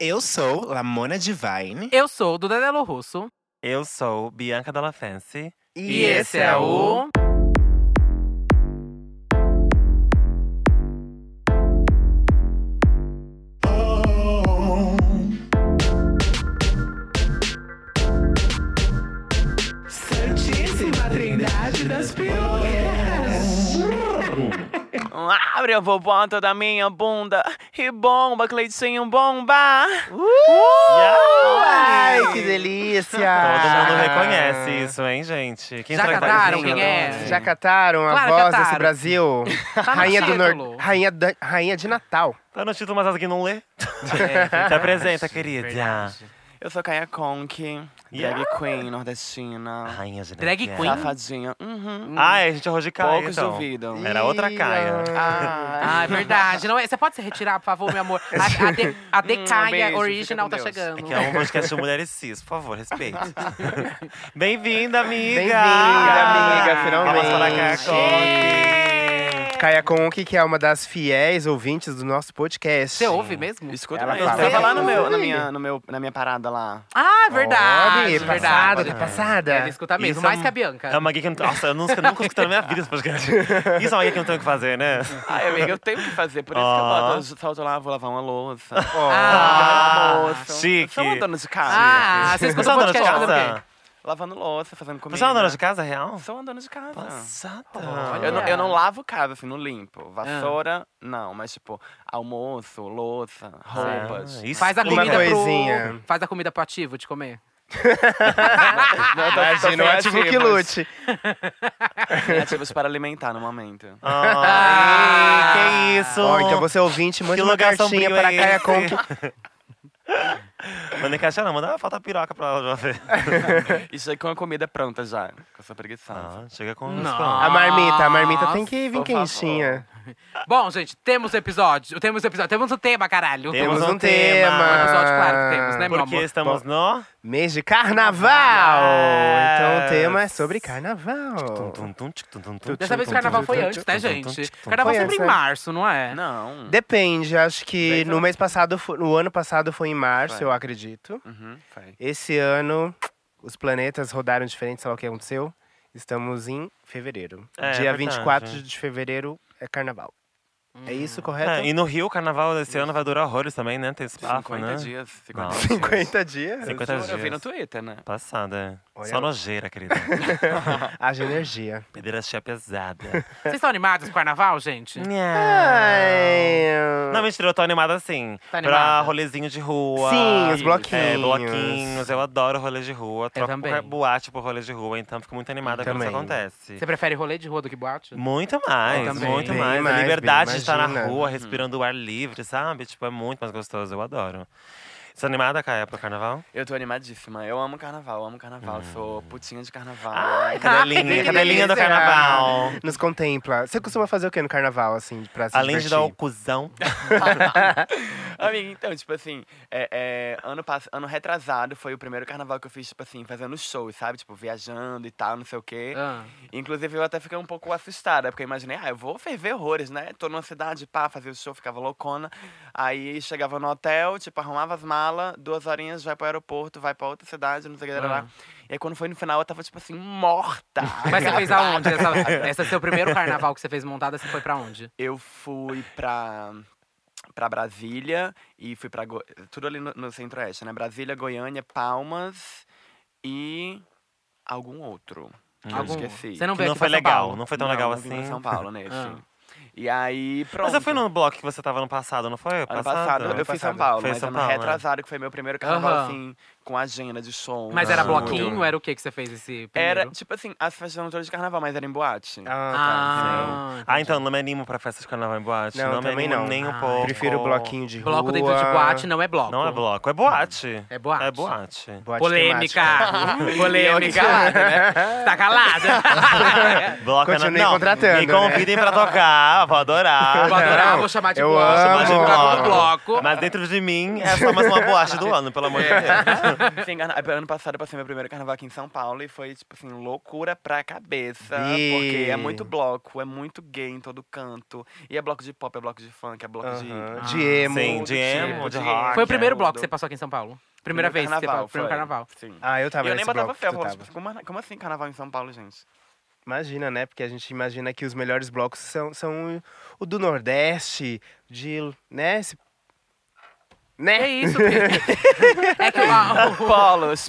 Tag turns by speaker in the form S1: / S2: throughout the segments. S1: Eu sou Lamona Divine.
S2: Eu sou do Danilo Russo.
S3: Eu sou Bianca Della Fancy.
S2: E, esse é o.
S4: Santíssima Trindade das Perucas.
S3: Abre a bobota da minha bunda e bomba, Cleitinho, bomba!
S1: Ai, que delícia!
S3: Todo mundo reconhece isso, hein, gente? Quem
S2: Já
S3: será que tá
S2: cataram
S3: cantando?
S2: quem é?
S1: Já cataram a
S2: Claro,
S1: voz
S2: cataram.
S1: desse Brasil?
S2: Tá no
S1: rainha do
S2: título.
S1: Norte. Rainha, da- rainha de Natal.
S3: Tá no título, mas alguém não lê.
S5: Verdade,
S2: É.
S3: Se apresenta, querida.
S5: verdade. Eu sou Kaya Conk, drag queen nordestina,
S3: Rainha de
S2: Drag
S3: Natal.
S2: queen?
S5: safadinha. Uhum.
S3: Ai, a gente errou de Caia,
S5: Poucos
S3: então.
S5: duvidam.
S3: Era outra Caia.
S5: Ah,
S2: Ah, é verdade. Não é- Você pode se retirar, por favor, meu amor? A, a, de, a Decaia
S5: beijo,
S2: original
S5: fica
S2: tá
S5: com Deus.
S2: chegando.
S3: Que é um podcast de mulheres cis, por favor, respeite. Bem-vinda, amiga!
S1: Bem-vinda, amiga,
S3: Vamos para
S1: finalmente.
S3: Caia Conk.
S1: Caia Conk, que é uma das fiéis ouvintes do nosso podcast.
S2: Você ouve mesmo? tá
S5: Escuta,
S1: Ela
S5: eu
S1: fala.
S5: tava lá
S1: Sim.
S5: no meu, na, minha, no meu, na minha parada lá.
S2: Ah, verdade.
S1: Olha,
S2: verdade.
S1: passada, tá passada.
S2: Ela escuta mesmo,
S3: Isso
S2: mais
S3: é um-
S2: que a Bianca.
S3: É uma geek que não. Nossa, eu nunca, nunca escutei na minha vida esse podcast. Isso é uma geek que não tem o que fazer, né?
S5: Ai, amiga, eu tenho que fazer, por isso que eu
S3: Ó.
S5: boto, eu solto lá, vou lavar uma louça.
S2: Ah,
S5: vou lavar um almoço. Eu
S3: chique.
S5: sou uma dona de casa.
S2: Ah, você
S3: Você
S2: escuta
S3: é
S2: o
S1: um
S3: uma dona de
S2: podcast fazendo o quê?
S3: casa?
S5: Lavando louça, fazendo comida.
S3: Você é uma dona de casa, real?
S5: Sou uma dona de casa.
S3: Passada.
S5: Eu não, eu não lavo casa, assim, não limpo. Vassoura, não. Mas, tipo, almoço, louça, roupas.
S3: Ah, isso
S2: Faz a
S3: explica.
S2: comida pro.
S1: coisinha.
S2: Faz a comida pro ativo de comer.
S5: Não, tá- eu tô-
S1: Imagina,
S5: tô sem
S1: o ativo que
S5: ativos.
S1: lute.
S5: Ativos para alimentar no momento.
S3: Ai, que isso!
S1: Ó, então você ouvinte, mande
S3: Que
S1: uma
S3: lugar
S1: cartinha
S3: sombrio
S1: para
S3: é
S1: Caia
S3: esse?
S1: Conk.
S3: Manda em caixa não, manda uma falta piroca pra ela de uma vez.
S5: Isso aí com a comida pronta já, que eu sou
S3: Ah,
S5: preguiçosa.
S3: chega com
S2: Não.
S3: os
S1: A marmita, a marmita tem que vir
S5: por favor.
S1: quentinha.
S2: Bom, gente, temos episódio. Temos episódio. Temos um tema, caralho.
S3: Temos
S1: Temos
S3: um
S1: um tema.
S2: Um episódio, claro que temos, né, meu
S3: Porque
S2: amor?
S3: estamos no.
S1: Mês de carnaval! Então o tema é sobre carnaval.
S3: Tum, tum, tum, tum, tum, tum,
S2: Dessa vez o
S3: tum,
S2: carnaval
S3: tum,
S2: foi
S3: tum,
S2: antes,
S3: tum,
S2: né,
S3: tum, tum,
S2: gente?
S3: tum, tum,
S2: Carnaval
S1: Foi
S2: sempre em
S1: antes, né?
S2: março, não é?
S5: Não.
S1: Depende, acho que
S5: Depende.
S1: no mês passado, fo- no ano passado foi em março,
S5: Foi.
S1: eu acredito.
S5: Uhum, foi.
S1: Esse ano, os planetas rodaram diferente, sei lá o que aconteceu. Estamos em fevereiro.
S3: É,
S1: Dia
S3: verdade.
S1: 24 de fevereiro é carnaval. É isso, correto?
S3: É, e no Rio, o carnaval desse ano vai durar horrores também, né? Tem esse bafo,
S5: 50
S3: né?
S5: dias. 50
S3: Nossa.
S5: dias.
S1: 50 dias?
S3: 50
S5: Juro, Eu vi
S3: dias.
S5: no Twitter, né?
S3: Passada. é.
S1: Olha
S3: Só
S1: lá.
S3: nojeira, querida.
S1: Haja energia.
S3: Pederastia pesada.
S2: Vocês estão animados com o carnaval, gente?
S1: Ai,
S3: Não, mentira, eu tô animada assim.
S2: Tá
S3: Pra
S2: animada?
S3: rolezinho de rua.
S1: Sim, os
S3: É,
S1: bloquinhos.
S3: bloquinhos. Eu adoro rolê de rua. Troco
S2: também.
S3: qualquer boate por rolê de rua. Então fico muito animada quando isso
S1: Também.
S3: acontece.
S2: Você prefere rolê de rua do que boate?
S3: Muito mais,
S2: Eu também.
S3: muito
S1: Bem
S3: mais.
S1: mais,
S3: A
S1: bem,
S3: liberdade de estar na
S1: imagina.
S3: rua, respirando o ar livre, sabe? Tipo, é muito mais gostoso. Eu adoro. Você é animada, Caia, pro carnaval?
S5: Eu tô animadíssima. Eu amo carnaval, eu amo carnaval. Sou putinha de carnaval.
S3: Hum. Ai, cadelinha,
S1: que
S3: cadelinha do
S1: delícia.
S3: carnaval.
S1: Nos contempla. Você costuma fazer o que no carnaval, assim, pra se
S3: Além de dar o
S1: divertir?
S3: cuzão.
S5: Amiga, então, tipo assim, é, é, ano, pass... ano retrasado foi o primeiro carnaval que eu fiz, tipo assim, fazendo shows, sabe? Tipo, viajando e tal, não sei o quê.
S2: Ah.
S5: Inclusive, eu até fiquei um pouco assustada, porque eu imaginei, ah, eu vou ferver horrores, né? Tô numa cidade, pá, fazer o show, ficava loucona. Aí chegava no hotel, tipo, arrumava as malas, duas horinhas, vai pro aeroporto, vai pra outra cidade, não sei o que. lá. E aí, quando foi no final, eu tava, tipo assim, morta.
S2: Ah. Mas você fez aonde? Essa, essa é seu primeiro carnaval que você fez montada, você foi pra onde?
S5: Eu fui pra, pra Brasília e fui pra. Go- Tudo ali no, no centro-oeste, né? Brasília, Goiânia, Palmas e. algum outro. Que
S2: Algum-
S5: eu esqueci.
S2: Você não
S3: Hum, Que
S2: veio
S3: não
S2: aqui
S3: foi
S2: pra São
S3: legal,
S2: Paulo?
S3: não foi tão
S5: Não,
S3: legal
S5: não vim pra
S3: assim.
S5: São Paulo nesse.
S2: Ah.
S5: E aí, pronto.
S3: Mas eu fui no bloco que você tava no passado, não foi?
S5: Ano passado, eu fui em São Paulo,
S3: Foi em
S5: mas
S3: São
S5: ano
S3: Paulo, né?
S5: retrasado, que foi meu primeiro carnaval,
S2: Aham.
S5: assim, com agenda de som.
S2: Mas era
S3: Ah.
S2: bloquinho? Era o que que você fez esse primeiro?
S5: Era, tipo assim, as festas eram todas de carnaval, mas era em boate.
S1: Ah,
S2: Ah,
S3: Ah, então, não me animo pra festa de carnaval em boate.
S1: Não,
S3: Não, me
S1: também
S3: animo
S1: não.
S3: nem um
S2: Ah,
S1: tá.
S3: pouco.
S1: Prefiro bloquinho de
S2: bloco
S1: rua.
S2: dentro de boate não é bloco.
S3: Não é bloco, é boate.
S2: É boate.
S3: É boate.
S1: Boate
S2: Polêmica!
S1: temática.
S2: Polêmica! Tá calada!
S3: Bloco é na-
S1: Continuem
S3: não,
S1: É. contratando,
S3: é Me
S1: né?
S3: convidem pra tocar. adorar, vou adorar.
S2: Vou adorar,
S1: Não,
S2: vou chamar de
S1: eu
S2: bloco.
S1: amo.
S2: Vou chamar de bloco.
S3: Mas dentro de mim é só mais uma boacha do ano, pelo amor
S1: É.
S3: de Deus.
S5: Sim, É. carna- ano passado eu passei meu primeiro carnaval aqui em São Paulo e foi, tipo assim, loucura pra cabeça.
S1: Ih.
S5: Porque é muito bloco, é muito gay em todo canto. E é bloco de pop, é bloco de funk, é bloco de.
S1: Aham,
S5: de
S1: de emo.
S3: Sim, de emo,
S5: tipo,
S3: de
S5: de
S3: rock.
S2: Foi o primeiro
S5: Aquela,
S2: bloco
S5: do-
S2: que você passou aqui em São Paulo? Primeira vez que você
S5: carnaval,
S2: passou, primeiro
S5: foi.
S2: carnaval.
S5: Sim.
S1: Ah, eu tava
S5: E eu nem
S1: nesse
S5: botava
S1: bloco
S5: fé, eu
S1: que tu
S5: falava,
S1: tava.
S5: tipo, como, como assim carnaval em São Paulo, gente?
S1: Imagina, né? Porque a gente imagina que os melhores blocos são, são o do Nordeste, de. né? Esse-
S2: É
S1: né?
S2: isso, Pedro. É que o,
S5: Polos,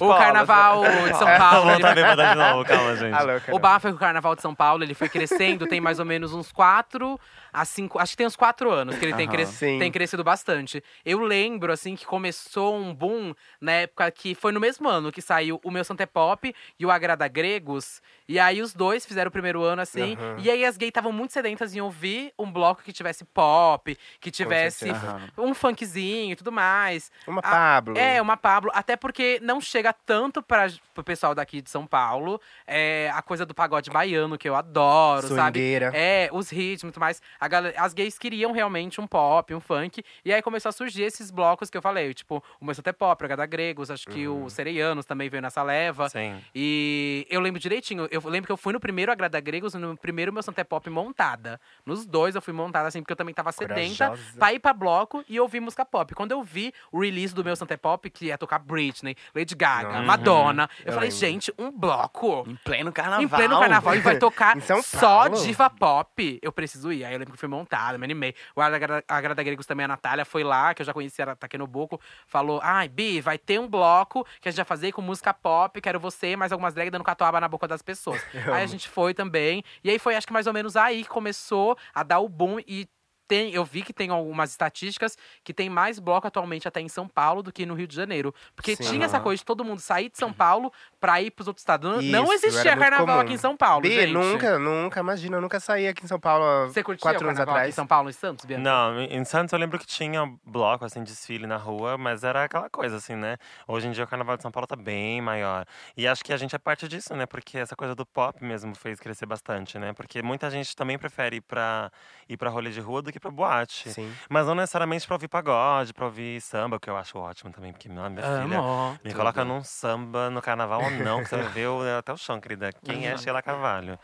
S2: o, o carnaval de São
S3: Vou
S2: Paulo.
S3: voltar
S2: ele-
S3: bêbada de novo, calma,
S1: Ah,
S3: gente.
S1: louca,
S2: o bafo é que o carnaval de São Paulo ele foi crescendo, tem mais ou menos uns quatro a cinco. Acho que tem uns quatro anos que ele tem,
S5: Aham.
S2: cres-
S1: Sim.
S2: tem crescido bastante. Eu lembro, assim, que começou um boom na época que foi no mesmo ano que saiu o Meu Santa é Pop e o Agrada Gregos. E aí os dois fizeram o primeiro ano, assim.
S1: Aham.
S2: E aí as gays estavam muito sedentas em ouvir um bloco que tivesse pop, que tivesse
S1: certeza.
S5: Aham.
S2: um funkzinho e tudo mais.
S1: Uma
S2: Ah,
S1: Pablo.
S2: É, uma Pablo. Até porque não chega tanto para pro pessoal daqui de São Paulo. É, a coisa do pagode baiano, que eu adoro, sabe?
S1: Swingueira.
S2: É, os ritmos e tudo mais. A galera- as gays queriam realmente um pop, um funk. E aí começou a surgir esses blocos que eu falei. Tipo, o Meu Santo é Pop, o Gada Gregos, acho que o Sereianos também veio nessa leva.
S3: Sim.
S2: E eu lembro direitinho, eu lembro que eu fui no primeiro Agrada Gregos, e no primeiro meu Santa é Pop montada. Nos dois eu fui montada, assim, porque eu também tava sedenta
S1: Corajosa.
S2: pra ir pra bloco e ouvir música pop. Quando eu vi o release do meu Santa é Pop, que ia tocar Britney, Lady Gaga, Madonna,
S1: Uhum.
S2: eu,
S1: Eu
S2: falei,
S1: lembro.
S2: gente, um bloco.
S5: Em pleno carnaval.
S2: Em pleno carnaval e vai tocar
S1: Em São
S2: só
S1: Paulo?
S2: diva pop. Eu preciso ir. Aí eu lembro que fui montada, me animei. O Agrada Agrada Gregos também, a Natália foi lá, que eu já conhecia, tá aqui no Boco. Falou, ai, Bi, vai ter um bloco que a gente vai fazer com música pop. Quero você, mais algumas drag dando catuaba na boca das pessoas. aí a gente foi também. E aí foi, acho que mais ou menos aí que começou a dar o boom e... Tem, eu vi que tem algumas estatísticas que tem mais bloco atualmente até em São Paulo do que no Rio de Janeiro. Porque
S1: Sim.
S2: tinha essa coisa de todo mundo sair de São Paulo pra ir pros outros estados. Não- não
S1: Isso,
S2: existia
S1: era muito
S2: carnaval
S1: comum.
S2: aqui em São Paulo,
S1: Bi,
S2: gente.
S1: nunca, nunca, imagina, eu nunca saí aqui em São Paulo há
S2: Você curtia
S1: quatro
S2: o
S1: anos
S2: carnaval aqui em
S1: atrás.
S2: São Paulo e Santos, Bianca?
S3: Não, em Santos eu lembro que tinha bloco, assim, desfile na rua, mas era aquela coisa, assim, né? Hoje em dia o carnaval de São Paulo tá bem maior. E acho que a gente é parte disso, né? Porque essa coisa do pop mesmo fez crescer bastante, né? Porque muita gente também prefere ir pra, ir pra rolê de rua do que pra boate.
S1: Sim.
S3: Mas não necessariamente pra ouvir pagode, pra ouvir samba, que eu acho ótimo também, porque minha, minha filha.
S2: Amo.
S3: Me coloca num samba no carnaval ou não, que você vai ver o- né, até o chão, querida. Quem é Sheila Carvalho?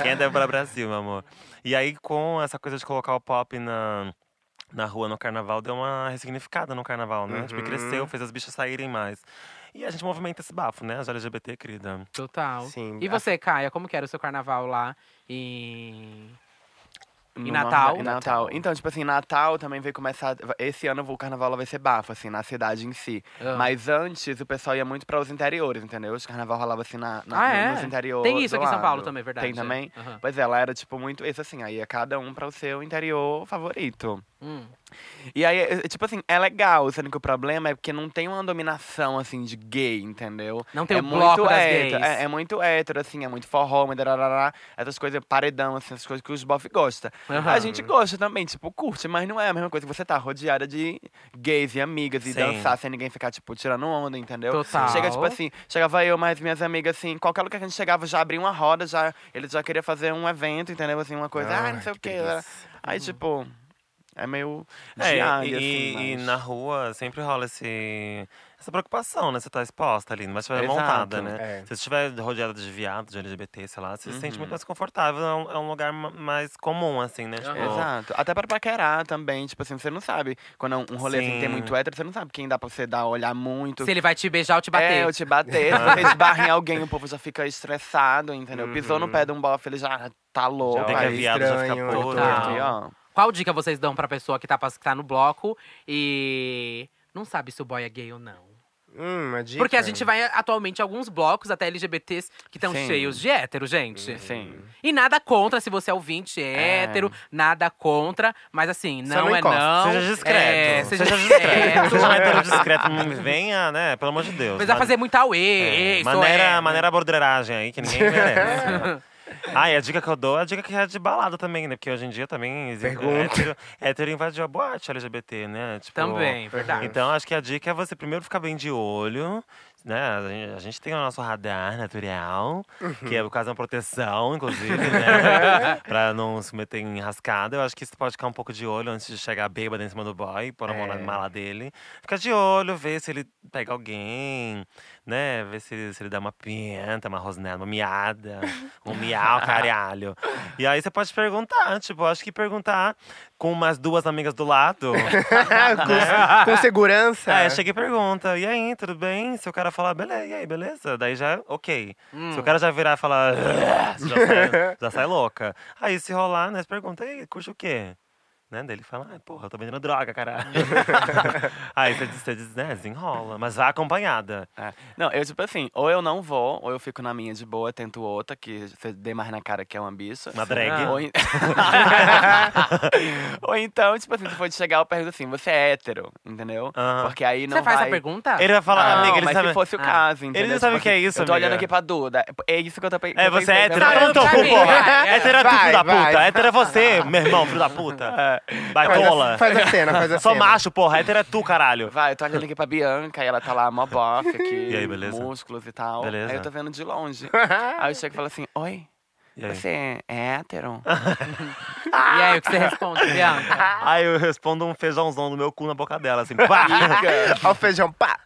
S3: Quem é Débora Brasil, meu amor? E aí, com essa coisa de colocar o pop na, na rua no carnaval, deu uma ressignificada no carnaval, né?
S5: Uhum.
S3: Tipo, cresceu, fez as bichas saírem mais. E a gente movimenta esse bafo, né? As LGBT, querida.
S2: Total.
S1: Sim.
S5: assim
S2: E você, Caia, como que era o seu carnaval lá em...
S5: No
S2: Natal?
S5: Nordeste, Em Natal. Então, tipo assim, Natal também vai começar. Esse ano o carnaval ela vai ser bafo, assim, na cidade em si.
S2: Ah.
S5: Mas antes o pessoal ia muito para os interiores, entendeu? Os carnaval rolava assim na, na,
S2: Ah,
S5: no-
S2: é?
S5: nos interiores.
S2: Tem isso
S5: do
S2: aqui em São Paulo
S5: lado.
S2: também, é verdade.
S5: Tem
S2: é.
S5: também.
S2: Aham.
S5: Pois é, ela era tipo muito isso assim, aí é cada um para o seu interior favorito.
S2: Hum.
S5: E aí, é, é, tipo assim, é legal, sendo que o problema é porque não tem uma dominação assim de gay, entendeu?
S2: Não tem
S5: é
S2: o bloco das
S5: hétero,
S2: gays.
S5: É, é muito hétero, assim, é muito forró, muito dararará, essas coisas, paredão, assim, essas coisas que os bof gostam.
S2: Aham.
S5: A gente gosta também, tipo, curte, mas não é a mesma coisa que você tá rodeada de gays e amigas e
S3: Sim.
S5: dançar sem ninguém ficar, tipo, tirando onda, entendeu?
S2: Total.
S5: Chega, tipo assim, chegava eu, mais minhas amigas, assim, qualquer lugar que a gente chegava já abria uma roda, já, ele já queria fazer um evento, entendeu? Assim, uma coisa, ah, não sei o quê. Aí, tipo, é meio
S3: É,
S5: diário,
S3: e,
S5: assim.
S3: e
S5: mas-
S3: na rua sempre rola esse, essa preocupação, né? Você tá exposta ali, mas tiver
S5: Exato,
S3: montada, né?
S1: é.
S3: Se você estiver rodeada de viado, de LGBT, sei lá, você se sente muito mais confortável, é um, é um lugar ma- mais comum, assim, né? Tipo,
S5: Exato. Até pra paquerar também, tipo assim, você não sabe. Quando é um rolê assim,
S3: Sim.
S5: tem muito hétero, você não sabe quem dá pra você dar, olhar muito.
S2: Se ele vai te beijar ou te bater.
S5: É, eu te bater. Se vocês barrem alguém, o povo já fica estressado, entendeu? Pisou
S3: Uhum.
S5: no pé de um bofe, ele já tá louco.
S3: Tem que é
S5: aí,
S3: viado, já fica
S1: estranho, é
S3: puto.
S2: total.
S5: aqui, ó.
S2: Qual dica vocês dão pra pessoa que tá, pass- que tá no bloco e não sabe se o boy é gay ou não?
S1: Hum, uma dica.
S2: Porque a gente vai atualmente a alguns blocos, até LGBTs, que estão
S5: Sim.
S2: cheios de hétero, gente.
S3: Uhum.
S5: Sim.
S2: E nada contra se você é ouvinte é
S5: É.
S2: hétero, nada contra. Mas assim,
S1: Só
S2: não,
S1: não
S2: é
S1: encosta,
S2: não.
S3: Seja discreto.
S2: É,
S3: seja,
S2: seja,
S3: discreto.
S2: discreto.
S3: seja um hétero discreto. Não me venha, né? Pelo amor de Deus.
S2: Precisa
S3: Man-
S2: fazer muita
S3: é,
S2: auê. isso
S3: maneira,
S2: é.
S3: maneira borderagem aí, que ninguém merece. Ah, e a dica que eu dou é a dica que é de balada também, né? Porque hoje em dia também existe. é
S1: Pergunta.
S3: Hétero, hétero invadiu a boate LGBT, né? Tipo,
S2: Também, verdade.
S3: Então acho que a dica é você primeiro ficar bem de olho. né, a gente- a gente tem o nosso radar natural, que é por causa da proteção, inclusive, né? pra não se meter em rascada. Eu acho que você pode ficar um pouco de olho antes de chegar bêbada em cima do boy, pôr a mão na
S1: É.
S3: mala dele. Fica de olho, ver se ele pega alguém, né? Ver se, ele- se ele dá uma pinta, uma rosnada, uma miada, um miau, caralho. E aí você pode perguntar, tipo, acho que perguntar com umas duas amigas do lado.
S2: né?
S1: com, com segurança.
S3: É, chega e pergunta, e aí, tudo bem? Se o cara falar, beleza, e aí, beleza? Daí já, ok. Se
S1: Hum.
S3: o cara já virar e falar, "Ugh", já sai, já sai louca. Aí se rolar, né, você pergunta, e aí, curte o quê? Né? Daí ele fala, ai, porra, eu tô vendendo droga, caralho. aí você, diz- você diz, né, desenrola, mas vá acompanhada.
S5: É. Não, eu tipo assim, ou eu não vou, ou eu fico na minha de boa, tento outra, que você dê mais na cara que é uma bicha.
S3: Uma drag.
S5: Ou, en- ou então, tipo assim, se for de chegar, eu pergunto assim, você é hétero, entendeu?
S3: Aham.
S5: Porque aí não
S2: Você faz
S5: Então vai...
S2: essa pergunta?
S1: Ah,
S3: Ele vai falar,
S5: não,
S3: amiga, ele
S5: mas
S3: sabe...
S5: se fosse o
S2: Ah.
S5: caso, entendeu?
S3: não sabe o
S5: Tipo
S3: que é
S5: assim,
S3: isso,
S5: Eu tô olhando
S3: amiga.
S5: aqui pra Duda. É isso que eu tô pe- que eu
S3: É,
S5: tô
S3: você é
S5: pensando. né?
S3: hétero, toma no teu
S2: pra
S3: cu,
S2: mim,
S3: porra!
S2: vai, é.
S3: Hétero é tu,
S1: Vai,
S3: filho da
S1: vai. É.
S3: puta! Hétero é você, meu irmão, filho da puta!
S1: faz,
S3: Baitola!
S1: a, faz a cena, faz a
S3: Sou
S1: cena.
S3: macho, porra, hétero é tu, caralho!
S5: Vai, eu tô olhando aqui pra Bianca e ela tá lá, mó bofe aqui,
S3: E aí, beleza?
S5: músculos e tal.
S3: Beleza.
S5: Aí eu tô vendo de longe. aí eu chego e falo assim, oi,
S3: E aí?
S5: você é hétero?
S2: E aí, o que você responde, Bianca?
S3: Aí eu respondo um feijãozão no meu cu na boca dela, assim, pá!
S1: Ó o feijão, pá!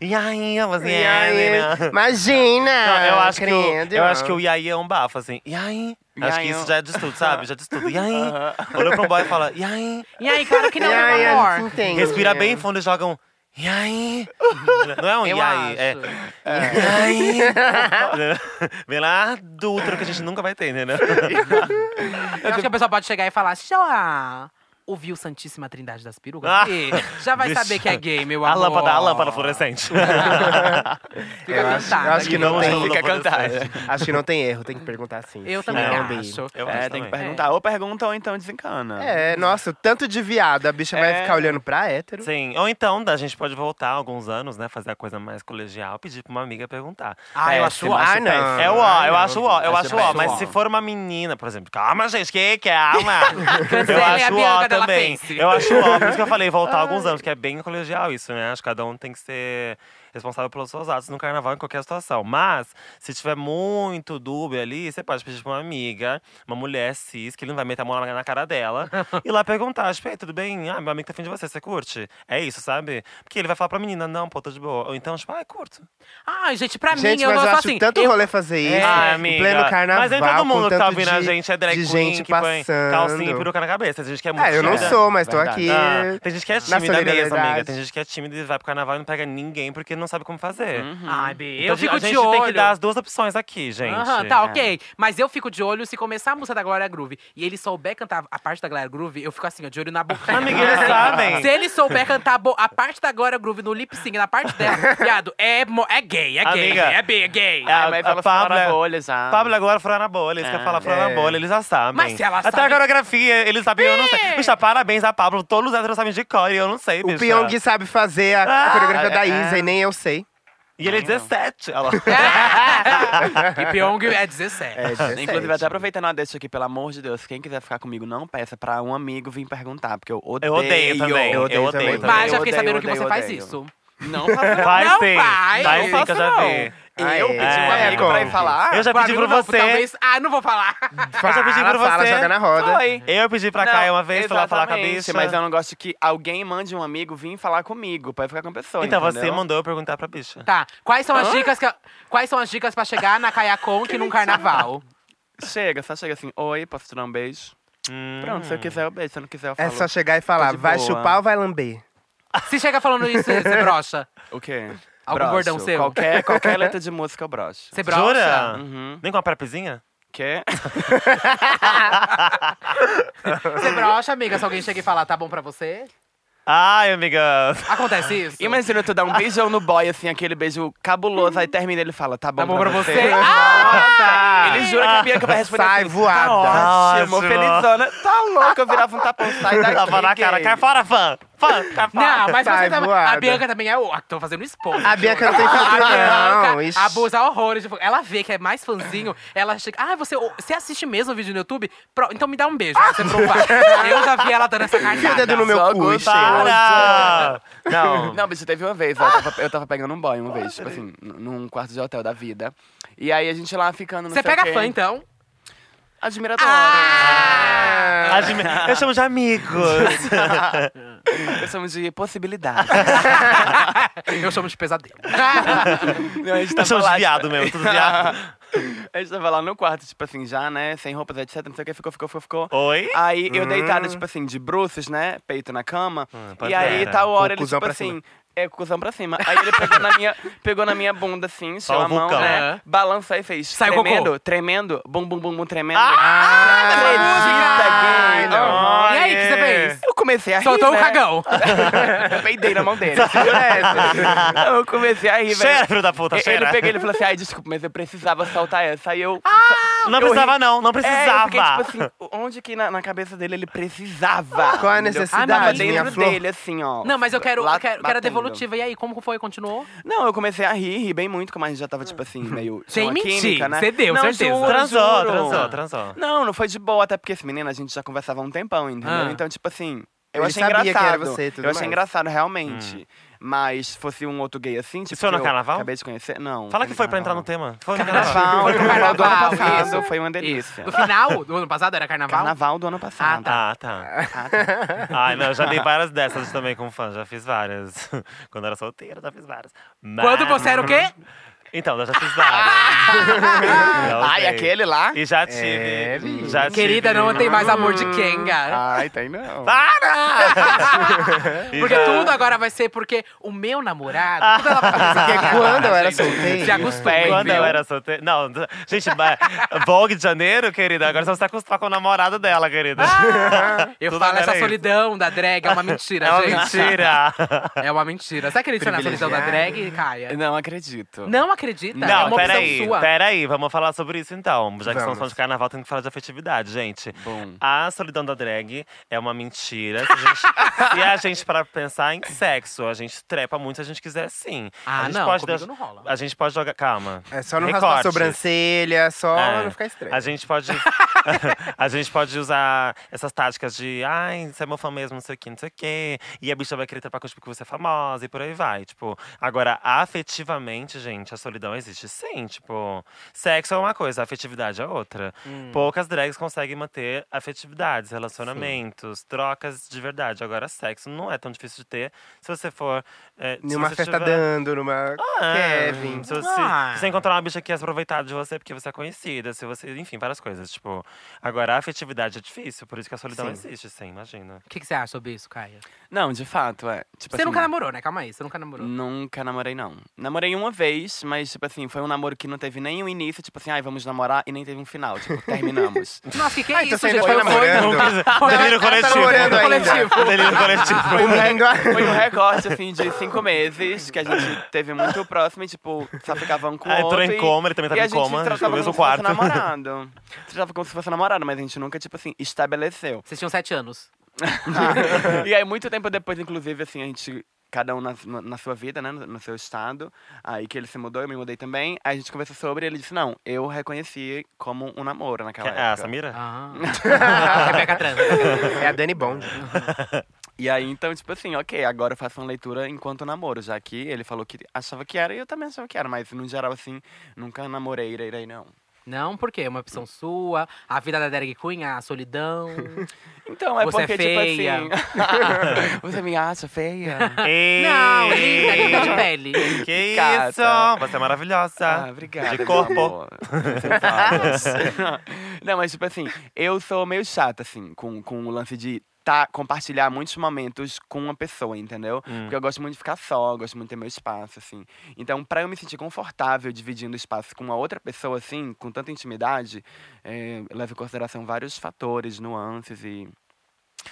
S3: e aí, assim,
S1: E aí?
S3: né?
S1: Imagina!
S3: Não, eu acho, que o,
S1: querido.
S3: eu acho que o Iaí é um bafo, assim. E aí?
S5: E
S3: Acho que
S5: aí,
S3: isso
S5: eu-
S3: já é de tudo, sabe? Já diz tudo. E aí? Olhou pro boy e fala, e aí?
S2: E aí, claro que não,
S1: E aí,
S2: meu
S1: a gente
S2: amor.
S1: entende.
S3: assim, Respira bem fundo e jogam, e aí? Não é um
S2: Eu
S3: e aí,
S2: acho.
S3: é. E aí? Vem lá, Dutra, que a gente nunca vai ter, entendeu?
S2: Eu acho que a pessoa pode chegar e falar, já ouviu Santíssima Trindade das Perugas?
S3: Ah,
S2: E já vai
S3: bicho.
S2: saber que é gay, meu
S3: A
S2: amor.
S3: lâmpada, a lâmpada fluorescente.
S2: Fica
S1: Eu acho-
S2: sentada
S1: eu acho que
S2: aí.
S1: não
S3: Vamos
S1: tem-
S3: à
S5: Fica
S3: lâmpada
S5: cantada.
S3: fluorescente.
S1: Acho que não tem erro, tem que perguntar assim.
S2: Eu
S1: sim,
S2: também
S1: não, bi.
S2: acho.
S3: Eu
S5: É,
S3: acho
S5: tem que
S3: também.
S5: perguntar. Ou pergunta ou então desencana.
S1: É, nossa, o tanto de viado. A bicha vai
S5: É.
S1: ficar olhando pra hétero.
S3: Sim, ou então a gente pode voltar alguns anos, né? Fazer a coisa mais colegial, pedir pra uma amiga perguntar.
S2: Ah, eu acho
S5: Péssimo,
S2: ótimo.
S1: Ah, não.
S3: é o ó, eu acho o ó, eu
S5: Vai
S3: acho
S5: ser
S3: o ó.
S5: péssimo.
S3: Mas se for uma menina, por exemplo, calma, gente, que calma. eu
S2: Cancelem a
S3: acho o ó
S2: Bianca Della
S3: também.
S2: Fence.
S3: Eu acho o ó, por isso que eu falei, voltar alguns anos, que é bem colegial isso, né? Acho que cada um tem que ser responsável pelos seus atos no carnaval, em qualquer situação. Mas, se tiver muito dúbio ali, você pode pedir pra uma amiga, uma mulher cis, que ele não vai meter a mão na- na cara dela, e lá perguntar, tipo, "Ei, tudo bem? Ah, meu amigo tá afim de você, você curte? É isso, sabe? Porque ele vai falar pra menina, não, pô, tô de boa. Ou então, tipo, ah, curto.
S2: Ai, gente, pra
S1: gente,
S2: mim, eu
S1: mas
S2: gosto
S1: eu acho
S2: assim.
S1: tanto
S2: eu-
S1: rolê fazer isso. É.
S3: Ai,
S1: em
S3: É, Ah, amiga,
S1: pleno carnaval.
S3: Mas nem todo mundo
S1: com
S3: que tá
S1: tanto
S3: ouvindo
S1: de,
S3: a gente é drag
S1: de
S3: queen
S1: gente
S3: que põe
S1: passando.
S3: calcinha e peruca na cabeça. Tem gente que é muito
S1: É, eu não
S3: tímida.
S1: sou, mas tô
S5: Verdade.
S1: aqui.
S3: Ah, tem gente que é
S1: na
S3: tímida mesmo,
S1: solidariedade.
S3: amiga. Tem gente que é tímida e vai pro carnaval e não pega ninguém porque não sabe como fazer.
S2: Ai, Bi, Uhum.
S3: Então,
S2: eu fico
S3: a gente
S2: de olho.
S3: tem que dar as É. duas opções aqui, gente.
S2: Aham, tá, ok. Mas eu fico de olho se começar a música da Glória Groove e ele souber cantar a parte da Glória Groove, eu fico assim, ó, de olho na boca.
S3: Amiga, eles sabem.
S2: Se ele souber cantar a, bo- a parte da Glória Groove no lip sync, na parte dela, viado, é, mo- é gay, é gay,
S3: Amiga,
S2: é bi, é gay.
S3: a-
S5: mas
S3: a
S5: ela fala
S3: Pabllo-
S5: na bolha já.
S3: Pablo agora fora na bolha, eles
S5: Ah.
S3: querem falar fora
S1: É.
S3: na bolha, eles já sabem.
S2: Mas se ela
S3: Até
S2: sabe-
S3: a coreografia, eles sabem, eu não sei. Bicha, parabéns a Pablo, todos os héteros sabem de cor e eu não sei,
S1: O
S3: bicha.
S1: Pyong sabe fazer a
S3: Ah,
S1: coreografia da
S5: é,
S1: Isa
S5: é.
S1: e nem eu sei.
S3: E ele é 17. Ela...
S2: e Pyong é 17.
S1: É,
S5: Inclusive, até aproveitando a deixa aqui, pelo amor de Deus, quem quiser ficar comigo, não peça pra um amigo vir perguntar, porque eu odeio.
S3: Eu odeio também, eu odeio
S1: também.
S3: também.
S2: Mas já
S5: odeio,
S2: fiquei sabendo que
S5: odeio,
S2: você faz
S5: odeio.
S2: isso.
S5: Não faço
S3: Vai
S2: Não
S3: sim,
S2: vai,
S3: vai
S2: não
S3: sim, que eu já
S2: faço,
S3: vi.
S1: Ah,
S5: Eu
S1: é,
S5: pedi um
S1: é,
S5: amigo pra ir
S1: Conde.
S5: falar.
S3: Eu já
S2: Pro
S3: pedi
S2: amigo
S3: pra
S2: não, Ah,
S3: você.
S2: Talvez... Ah, não vou falar.
S3: Eu já pedi pra
S1: Fala, fala,
S3: você.
S1: joga na roda.
S5: Foi.
S3: Eu pedi pra Caia uma vez, pra ela falar com a
S5: exatamente,
S3: bicha.
S5: Mas eu não gosto que alguém mande um amigo vir falar comigo, pra eu ficar com a pessoa.
S3: Então você
S5: entendeu?
S3: mandou eu perguntar pra bicha.
S2: Tá, quais são as dicas que eu- quais são as dicas para chegar na Kaia Conk num carnaval?
S5: Chega, só chega assim, oi, posso te dar um beijo?
S3: Hum.
S5: Pronto, se eu quiser eu beijo, se eu não quiser eu
S1: É
S5: falo.
S1: só chegar e falar,
S3: Tá
S5: de
S1: vai
S5: boa.
S1: chupar ou vai lamber?
S2: Se chega falando isso, você brocha.
S5: O quê?
S2: Algum
S5: Broxo.
S2: bordão seu?
S5: Qualquer, qualquer letra de música eu broxo.
S2: Você brocha?
S3: Jura?
S5: Uhum.
S3: Nem com uma prepezinha?
S5: Quê?
S2: Você brocha, amiga, se alguém chega e falar, tá bom pra você?
S3: Ai, amiga.
S2: Acontece
S1: Ah,
S2: isso?
S5: Imagina tu dar um beijão no boy, assim, aquele beijo cabuloso, aí termina e ele fala, tá bom,
S2: tá bom pra você?
S1: Ah,
S2: Ah,
S3: Tá.
S5: Nossa! Ele jura que a Bianca vai responder
S1: Sai
S5: assim,
S1: voada.
S5: Tá ótimo,
S3: Ótimo.
S5: felizona. Tá louca, eu virava um tapão, sai daqui.
S3: Tava na cara,
S5: gay.
S3: cai fora, fã!
S6: Fanca,
S2: Não, mas
S1: Sai
S2: você tava- a
S1: voada.
S2: Bianca também é. o- ah, Tô fazendo spoiler.
S1: tá A Bianca não tem
S2: A
S1: filtro,
S2: Bianca
S1: não. Ixi.
S2: abusa horrores. de fã. Ela vê que é mais fãzinho, ela chega. Ah, você, você assiste mesmo o vídeo no YouTube? Pro- então me dá um beijo pra você provar. Eu já vi ela dando essa
S1: Enfia o dedo no
S2: cartada.
S1: meu
S5: Só
S1: cu, e
S5: gostar.
S1: cheira.
S3: Para! Não,
S5: Não, bicho, teve uma vez, ó, eu, tava, eu tava pegando um boy uma vez, tipo assim, n- num quarto de hotel da vida. E aí a gente lá ficando, não
S2: Você
S5: sei o
S2: pega
S5: quê.
S2: fã, então?
S5: Admiradora.
S2: Ah!
S1: Ah.
S3: Admi- eu chamo de amigos.
S5: Eu chamo de possibilidade.
S2: Eu chamo de pesadelo.
S5: Não, a gente
S3: eu chamo
S5: lá,
S3: de
S5: tipo,
S3: viado mesmo, tudo viado.
S5: a gente tava lá no quarto, tipo assim, já, né? Sem roupas, etc. Não sei o que, ficou, ficou, ficou, ficou.
S3: Oi?
S5: Aí eu deitada, tipo assim, de bruços, né? Peito na cama. e
S3: pantera.
S5: aí, tal hora, ele,
S1: Cusão
S5: tipo
S1: pra
S5: assim.
S1: cima.
S5: É, cuzão pra cima. Aí ele pegou na minha, pegou na minha bunda, assim, encheu
S3: o
S5: a mão,
S3: vulcão.
S5: né?
S2: É.
S5: Balança e fez.
S2: Saiu cocô.
S5: tremendo, tremendo, bum, bum, bum, bum, tremendo. é
S1: Ah,
S5: Acredita, gay!
S1: não.
S2: E aí, o que você fez?
S5: Eu comecei a
S2: Soltou
S5: rir,
S2: o
S5: né?
S2: cagão.
S5: Eu peidei na mão dele. Segura essa. Eu comecei a rir,
S3: Cheira,
S5: velho.
S3: filho da puta,
S5: Ele
S3: cheira.
S5: pegou ele falou assim: ai, desculpa, mas eu precisava soltar essa. Aí eu.
S1: Ah,
S3: Não
S5: eu
S3: precisava,
S5: ri.
S3: não, não
S5: É, eu
S3: precisava.
S5: fiquei, tipo assim, onde que na, na cabeça dele ele precisava?
S1: Qual é a
S5: entendeu? Ah,
S1: necessidade,
S5: Tava
S1: minha
S5: dentro
S1: flor?
S5: dele, assim, ó.
S2: Não, mas eu quero,
S5: lá
S2: eu quero, eu quero a
S5: batendo.
S2: devolutiva. E aí, como foi? Continuou?
S5: Não, eu comecei a rir, rir bem muito, como a gente já tava, tipo assim, meio. tinha
S2: Sem
S5: uma
S2: mentir,
S5: química, né?
S2: cê deu,
S5: não,
S2: certeza.
S5: Juro,
S3: Transou,
S5: juro.
S3: transou, transou.
S5: Não, não foi de boa, até porque esse menino a gente já conversava há um tempão,
S2: Ah.
S5: entendeu? Então, tipo assim, eu
S1: Ele
S5: achei
S1: sabia que
S5: engraçado.
S1: era você e tudo
S5: eu achei
S1: mais.
S5: engraçado, realmente. Mas se fosse um outro gay assim, tipo.
S3: Isso foi no
S5: que eu
S3: carnaval?
S5: Acabei de conhecer. Não.
S3: Fala que foi pra entrar no tema. Foi no
S5: Carnaval,
S3: Foi no
S5: carnaval do ano
S2: Carnaval,
S5: passado,
S2: isso.
S5: foi uma
S2: Isso.
S5: delícia.
S2: No final do ano passado era carnaval?
S5: Carnaval do ano passado.
S3: Ah, tá. Ai, não, eu já dei várias dessas também como fã, já fiz várias. Quando era solteira, já fiz várias. Mas-
S2: Quando você era o quê?
S3: Então, eu já fiz várias. Já
S5: Ai,
S3: usei.
S5: aquele lá?
S3: E já tive.
S1: É, vi.
S3: já
S2: Querida,
S3: tive.
S2: não tem mais amor de Kenga.
S5: Ai, tem não.
S3: E
S2: Ah. Porque
S3: Ah. já-
S2: tudo agora vai ser porque o meu namorado. Tudo ela vai fazer assim,
S1: Porque quando eu era
S2: Se
S1: solteira,
S2: acostumem,
S3: Quando
S2: viu?
S3: eu era solteira. Não, gente, ba- Vogue de Janeiro, querida, agora você está acostumar com o namorado dela, querida.
S2: Ah, Eu
S3: Tudo
S2: falo
S3: agora
S2: essa
S3: é isso.
S2: solidão da drag, é uma mentira,
S3: É uma
S2: gente.
S3: mentira.
S2: É uma mentira. Você acredita na solidão da drag, Caia?
S5: Não acredito.
S2: Não acredita? é
S3: Não,
S2: uma opção
S3: peraí,
S2: sua.
S3: peraí, vamos falar sobre isso então. Já que estamos
S1: Vamos.
S3: falando de carnaval, tem que falar de afetividade, gente.
S5: Bom.
S3: A solidão da drag é uma mentira. Se a gente, se a gente parar pra pensar em sexo, a gente trepa muito se a gente quiser sim.
S2: Ah,
S3: a gente
S2: não, comigo não rola.
S3: A gente pode jogar. Calma.
S1: é só não raspar a
S3: Recorte.
S1: sobrancelha, só
S3: É.
S1: não ficar estranho.
S3: A gente pode. a gente pode usar essas táticas de ai, você é meu fã mesmo, não sei o quê, não sei o quê. E a bicha vai querer trepar contigo porque você é famosa e por aí vai. Tipo, agora, afetivamente, gente, a solidão existe sim. Tipo, sexo é uma coisa, afetividade é outra.
S1: Hum.
S3: Poucas drags conseguem manter afetividades, relacionamentos, trocas de verdade. Agora, sexo não é tão difícil de ter se você for. É, se
S1: Numa
S3: você
S1: festa
S3: tiver-
S1: dando, numa
S3: ah,
S1: Kevin.
S3: Se você,
S2: Ah.
S3: se você encontrar uma bicha que ia se aproveitar de você porque você é conhecida, se você. Enfim, várias coisas. Tipo, agora a afetividade é difícil, por isso que a solidão
S1: Sim.
S3: existe, sim, imagina.
S2: O que, que você acha sobre isso, Caia?
S5: Não, de fato, é. Tipo
S2: Você
S5: assim,
S2: nunca namorou, né? Calma aí, você nunca
S1: Hum.
S2: namorou.
S5: Nunca namorei, não. Namorei uma vez, mas, tipo assim, foi um namoro que não teve nem um início, tipo assim, ai, vamos namorar, e nem teve um final. Tipo, terminamos.
S2: Nossa, que que é
S1: Ah, então
S2: isso,
S1: você ainda
S2: gente?
S1: foi
S2: Foi um sonho.
S1: namorando? tá
S3: Delírio coletivo.
S1: namorando ainda.
S2: coletivo.
S3: Delírio coletivo.
S1: Foi um
S5: foi um recorte, assim, de cinco meses, que a gente teve muito próximo e, tipo, só ficava um com o
S3: Ah,
S5: outro.
S3: entrou em
S5: e-
S3: coma, ele também
S5: e
S3: tava
S5: a
S3: em
S5: gente
S3: coma,
S5: tratava
S3: ficou no mesmo
S5: como se
S3: quarto.
S5: fosse namorado. Tratava como se fosse namorado, mas a gente nunca, tipo assim, estabeleceu.
S2: Vocês tinham sete anos.
S5: e aí, muito tempo depois, inclusive, assim, a gente. Cada um na, na- na sua vida, né? No, no seu estado. Aí que ele se mudou, eu me mudei também. Aí a gente conversou sobre e ele disse: Não, eu reconheci como um namoro naquela
S3: Ah,
S5: época.
S3: Samira?
S2: Ah. Rebeca trans.
S1: É a Dani Bond.
S5: E aí, então, tipo assim, ok, agora eu faço uma leitura enquanto namoro, já que ele falou que achava que era e eu também achava que era, mas no geral, assim, nunca namorei, irei, irei, não.
S2: Não, porque é uma opção sua. A vida da drag queen, a solidão.
S5: Então, é
S2: Você é
S5: porque,
S2: feia.
S5: tipo assim. você me acha feia?
S3: Ei!
S2: Não, é linda, linda de pele.
S3: Que
S5: Cata.
S3: isso! Você é
S2: Tá.
S3: maravilhosa.
S5: Ah, obrigada.
S3: De
S5: meu
S3: corpo.
S5: amor. Sem palavras. Não, mas tipo assim, eu sou meio chata, assim, com, com o lance de tá, compartilhar muitos momentos com uma pessoa, entendeu?
S3: Hum.
S5: Porque eu gosto muito de ficar só, eu gosto muito de ter meu espaço, assim. Então, pra eu me sentir confortável dividindo espaço com uma outra pessoa, assim, com tanta intimidade, eh, eu levo em consideração vários fatores, nuances e.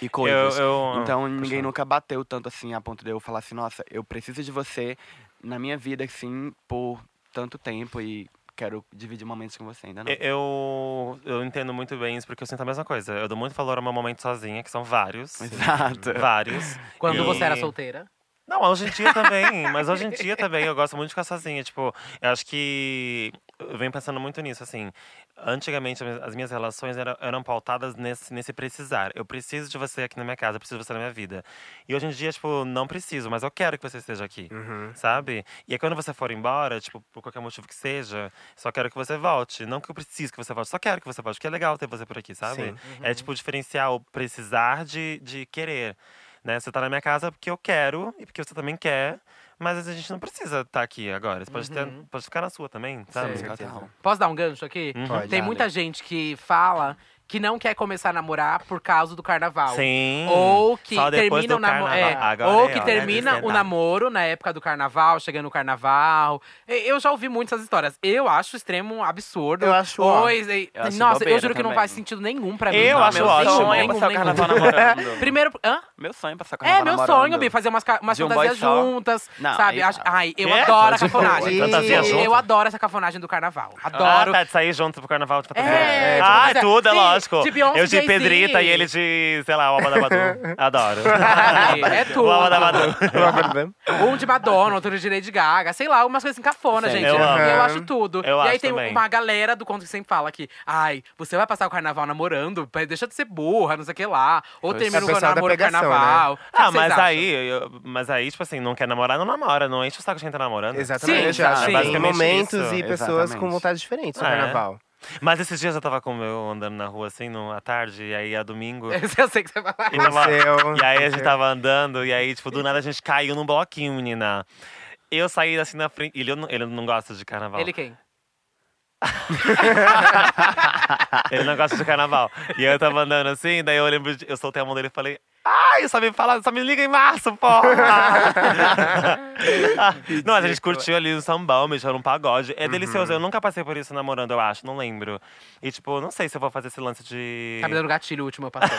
S5: E coisas.
S3: Eu- eu-
S5: então
S3: ah,
S5: ninguém
S3: puxa.
S5: nunca bateu tanto assim a ponto de eu falar assim, nossa, eu preciso de você na minha vida, assim, por tanto tempo e quero dividir momentos com você ainda, não.
S3: E- Eu, eu entendo muito bem isso, porque eu sinto a mesma coisa. Eu dou muito valor ao meu momento sozinha, que são vários.
S5: Exato.
S3: Vários.
S2: Quando
S3: E-
S2: você era solteira.
S3: Não, hoje em dia também. mas hoje em dia também eu gosto muito de ficar sozinha. Tipo, eu acho que. Eu venho pensando muito nisso, assim. Antigamente, as minhas- as minhas relações eram, eram pautadas nesse, nesse precisar. Eu preciso de você aqui na minha casa, eu preciso de você na minha vida. E hoje em dia, tipo, não preciso, mas eu quero que você esteja aqui,
S1: Uhum.
S3: sabe? E aí, quando você for embora, tipo, por qualquer motivo que seja, só quero que você volte. Não que eu preciso que você volte, só quero que você volte, porque é legal ter você por aqui, sabe?
S1: Sim.
S2: Uhum.
S3: É, tipo, diferenciar o precisar de, de querer né? Você tá na minha casa porque eu quero e porque você também quer. Mas a gente não precisa estar aqui agora. Você pode, ter- pode ficar na sua também, sabe?
S2: Uhum. Sim.
S5: Total.
S2: Posso dar um gancho aqui?
S3: Uhum.
S1: Pode.
S2: Tem
S1: Dá,
S2: muita gente que fala que não quer começar a namorar por causa do carnaval.
S5: Hum,
S3: Sim.
S2: Ou que
S3: Só depois
S2: termina, o,
S3: do
S2: namo-
S3: carnaval.
S2: é,
S5: Ah,
S3: Agora
S2: ou
S3: é
S2: que
S5: né,
S3: hora de
S2: termina o
S3: esquentar.
S2: namoro na época do carnaval, chegando o carnaval. E- Eu já ouvi muitas histórias. Eu acho extremo absurdo.
S1: Eu acho ó.
S2: Pois, e-
S5: Eu acho
S2: Nossa, eu
S5: bobeira
S2: juro que não
S5: também.
S2: faz sentido nenhum pra mim.
S3: Eu
S2: não,
S3: acho
S2: meu
S3: ótimo.
S2: Nenhum,
S5: sonho é
S2: nenhum,
S5: passar o
S2: nenhum.
S5: carnaval namorando.
S2: Primeiro, hã?
S5: Meu sonho é passar o
S2: É,
S5: carnaval
S2: meu
S5: namorando.
S2: sonho, Bi, fazer umas, ca- umas
S5: De um
S2: fantasias
S5: boy só.
S2: juntas,
S5: Não,
S2: sabe?
S5: aí
S2: Acho-
S5: não.
S2: Ai, eu
S3: Que?
S2: adoro a
S3: Tipo,
S2: cafonagem.
S1: fantasia
S2: Eu,
S3: junto?
S2: adoro essa cafonagem do carnaval.
S3: Ah,
S2: Adoro.
S3: tá, de sair junto pro carnaval de fantasia.
S2: É, tipo,
S3: ah,
S2: mas é-
S3: tudo, é
S2: sim,
S3: lógico.
S2: de Beyoncé,
S3: eu de
S2: Jay-Z.
S3: Pedrita e ele de, sei lá, o Abadabadu. Adoro.
S2: Ai, é tudo.
S3: O Abadabadu.
S2: Um de Madonna, outro de Lady Gaga, sei lá, umas coisas assim cafona, gente.
S3: eu
S2: Eu,
S3: amo.
S2: acho tudo.
S3: Eu
S2: e aí
S3: acho
S2: tem
S3: também.
S2: uma galera do conto que sempre fala que, ai, você vai passar o carnaval namorando, Pera, deixa de ser burra, não sei o que lá. Ou
S5: Pois.
S2: termina
S1: É o
S2: o
S1: pessoal da
S2: namoro no
S1: pegação,
S2: carnaval. O que
S3: Ah,
S2: que vocês
S3: mas
S2: acham?
S3: aí, eu- mas aí, tipo assim, não quer namorar, não namora. Não enche o saco de quem tá namorando.
S1: Exatamente,
S2: Sim,
S1: eu acho.
S2: sim.
S1: Tem
S3: Basicamente
S1: momentos
S3: isso,
S1: e pessoas com
S5: exatamente.
S1: vontades diferentes no
S3: É.
S1: carnaval.
S3: Mas esses dias eu tava com o meu andando na rua, assim, no, à tarde, e aí a domingo.
S2: Eu sei que você vai falar.
S3: E, tava-
S1: Aconteceu,
S3: e aí a gente
S1: aconteceu.
S3: tava andando, e aí, tipo, do nada a gente caiu num bloquinho, menina. Eu saí assim na frente. Ele, não- ele não gosta de carnaval.
S2: Ele quem?
S3: Ele não gosta de carnaval. E eu tava andando assim, daí eu lembro, de, eu soltei a mão dele e falei. Ai, só me fala, só me liga em março, porra! Ah, não, mas a gente curtiu ali um sambão, mexeu num pagode. É delicioso, eu nunca passei por isso namorando, eu acho, não lembro. E tipo, não sei se eu vou fazer esse lance de.
S2: Tá me dando gatilho o último eu passei.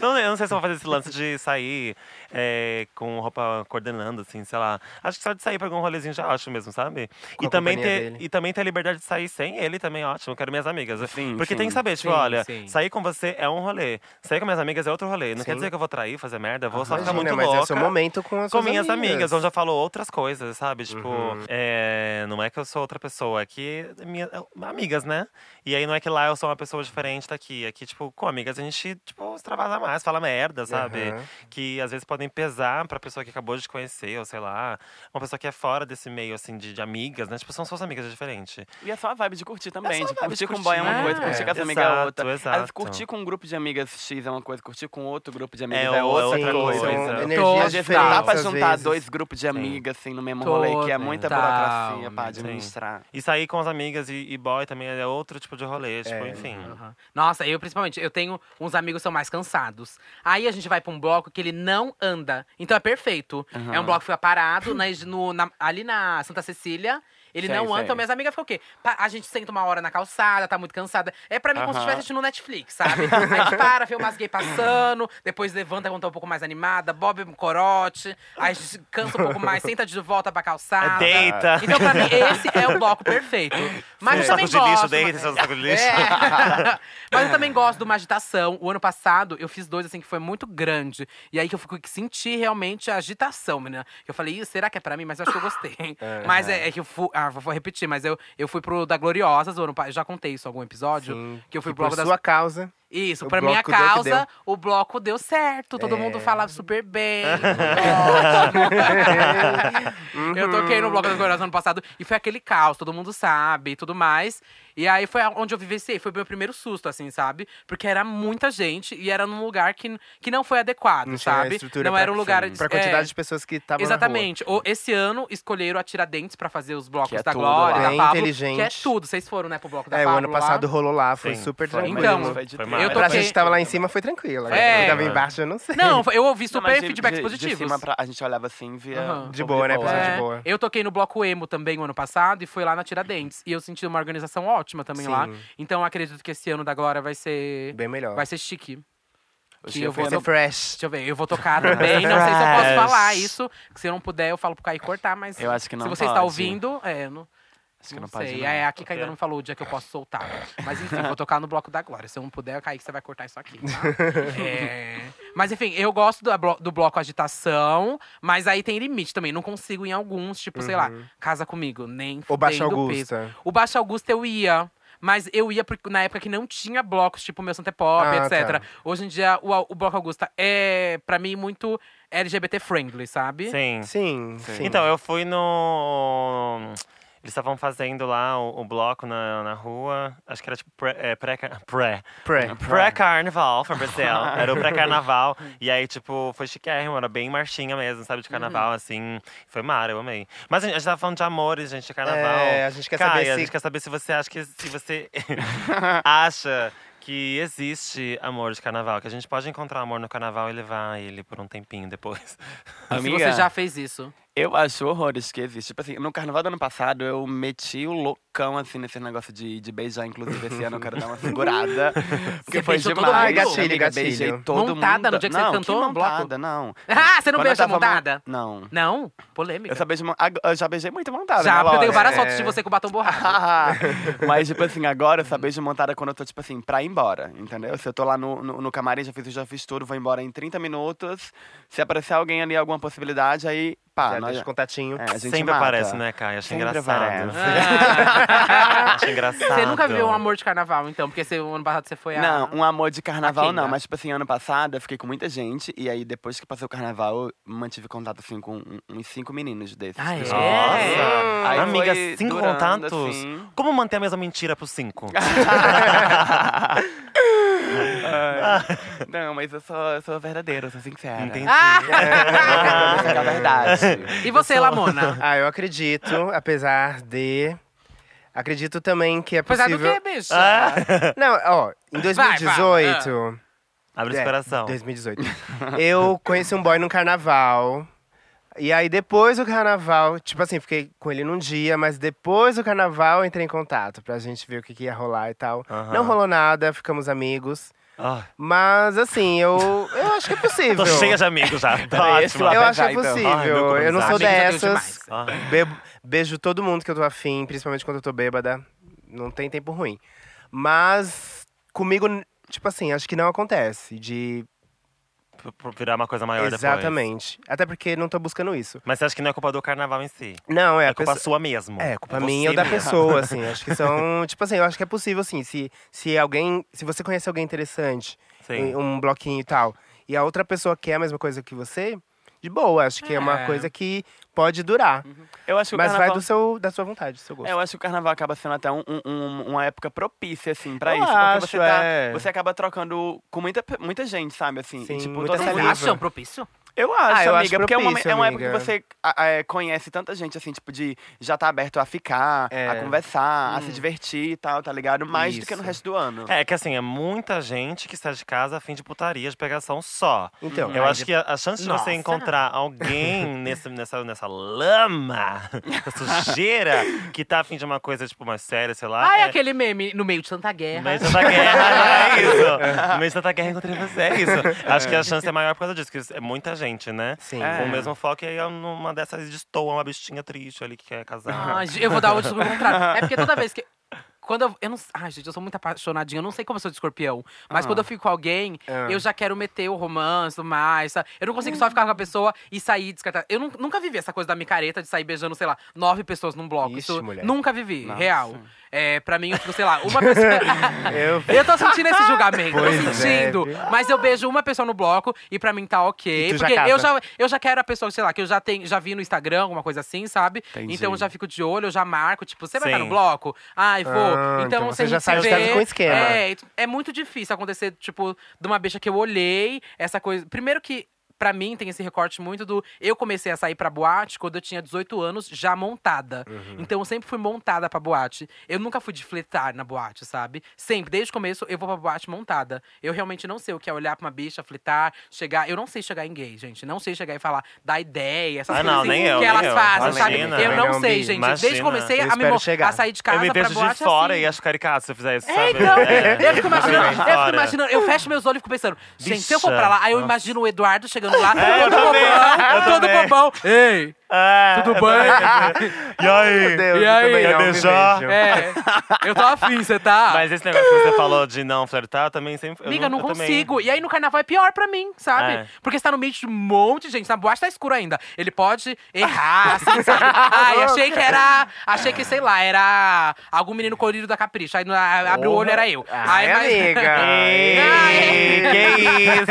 S3: não, eu não sei se eu vou fazer esse lance de sair é, com roupa coordenando, assim, sei lá. Acho que só de sair pra algum rolezinho já acho mesmo, sabe?
S1: Com
S3: e,
S1: a
S3: também
S1: companhia
S3: ter,
S1: dele.
S3: e também ter a liberdade de sair sem ele também, é ótimo. Eu quero minhas amigas.
S5: Sim,
S3: Porque
S5: sim.
S3: tem que saber, tipo,
S2: Sim,
S3: olha,
S2: sim.
S3: sair com você é um rolê. Sair com minhas amigas é outro rolê. Não quer
S1: Sim.
S3: dizer que eu vou trair, fazer merda, vou só ficar
S1: Imagina, mas
S3: muito louca
S1: é o seu momento com as
S3: com
S1: suas
S3: minhas amigas.
S1: amigas.
S3: onde eu falo outras coisas, sabe? Tipo, é, não é que eu sou outra pessoa, é que minha, amigas, né? E aí não é que lá eu sou uma pessoa diferente daqui. Aqui, tipo, com amigas a gente, tipo, extravasa mais, fala merda, sabe?
S1: Aham.
S3: Que às vezes podem pesar pra pessoa que acabou de conhecer, ou sei lá, uma pessoa que é fora desse meio, assim, de, de amigas, né? Tipo, são suas amigas diferentes.
S5: E é só a vibe de curtir também.
S3: só a
S5: tipo,
S3: vibe de
S5: curtir com boy é uma
S2: curtir.
S5: coisa, curtir com essa amiga é
S3: Exato,
S5: outra. Às vezes
S3: exato.
S5: curtir com um grupo de amigas X é uma coisa, curtir com outro grupo de amigas
S3: É,
S5: é,
S3: ou- é
S5: outra
S3: outra
S1: Sim,
S5: coisa.
S3: coisa.
S5: Então,
S1: São
S2: Total.
S1: energias
S5: Às vezes não
S1: diferentes.
S5: dá pra
S1: às
S5: juntar
S1: vezes.
S5: dois grupos de amigas assim no mesmo rolê, que é muita
S2: Total,
S5: burocracia pra
S3: sim.
S5: administrar.
S3: E sair com as amigas e, e boy também é outro tipo de rolê, tipo, enfim.
S2: Aham. Nossa, eu principalmente, eu tenho uns amigos que são mais cansados. Aí a gente vai pra um bloco que ele não anda. Então é perfeito. É um bloco que fica parado na- no- na- ali na Santa Cecília. Ele
S5: Sei,
S2: não anda,
S5: sei.
S2: então minhas amigas ficam o quê? Pa- A gente senta uma hora na calçada, tá muito cansada. É pra mim como se
S5: Aham.
S2: estivesse assistindo Netflix, sabe? A gente para, vê umas gays passando, depois levanta quando tá um pouco mais animada, bobe um corote, aí a gente se cansa um pouco mais, senta de volta pra
S5: Ah,
S2: calçada.
S3: É
S5: tá.
S3: Deita.
S2: Então pra mim, esse é o bloco perfeito. Mas eu
S3: saco
S2: Ah, também
S3: de lixo,
S2: gosto.
S3: deita,
S2: mas-
S3: seu saco de lixo.
S2: é. Mas eu também gosto de uma agitação. O ano passado, eu fiz dois, assim, que foi muito grande. E aí que eu fico, que senti realmente a agitação, menina. Eu falei, "Ih, será que é pra mim? Mas eu acho que eu gostei. mas é, é que eu fui… Ah, vou vou repetir. Mas eu, eu fui pro da Gloriosas, o ano pa- já contei isso em algum episódio.
S1: Sim.
S2: Que eu fui
S1: E
S2: pro bloco
S1: por
S2: das
S1: sua causa.
S2: isso,
S1: O
S2: pra minha
S1: bloco deu o que
S2: causa, o bloco deu certo. Todo
S1: É.
S2: mundo fala super bem. ótimo. eu toquei no bloco do Coração ano passado e foi aquele caos, todo mundo sabe e tudo mais. E aí foi onde eu vivenciei, foi meu primeiro susto, assim, sabe? Porque era muita gente e era num lugar que, que não foi adequado,
S1: Não tinha
S2: Ah, sabe?
S1: estrutura
S2: Não
S1: pra-
S2: era um lugar.
S1: Pra
S2: é.
S1: quantidade de pessoas que estavam
S2: Exatamente. O- esse ano escolheram a Tiradentes pra fazer os blocos
S5: Que é
S2: da
S5: tudo
S2: Glória,
S5: lá.
S2: da
S1: Bem
S2: Pablo. Que é
S1: inteligente.
S2: tudo. Vocês foram, né, pro bloco da
S1: É, o
S2: Pablo
S1: ano
S2: lá?
S1: passado rolou lá, foi
S3: Sim,
S1: super
S3: foi.
S1: tranquilo.
S2: Então,
S5: foi de
S3: Foi
S5: boa.
S3: mal.
S2: eu
S1: É pra
S2: toquei.
S1: gente que tava lá em cima, foi tranquila.
S2: É.
S1: Quem tava embaixo, eu não sei.
S2: Não, eu ouvi
S5: Não,
S2: super
S5: mas de-
S2: feedbacks
S5: de-
S2: positivos.
S5: De cima pra, a gente olhava assim, via.
S2: Aham.
S5: um
S1: De
S5: povo
S1: boa, né, pessoal?
S2: É,
S1: de boa.
S2: Eu toquei no Bloco Emo também o ano passado e foi lá na Tiradentes. E eu senti uma organização ótima também
S1: Sim.
S2: lá. Então eu acredito que esse ano da Glória vai ser.
S1: Bem melhor.
S2: Vai ser chique.
S5: Eu
S2: Que eu
S5: fui
S2: vou,
S1: Você
S2: to-
S1: é fresh.
S2: deixa eu ver, eu vou tocar também. Não sei se eu posso
S3: Fresh.
S2: falar isso. que Se eu não puder, eu falo pro Caio cortar, mas.
S5: Eu acho que não
S2: Se você está
S5: pode.
S2: ouvindo, é. Não,
S5: Acho que não,
S2: não
S5: pode né?
S2: sei.
S5: não.
S2: É, a Kika ainda não me falou o dia que eu posso soltar. Mas enfim, vou tocar no Bloco da Glória. Se eu não puder, Kaique, você vai cortar isso aqui, tá? É. Mas enfim, eu gosto do, blo- do bloco agitação, mas aí tem limite também. Não consigo em alguns, tipo, sei lá, Casa Comigo, nem
S1: Ou Baixa
S2: fudendo peso.
S1: Augusta.
S2: O Baixo Augusta eu ia. Mas eu ia porque- na época que não tinha blocos, tipo Meu Santa é Pop,
S1: Ah,
S2: etc.
S1: tá.
S2: Hoje em dia, o, Au- o Bloco Augusta é, pra mim, muito LGBT-friendly, sabe?
S3: Sim.
S1: Sim, sim.
S3: Então, eu fui no. Eles estavam fazendo lá o, o bloco na, na rua. Acho que era tipo pré. É, pré, pré.
S2: é.
S1: Pré.
S3: Pré-carnaval, from Brazil. Era o pré-carnaval. E aí, tipo, foi chiquérrimo, era bem marchinha mesmo, sabe?
S5: Uhum.
S3: De carnaval, assim. Foi mara, eu amei. Mas a gente, a gente tava falando de amores, gente, de carnaval.
S1: É, a gente quer
S3: Caia,
S1: saber
S3: a
S1: se-
S3: gente quer saber se você acha que. Se você acha que existe amor de carnaval. Que a gente pode encontrar amor no carnaval e levar ele por um tempinho depois.
S2: Se você já fez isso.
S5: Eu acho horrores que existe. Tipo assim, no carnaval do ano passado, eu meti o loucão, assim, nesse negócio de, de beijar. Inclusive, esse ano eu quero dar uma segurada. porque
S2: Você
S5: foi
S2: beijou
S5: demais.
S2: todo mundo? Ai,
S1: gatilho,
S5: Amiga,
S1: gatilho.
S5: Beijei todo
S2: Montada
S5: mundo.
S2: no dia que você
S5: não,
S2: cantou
S5: que
S2: no bloco?
S5: montada, não.
S2: Ah, você não
S5: Quando eu
S2: beija
S5: tava mon-
S2: montada?
S5: Não.
S2: Não?
S5: Eu
S2: Polêmica.
S5: só beijo... mon- ag- Eu já beijei muito montada,
S2: Já,
S5: né,
S2: porque eu tenho
S5: Laura?
S2: várias
S1: É.
S2: fotos de você com batom borrado.
S5: Mas, tipo assim, agora eu só beijo montada quando eu tô, tipo assim, pra ir embora, entendeu? Se eu tô lá no, no, no camarim, já fiz, já fiz tudo, vou embora em 30 minutos. Se aparecer alguém ali, alguma possibilidade, aí, pá,
S1: Já
S5: nós-
S1: deixa o contatinho.
S5: é, a gente
S3: Sempre
S5: mata.
S3: aparece, né, Caia? Acho
S5: Sempre
S3: engraçado.
S5: aparece.
S2: Ah.
S3: Acho engraçado.
S2: Você nunca viveu um amor de carnaval, então? Porque você, o ano passado você foi a.
S5: Não, um amor de
S2: a
S5: carnaval
S2: Kenga.
S5: não, mas tipo assim, ano passado eu fiquei com muita gente e aí depois que passou o carnaval eu mantive contato assim com um- uns cinco meninos desses.
S2: Ah, é?
S5: pessoal.
S3: Nossa!
S5: É. Aí
S3: Amiga,
S5: foi
S3: cinco
S5: durando,
S3: contatos?
S5: assim.
S3: Como manter a mesma mentira pros cinco?
S5: Ai, não, mas eu sou, eu sou verdadeira, eu sou sincera.
S3: Entendi.
S2: Ah!
S5: Ah, é a verdade.
S2: E você, Lamona?
S1: Ah, eu acredito, apesar de. Acredito também que é
S2: Apesar do
S1: possível.
S2: que, bicho?
S1: Não, ó, em 2018.
S3: Abre
S1: É,
S3: esse coração.
S1: 2018. eu conheci um boy num carnaval. E aí, depois do carnaval, tipo assim, fiquei com ele num dia, mas depois do carnaval eu entrei em contato pra gente ver o que, que ia rolar e tal.
S3: Aham.
S1: Não rolou nada, ficamos amigos.
S3: Ah,
S1: Mas assim, eu, eu acho que é possível.
S3: tô cheia de amigos já. Tá
S5: Peraí, esse
S3: ótimo.
S5: lá
S1: Eu
S5: vai
S1: acho que
S5: já,
S1: é
S5: então.
S1: possível.
S3: Ai, meu, como
S1: eu não sou
S3: amizade.
S2: Amigos eu tenho
S1: dessas.
S2: demais.
S3: Ah,
S1: Bebo- beijo todo mundo que eu tô afim, principalmente quando eu tô bêbada. Não tem tempo ruim. Mas comigo, n- tipo assim, acho que não acontece. De.
S3: p- p- virar uma coisa maior depois.
S1: Exatamente. Até porque não tô buscando isso.
S3: Mas você acha que não é culpa do carnaval em si?
S1: Não, é,
S3: É,
S1: a
S3: culpa
S1: pessoa-
S3: sua mesmo.
S1: É, culpa
S3: Você
S1: minha ou da
S3: mesmo.
S1: pessoa, assim. Acho que são. tipo assim, eu acho que é possível, assim. Se, se alguém. Se você conhece alguém interessante,
S3: Sim.
S1: um um bloquinho e tal, e a outra pessoa quer a mesma coisa que você, de boa. Acho que é, uma
S2: É.
S1: coisa que pode durar.
S5: Eu acho que o
S1: Mas vai
S5: carnaval...
S1: do seu, da sua vontade, do seu gosto.
S5: É, Eu acho que o carnaval acaba sendo até um- um- um- uma época propícia, assim, pra
S1: Eu
S5: isso.
S1: acho,
S5: porque você, tá,
S1: é.
S5: você acaba trocando com muita, muita gente, sabe, assim.
S1: Sim,
S5: e, tipo,
S1: muita
S5: todas
S2: Vocês
S1: saliva.
S2: acham propício?
S5: Eu acho,
S1: Ah, eu
S5: amiga,
S1: acho
S5: porque é um momen-
S1: propício,
S5: é uma época que
S1: amiga.
S5: você a- a- é, conhece tanta gente, assim, tipo, de já tá aberto a ficar,
S1: É.
S5: a conversar, a se divertir e tal, tá ligado? Mais do que no
S1: Isso.
S5: resto do ano.
S1: um-
S3: É que assim, é muita gente que sai de casa a fim de putaria, de pegação só.
S1: Então.
S3: uhum. Eu acho que a, a chance de
S2: Nossa.
S3: você encontrar alguém nesse, nessa, nessa lama, nessa sujeira, que tá a fim de uma coisa, tipo, mais séria, sei lá.
S2: Ah, é
S3: é-
S2: aquele meme no meio de tanta
S3: No
S2: guerra.
S3: meio de tanta guerra, é isso. No meio de tanta guerra encontrei você, é isso. Acho que a chance é maior por causa disso, que é muita gente, né?
S1: Sim.
S5: É.
S3: Com o mesmo foco, e aí numa dessas destoa uma bichinha triste ali que quer casar.
S2: Ai, Ah, gente, eu vou dar o sobre o contrário. É porque toda vez que. Quando eu. eu não, ai, gente, eu sou muito apaixonadinha. Eu não sei como eu sou de escorpião. Mas quando eu fico com alguém,
S1: Ah.
S2: eu já quero meter o romance, tudo mais. sabe? Eu não consigo só ficar com a pessoa e sair descartar. Eu nun- nunca vivi essa coisa da micareta de sair beijando, sei lá, nove pessoas num bloco.
S1: Ixi,
S2: Isso
S1: mulher.
S2: nunca vivi,
S5: Nossa.
S2: real. É, pra mim, eu fico, sei lá, uma pessoa.
S1: Eu
S2: Eu tô sentindo esse julgamento,
S1: Pois
S2: tô
S1: é,
S2: sentindo.
S1: viu?
S2: Mas eu beijo uma pessoa no bloco e pra mim tá
S1: E
S2: ok.
S1: tu já
S2: Porque
S1: casa.
S2: eu, já, eu já quero a pessoa, sei lá, que eu já, tenho, já vi no Instagram, alguma coisa assim, sabe?
S5: Entendi.
S2: Então eu já fico de olho, eu já marco, tipo, você vai
S3: Sim.
S2: estar no bloco? Ai, vou.
S1: Ah,
S2: então,
S1: então
S2: se
S1: você
S2: a gente
S1: já
S2: se
S1: sai de
S2: vê-
S1: casa com esquema.
S2: É, é muito difícil acontecer, tipo, de uma bicha que eu olhei, essa coisa. Primeiro que. Pra mim, tem esse recorte muito do. Eu comecei a sair pra boate quando eu tinha 18 anos, já montada.
S3: Uhum.
S2: Então eu sempre fui montada pra boate. Eu nunca fui de fletar na boate, sabe? Sempre, desde o começo, eu vou pra boate montada. Eu realmente não sei o que é olhar pra uma bicha, fletar, chegar. Eu não sei chegar em gay, gente. Não sei chegar e falar, dar ideia, essas
S3: Ah,
S2: coisas
S3: não,
S2: assim
S3: nem eu,
S2: que
S3: nem
S2: elas
S3: eu.
S2: fazem,
S3: Imagina.
S2: sabe? Eu não
S1: Não,
S2: sei,
S1: Bi,
S2: gente. Desde que
S3: imagina.
S2: comecei
S1: Eu
S2: a, me
S1: espero
S2: mo-
S1: chegar.
S2: a sair de casa
S3: eu me
S2: pra
S3: vejo de
S2: boate
S3: fora
S2: assim.
S3: e acho caricato se eu fizer isso,
S2: É,
S3: sabe?
S2: então,
S3: É.
S2: eu fico imaginando, eu fico
S3: Fora.
S2: imaginando, eu fecho meus olhos e fico pensando, gente, se eu for
S3: Bicha,
S2: pra lá, aí eu
S3: nossa.
S2: imagino o Eduardo chegando lá,
S3: É, eu
S2: todo
S3: também,
S2: bobão,
S3: eu
S2: todo
S3: também.
S2: bobão. Ei,
S3: Ah,
S2: Tudo bem?
S3: E aí?
S1: Meu Deus,
S2: E
S1: eu
S2: aí?
S1: também
S3: Quer
S1: não, me
S3: beijar?
S1: beijo.
S2: é. Eu tô afim, você tá?
S3: Mas esse negócio que você falou de não flertar, eu também sempre. eu
S2: Amiga, eu não
S3: eu também-
S2: consigo. E aí no carnaval é pior pra mim, sabe?
S3: É.
S2: Porque você tá no meio de um monte de gente. Na boate tá escuro ainda. Ele pode errar, assim, sabe? Ai, achei que era. Achei que, sei lá, era algum menino colírio da Capricho. Aí na- abre o olho, era eu.
S3: Ah, é,
S1: Ai, amiga.
S3: Ei,
S1: Ai.
S3: que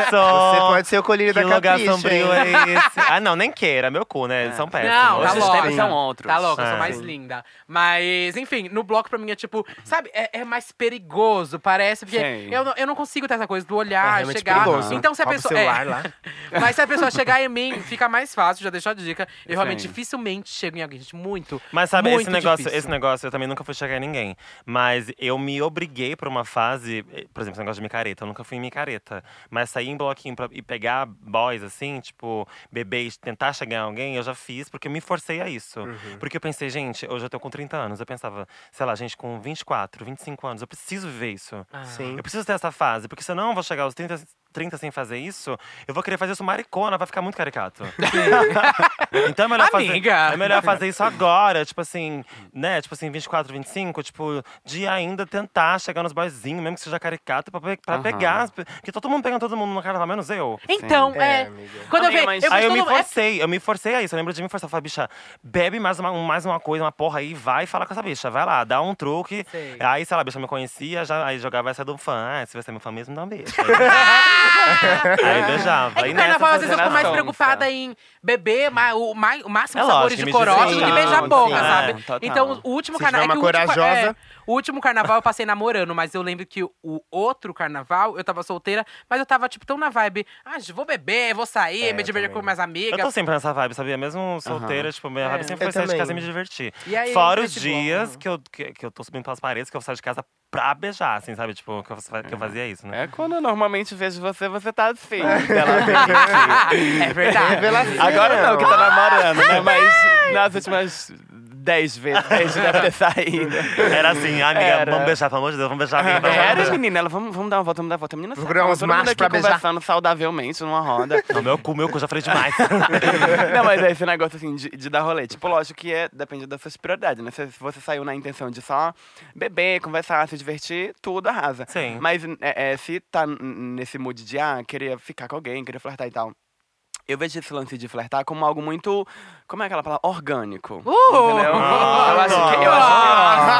S3: isso!
S1: Você pode ser o colírio
S3: Que
S1: da
S3: lugar
S1: capricha,
S3: sombrio
S1: hein?
S3: é esse? Ah, não, nem queira, meu cu, né? Eles são péssimos.
S2: Não, tá
S3: Hoje-
S2: louco.
S5: tempos são outros.
S2: Tá louco, eu sou
S3: É.
S2: mais linda. Mas, enfim, no bloco pra mim é tipo, sabe, é, é mais perigoso, parece. Porque
S5: Sim.
S2: eu não, eu não consigo ter essa coisa do
S1: É
S2: olhar,
S1: realmente
S2: chegar.
S1: perigoso.
S2: Então, se a
S1: Rouba o
S2: pessoa.
S1: celular
S2: é.
S1: lá.
S2: Mas se a pessoa chegar em mim, fica mais fácil, já deixou a dica. Eu realmente
S5: Sim.
S2: dificilmente chego em alguém, gente, muito.
S3: Mas sabe,
S2: muito
S3: esse negócio,
S2: difícil.
S3: esse negócio, eu também nunca fui chegar em ninguém. Mas eu me obriguei pra uma fase, eh, por exemplo, esse negócio de micareta, eu nunca fui em micareta. Mas sair em bloquinho pra, e pegar boys, assim, tipo, bebês, tentar chegar em alguém, eu já fiz, porque eu me forcei a isso.
S2: Uhum.
S3: Porque eu pensei, gente, hoje eu tô com 30 anos. Eu pensava, sei lá, gente, com 24, 25 anos, eu preciso viver isso.
S2: Ah.
S1: Sim.
S3: Eu preciso ter essa fase, porque senão eu vou chegar aos 30, 30 sem fazer isso, eu vou querer fazer isso maricona, vai ficar muito caricato. então é melhor
S2: Amiga!
S3: fazer. É melhor fazer isso agora, tipo assim, né? Tipo assim, 24, 25, tipo, de ainda tentar chegar nos boyzinhos, mesmo que seja caricato, pra, pe- pra
S5: Aham.
S3: pegar. as pe- Porque todo mundo pega todo mundo no carnaval, menos eu.
S2: Então,
S1: Sim.
S2: é.
S1: É, amiga.
S2: Quando
S5: Amiga,
S2: eu
S5: mas-
S2: vejo. Eu
S3: aí
S2: vejo
S3: eu me
S2: todo mundo- é
S3: forcei, eu me forcei a isso. Eu lembro de me forçar. Eu falei, bicha, bebe mais uma, mais uma coisa, uma porra aí, vai e fala com essa bicha. Vai lá, dá um truque.
S2: Sei.
S3: Aí, sei lá, a bicha me conhecia, já, aí jogava essa do fã. Ah, se você é meu fã mesmo, dá um beijo. aí beijava.
S2: É que
S3: Aí
S2: no
S3: nessa
S2: carnaval, às vezes, eu fico mais
S5: geração,
S2: preocupada em beber ma- o, ma- o máximo
S3: É
S2: sabor
S3: lógico,
S2: de
S3: me assim,
S2: corote do
S1: divirto.
S2: que beijar a
S1: Sim,
S2: boca,
S1: sim.
S2: sabe?
S5: É, total.
S2: Então, o último
S1: Se
S2: carnaval.
S1: tiver uma corajosa.
S2: o último carnaval eu passei namorando, mas eu lembro que o outro carnaval eu tava solteira, mas eu tava, tipo, tão na vibe. Ah, gente, vou beber, vou sair,
S3: É,
S2: me divertir
S3: também.
S2: com minhas
S3: Eu tô
S2: amigas.
S3: sempre nessa vibe, sabia? Mesmo solteira, tipo, minha vibe sempre
S1: Eu
S3: foi sair de
S1: também.
S3: casa e me divertir.
S2: É. E aí,
S3: Fora
S2: eu
S3: os
S2: fiquei, tipo,
S3: dias
S2: ah.
S3: que eu, que, que eu tô subindo pelas paredes, que eu saio de casa pra beijar, assim, sabe? Tipo, que eu, fa- que eu fazia isso, né?
S5: É quando eu normalmente vejo você, você tá assim.
S2: é verdade.
S1: Revelação.
S5: Agora não, que tá namorando, né? Mas nas últimas 10 vezes a gente deve ter saído.
S3: Era assim, ai, amiga,
S5: Era.
S3: vamos beijar, pelo amor de Deus, vamos beijar. Amiga, vamos beijar.
S5: Era, menina, ela, vamos, vamos dar uma volta, vamos dar uma volta. Menina, tá
S1: Vou procurar uns
S5: todo mundo
S1: machos
S5: aqui
S1: pra beijar.
S5: conversando saudavelmente numa roda.
S3: Não, meu cu, meu cu, já falei demais.
S5: Não, mas é esse negócio assim de, de dar rolê. Tipo, lógico que é, depende das suas prioridades, né? Se, se você saiu na intenção de só beber, conversar, se divertir, tudo arrasa.
S3: Sim.
S5: Mas é, é, se tá n- n- nesse mood de, ah, queria ficar com alguém, queria flertar e tal. Eu vejo esse lance de flertar como algo muito. Como é aquela palavra? Orgânico. Entendeu? eu acho que. é Eu
S3: Ah!
S5: acho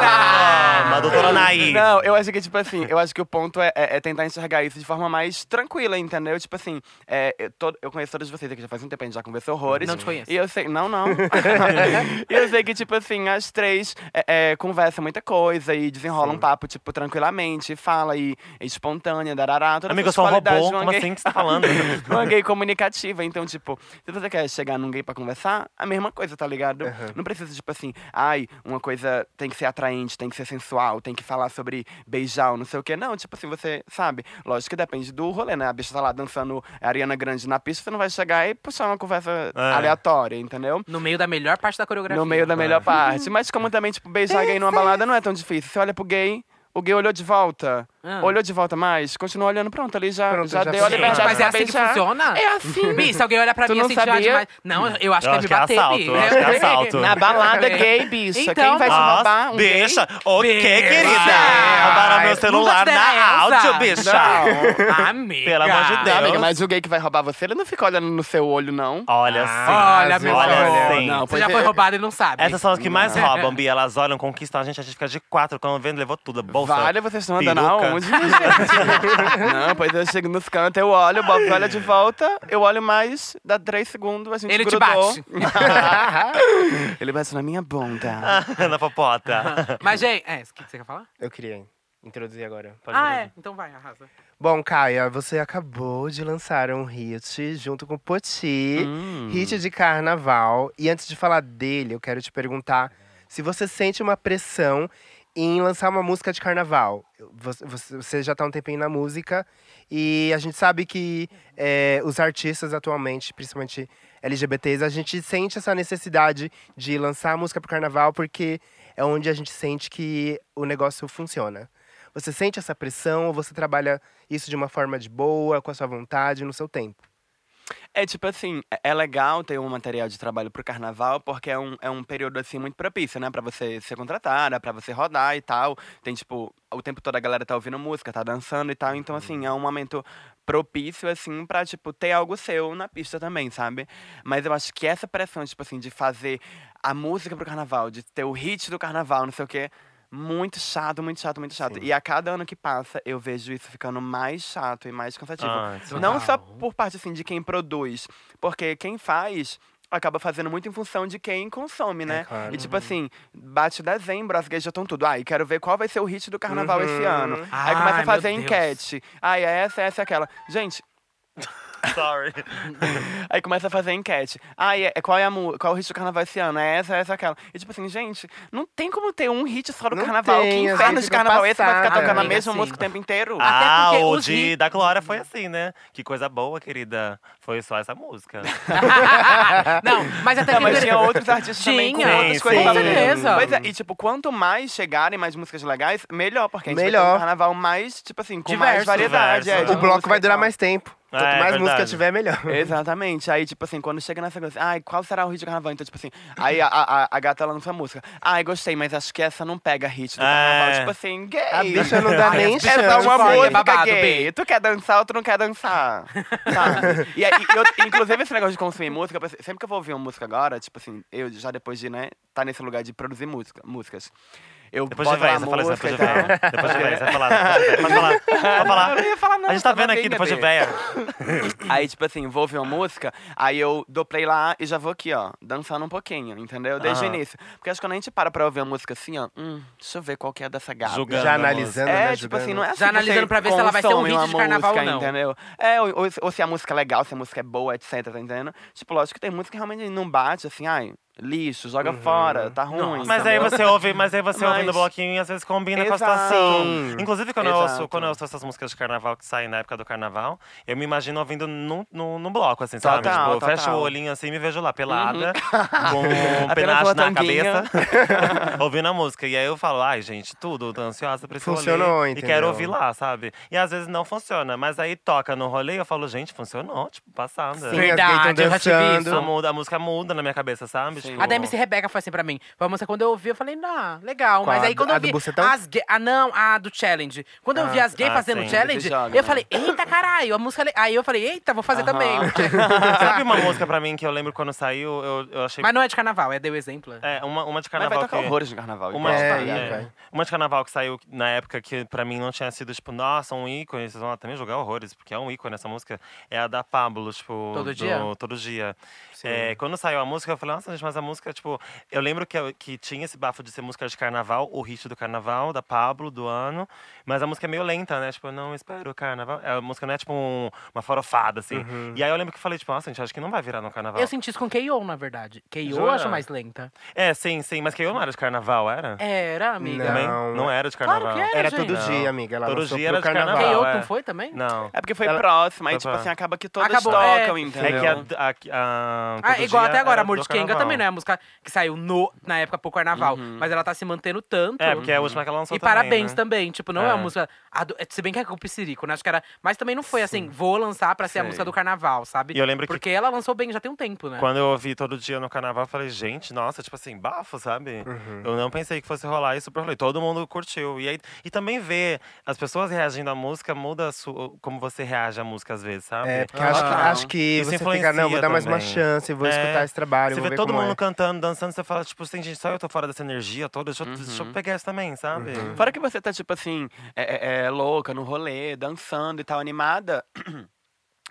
S5: que
S3: Toma, doutora Naí.
S5: não, Ah, eu acho que, tipo assim, eu acho que o ponto é, é- é tentar enxergar isso de forma mais tranquila, entendeu? Tipo assim, é, eu, to- eu conheço todos vocês aqui já faz um tempo, a gente já conversou horrores.
S2: Não te conheço.
S5: E eu sei. Não, não. e eu sei que, tipo assim, as três é, é, conversam muita coisa e desenrolam um papo, tipo, tranquilamente, fala e é espontânea, darará, todas
S3: Amiga, eu
S5: essas
S3: sou um
S5: qualidades
S3: robô,
S5: de uma
S3: como
S5: gay-
S3: assim que você tá falando?
S5: de uma gay comunicativa. Então, tipo, se você quer chegar num gay pra conversar, a mesma coisa, tá ligado? Não precisa, tipo assim, ai, uma coisa tem que ser atraente, tem que ser sensual, tem que falar sobre beijar, ou não sei o quê. Não, tipo assim, você sabe. Lógico que depende do rolê, né? A bicha tá lá dançando Ariana Grande na pista, você não vai chegar e puxar uma conversa
S3: É.
S5: aleatória, entendeu?
S2: No meio da melhor parte da coreografia.
S5: No meio da melhor parte. Mas como também, tipo, beijar gay numa balada não é tão difícil. Você olha pro gay, o gay olhou de volta.
S2: Ah.
S5: Olhou de volta mais, continua olhando, pronto, ali já,
S1: Pronto,
S5: já,
S1: já
S5: deu a
S1: sei.
S5: liberdade
S2: Mas é
S5: pra
S2: assim que
S5: beijar.
S2: funciona?
S5: É assim.
S2: Bi, se alguém olhar pra
S5: Tu
S2: mim
S5: não
S2: assim, já
S5: sabia?
S2: demais. Não, eu acho
S3: Eu
S2: que é
S3: acho
S2: me
S3: que é
S2: bater,
S3: assalto,
S2: Bi.
S3: eu acho que é assalto.
S5: Na balada
S2: É.
S5: gay, bicha.
S2: Então,
S5: Quem vai te
S3: Nossa,
S5: roubar? Um gay?
S3: bicha, o que,
S2: Bicha.
S3: querida? Roubaram meu
S2: Nunca
S3: celular
S2: te deram
S3: na
S2: essa.
S3: áudio, bicha.
S2: Amiga.
S3: Pelo amor de
S5: Não,
S3: Deus.
S5: amiga, mas o gay que vai roubar você, ele não fica olhando no seu olho, não.
S3: Olha
S2: Ah, olha,
S3: sim,
S2: meu
S3: olha
S2: amor.
S3: sim.
S5: Não,
S2: Você
S5: pois
S2: já
S5: é.
S2: foi roubado e não sabe.
S3: Essas são as que mais roubam, Bia. Elas olham, conquistam a gente, a gente fica de quatro. Quando vendo, levou tudo. Bolsa.
S5: Vale, vocês estão andando
S3: peruca.
S5: aonde, gente? não, pois eu chego nos cantos, eu olho, o Bob olha de volta, eu olho mais, dá três segundos, a gente
S2: Ele te
S5: grudou.
S2: bate.
S5: ele bate na minha bunda.
S3: Na popota.
S2: Mas, gente, é, o que que você quer falar?
S1: Eu queria introduzir agora.
S2: ah, é. Então vai, arrasa.
S1: Bom, Caia, você acabou de lançar um hit junto com Poti, hit de carnaval. E antes de falar dele, eu quero te perguntar se você sente uma pressão em lançar uma música de carnaval. Você- Você você já tá um tempinho na música e a gente sabe que é, os artistas atualmente, principalmente LGBTs, a gente sente essa necessidade de lançar a música pro carnaval porque é onde a gente sente que o negócio funciona. Você sente essa pressão ou você trabalha isso de uma forma de boa, com a sua vontade, no seu tempo?
S5: É tipo assim, é- é legal ter um material de trabalho pro carnaval, porque é um, é um período assim muito propício, né? Pra você ser contratada, pra você rodar e tal. Tem tipo, o tempo todo a galera tá ouvindo música, tá dançando e tal. Então, assim, é um momento propício, assim, pra, tipo, ter algo seu na pista também, sabe? Mas eu acho que essa pressão, tipo assim, de fazer a música pro carnaval, de ter o hit do carnaval, não sei o quê. Muito chato, muito chato, muito chato. E a cada ano que passa, eu vejo isso ficando mais chato e mais cansativo.
S3: Ah, total.
S5: não só por parte assim de quem produz, porque quem faz acaba fazendo muito em função de quem consome, né?
S1: É claro.
S5: E tipo assim, bate dezembro, as gays já estão tudo. Ah, e quero ver qual vai ser o hit do carnaval esse
S1: Uhum.
S5: ano. Aí começa
S2: Ai,
S5: a fazer
S2: meu Deus.
S5: enquete. Ai, é essa, essa, aquela. Gente,
S3: Sorry.
S5: Aí começa a fazer enquete. Ah, e é, qual é a mu- qual é o hit do carnaval esse ano? É essa, essa, aquela. E tipo assim, gente, não tem como ter um hit só do
S1: Não
S5: carnaval.
S1: tem,
S5: que
S1: a
S5: inferno
S1: gente
S5: de
S1: fica
S5: carnaval esse vai ficar
S1: passada.
S5: tocando a
S2: Amiga,
S5: mesma
S2: sim.
S5: música o tempo inteiro?
S3: Ah,
S2: porque
S3: o
S2: os
S3: de,
S2: hits-
S3: da Glória foi assim, né? Que coisa boa, querida. Foi só essa música.
S2: não, mas até
S5: Não,
S2: que.
S5: mas tinha outros artistas também com
S2: Tá Tinha.
S5: outras
S3: Sim,
S5: coisas
S3: sim.
S5: pra ver.
S2: Com certeza.
S5: Pois é, e tipo, quanto mais chegarem mais músicas legais, melhor, porque a gente vai ter
S1: Melhor.
S5: um carnaval mais, tipo assim, com mais
S2: Diverso.
S5: variedade.
S3: Diverso.
S5: é, de
S1: O bloco
S5: música
S1: vai
S5: e
S1: durar
S5: tal.
S1: mais tempo. Quanto
S3: É,
S1: mais
S3: verdade.
S1: música tiver, melhor.
S5: Exatamente. Aí, tipo assim, quando chega nessa coisa, ai, qual será o hit do carnaval? Então, tipo assim, aí a, a, a gata lança a música. Ai, gostei, mas acho que essa não pega hit do carnaval.
S3: É.
S5: Tipo assim, gay.
S1: A bicha não dá
S2: Ai,
S1: nem
S2: as
S1: chance.
S5: É só uma
S2: Olha,
S5: música
S2: babado,
S5: gay.
S2: bem.
S5: Tu quer dançar ou tu não quer dançar? Sabe? e, aí, e eu- inclusive, esse negócio de consumir música, eu pensei- sempre que eu vou ouvir uma música agora, tipo assim, eu já depois de, né, tá nesse lugar de produzir música, músicas. Eu
S3: Depois de
S5: boto lá
S3: véia,
S5: a
S3: você fala isso. Depois de
S5: música e
S3: véia.
S5: tal.
S3: Depois de véia, você vai falar. depois de véia. Pode falar. Pode falar.
S5: Eu não ia falar nada,
S3: A gente tá
S5: tava
S3: vendo aqui
S5: bem,
S3: depois de
S5: bebê.
S3: véia.
S5: Aí, tipo assim, vou ouvir uma música, aí eu dou play lá e já vou aqui, ó, dançando um pouquinho, entendeu? Desde o
S3: Aham.
S5: início. Porque acho que quando a gente para pra ouvir uma música assim, ó, hum, deixa eu ver qual que é dessa gata.
S3: Julgando.
S1: Já
S3: a música.
S1: analisando,
S5: É,
S1: né?
S5: tipo assim,
S1: julgando.
S5: não é assim
S2: Já
S5: que
S2: analisando
S5: você
S2: pra ver se ela vai ser um
S5: consome
S2: hit
S5: uma
S2: de carnaval ou
S5: música,
S2: não.
S5: Entendeu? É, ou, ou se- ou se a música é legal, se a música é boa, etc, tá entendendo? Tipo, lógico que tem música que realmente não bate, assim, ai, lixo, joga fora, tá ruim.
S2: Nossa,
S3: Mas aí
S5: entendeu?
S3: você ouve, mas aí você
S5: Mas-
S3: ouve no bloquinho e às vezes combina com a
S5: Exato.
S3: situação. Inclusive, quando eu, ouço,
S5: Exato.
S3: quando eu ouço essas músicas de carnaval que saem na época do carnaval, eu me imagino ouvindo num, num, num bloco, assim, sabe?
S5: Total,
S3: tipo, eu
S5: total.
S3: fecho o olhinho assim e me vejo lá, pelada, com um
S5: Apenas
S3: penacho
S5: uma
S3: na
S5: tanguinha.
S3: cabeça, ouvindo a música. E aí eu falo, ai, gente, tudo, tô ansiosa pra esse
S1: Funcionou,
S3: rolê. E
S1: entendeu?
S3: quero ouvir lá, sabe? E às vezes não funciona, mas aí toca no rolê e eu falo, gente, funcionou, tipo,
S1: Sim,
S3: passada.
S1: as gays tão
S2: Verdade, eu já tive
S1: dançando.
S3: A, muda, a música muda na minha cabeça, sabe? Tipo,
S2: A DMC Rebeca foi assim pra mim. Foi uma música quando eu ouvi, eu falei, ah, legal.
S1: Qual?
S2: Mas
S1: A
S2: aí
S1: do-
S2: quando eu
S1: a do
S2: vi
S1: Bucetão?
S2: as gays. Ah, não, a do challenge. Quando eu vi as gays
S3: ah,
S2: fazendo
S3: sim.
S2: challenge,
S5: Você joga,
S2: eu
S5: né?
S2: falei, eita caralho, a música. é le- Aí eu falei, eita, vou fazer
S5: Aham.
S2: também.
S3: Sabe uma música pra mim que eu lembro quando saiu, eu, eu achei.
S2: Mas não é de carnaval, é deu exemplo.
S3: É, uma, uma de
S5: Mas
S3: carnaval.
S5: vai tocar
S3: que...
S5: horrores no carnaval.
S3: Uma,
S5: então,
S3: de,
S1: É,
S5: tá
S1: aí
S2: né?
S5: ligado?
S1: é. vai.
S3: uma de carnaval que saiu na época que pra mim não tinha sido, tipo, nossa, um ícone. Vocês vão lá também jogar horrores, porque é um ícone essa música. É a da Pablo, tipo.
S2: Todo
S3: do-
S2: dia?
S3: Todo dia. É, quando saiu a música, eu falei, nossa, gente, mas a música, tipo. Eu lembro que, que tinha esse bafo de ser música de carnaval, o hit do carnaval, da Pablo, do ano. Mas a música é meio lenta, né? Tipo, não espero o carnaval. A música não é, tipo, um- uma farofada, assim. E aí eu lembro que eu falei, tipo, nossa, gente, acho que não vai virar no carnaval.
S2: Uhum. Eu senti isso com K.O., na verdade. K.O. eu
S3: Jura?
S2: acho mais lenta.
S3: É, sim, sim. Mas que eu não era de carnaval, era?
S2: Era, amiga.
S3: Também?
S1: Não. é.
S3: Não era de
S2: Claro que
S3: carnaval.
S2: era.
S1: Era
S2: gente.
S1: todo
S3: Não.
S1: dia, amiga. Ela
S3: Todo
S1: lançou
S3: dia
S1: pro
S3: era de
S1: carnaval.
S3: carnaval.
S2: K.O.
S3: é.
S2: não foi também?
S3: Não.
S5: É porque foi
S1: Ela-
S5: próximo, aí,
S3: Foi
S5: tipo
S3: pra-
S5: assim, acaba que todas
S2: Acabou, é.
S5: tocam,
S3: É
S5: entendeu?
S3: que a. a, a-
S2: Ah,
S3: todo
S2: igual
S3: dia
S2: até agora,
S3: era
S2: Amor de
S3: do
S2: Kenga
S3: carnaval. Uhum.
S2: também não é a música que saiu no, na época pro carnaval. Mas ela tá se mantendo tanto.
S3: É, porque é a última que ela lançou
S2: E parabéns
S3: também.
S2: também, tipo, não é,
S3: É.
S2: uma música. a do- se bem que é com o Psirico, né? Acho que era. Mas também não foi assim, vou lançar pra ser a
S5: Sei.
S2: música do carnaval, sabe?
S3: E eu lembro que-
S2: Porque ela lançou bem já tem um tempo, né?
S3: Quando eu ouvi todo dia no carnaval, eu falei, gente, nossa, tipo assim, bafo, sabe?
S1: Uhum.
S3: Eu não pensei que fosse rolar isso, rolê. todo mundo curtiu. E, aí, e também ver as pessoas reagindo à música muda a sua- como você reage à música às vezes, sabe?
S1: É, porque eu acho, que-
S5: Ah,
S1: acho que
S3: isso
S1: você fica, não, vou dar mais uma
S3: influencia
S1: chance, vou
S3: É,
S1: escutar esse trabalho,
S3: Você
S1: vou
S3: vê
S1: ver
S3: todo
S1: como
S3: mundo
S1: é.
S3: cantando, dançando, você fala, tipo, assim, gente, só eu tô fora dessa energia toda,
S2: Uhum.
S3: deixa, eu- deixa eu pegar isso também, sabe?
S1: Uhum.
S5: Fora que você tá, tipo assim, é, é- é louca no rolê, dançando e tal, animada.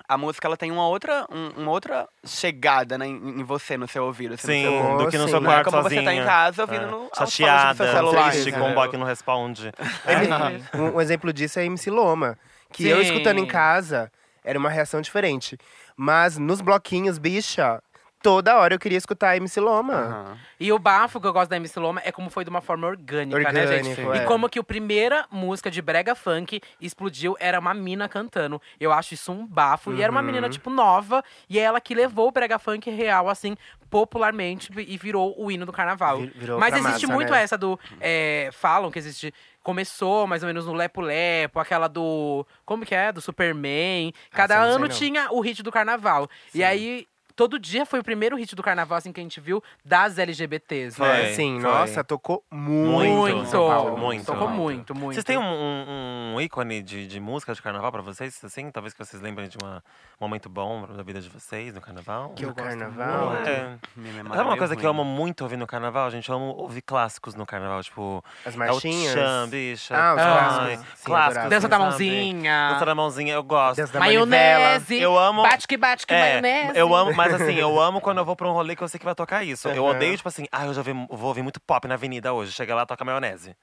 S5: A música, ela tem uma outra, um- uma outra chegada né, em, em você, no seu ouvido. assim, no
S3: Sim,
S5: seu
S1: Nossa,
S3: do que no seu
S1: sim.
S5: Não é
S3: quarto
S5: como
S3: sozinha.
S5: você tá em casa ouvindo no alto-falante do seu
S3: Chateada,
S5: celular,
S3: triste, com
S5: entendeu?
S1: né?
S3: um boy que não responde.
S1: Esse- um, um exemplo disso é a MC Loma, que eu
S2: Sim.
S1: escutando em casa era uma reação diferente. Mas nos bloquinhos, bicha, toda hora eu queria escutar a MC Loma.
S5: Aham.
S2: E o bafo que eu gosto da MC Loma é como foi de uma forma orgânica, né, gente?
S1: Orgânico,
S2: E
S1: é.
S2: como que a primeira música de brega funk explodiu era uma mina cantando. Eu acho isso um bafo. E era uma
S1: Uhum.
S2: menina, tipo, nova. E é ela que levou o brega funk real, assim, popularmente. E virou o hino do carnaval.
S1: Vi- virou
S2: Mas
S1: pra
S2: existe
S1: massa,
S2: muito
S1: né?
S2: essa do… é, falam que existe… Começou mais ou menos no Lepo Lepo, aquela do. Como que é? Do Superman. Cada
S1: Ah, essa eu não sei,
S2: ano
S1: não.
S2: tinha o hit do carnaval. E aí, todo dia foi o primeiro hit do carnaval, assim, que a gente viu das LGBTs, né?
S1: Sim,
S3: Foi, foi.
S1: assim, nossa, tocou muito.
S3: Muito.
S1: em São Paulo.
S3: Muito.
S2: Tocou muito, muito.
S3: Vocês têm um, um- um ícone de, de música de carnaval pra vocês, assim? Talvez que vocês lembrem de uma- um momento bom da vida de vocês no carnaval?
S1: Que eu
S2: gosto
S1: carnaval.
S2: muito.
S3: É.
S5: Minha memória
S3: Sabe uma
S5: meio
S3: coisa que eu
S5: ruim.
S3: amo muito ouvir no carnaval, gente? Eu amo ouvir clássicos no carnaval, tipo…
S1: As
S3: É o
S1: marchinhas.
S3: Tchan, bicha.
S1: Ah, os
S3: Ai,
S1: clássicos. Sim, adorava.
S2: Dança
S3: assim,
S2: da
S3: sabe?
S2: mãozinha.
S3: Dança da mãozinha, eu gosto.
S1: Dança da manivela.
S2: Maionese.
S3: Eu amo-
S2: Bate que bate que É maionese.
S3: É, eu amo, mas assim, eu amo quando eu vou pra um rolê que eu sei que vai tocar isso. Eu
S1: Aham.
S3: odeio, tipo assim, ah, eu já vi- vou ouvir muito pop na avenida hoje. Chega lá, toca maionese.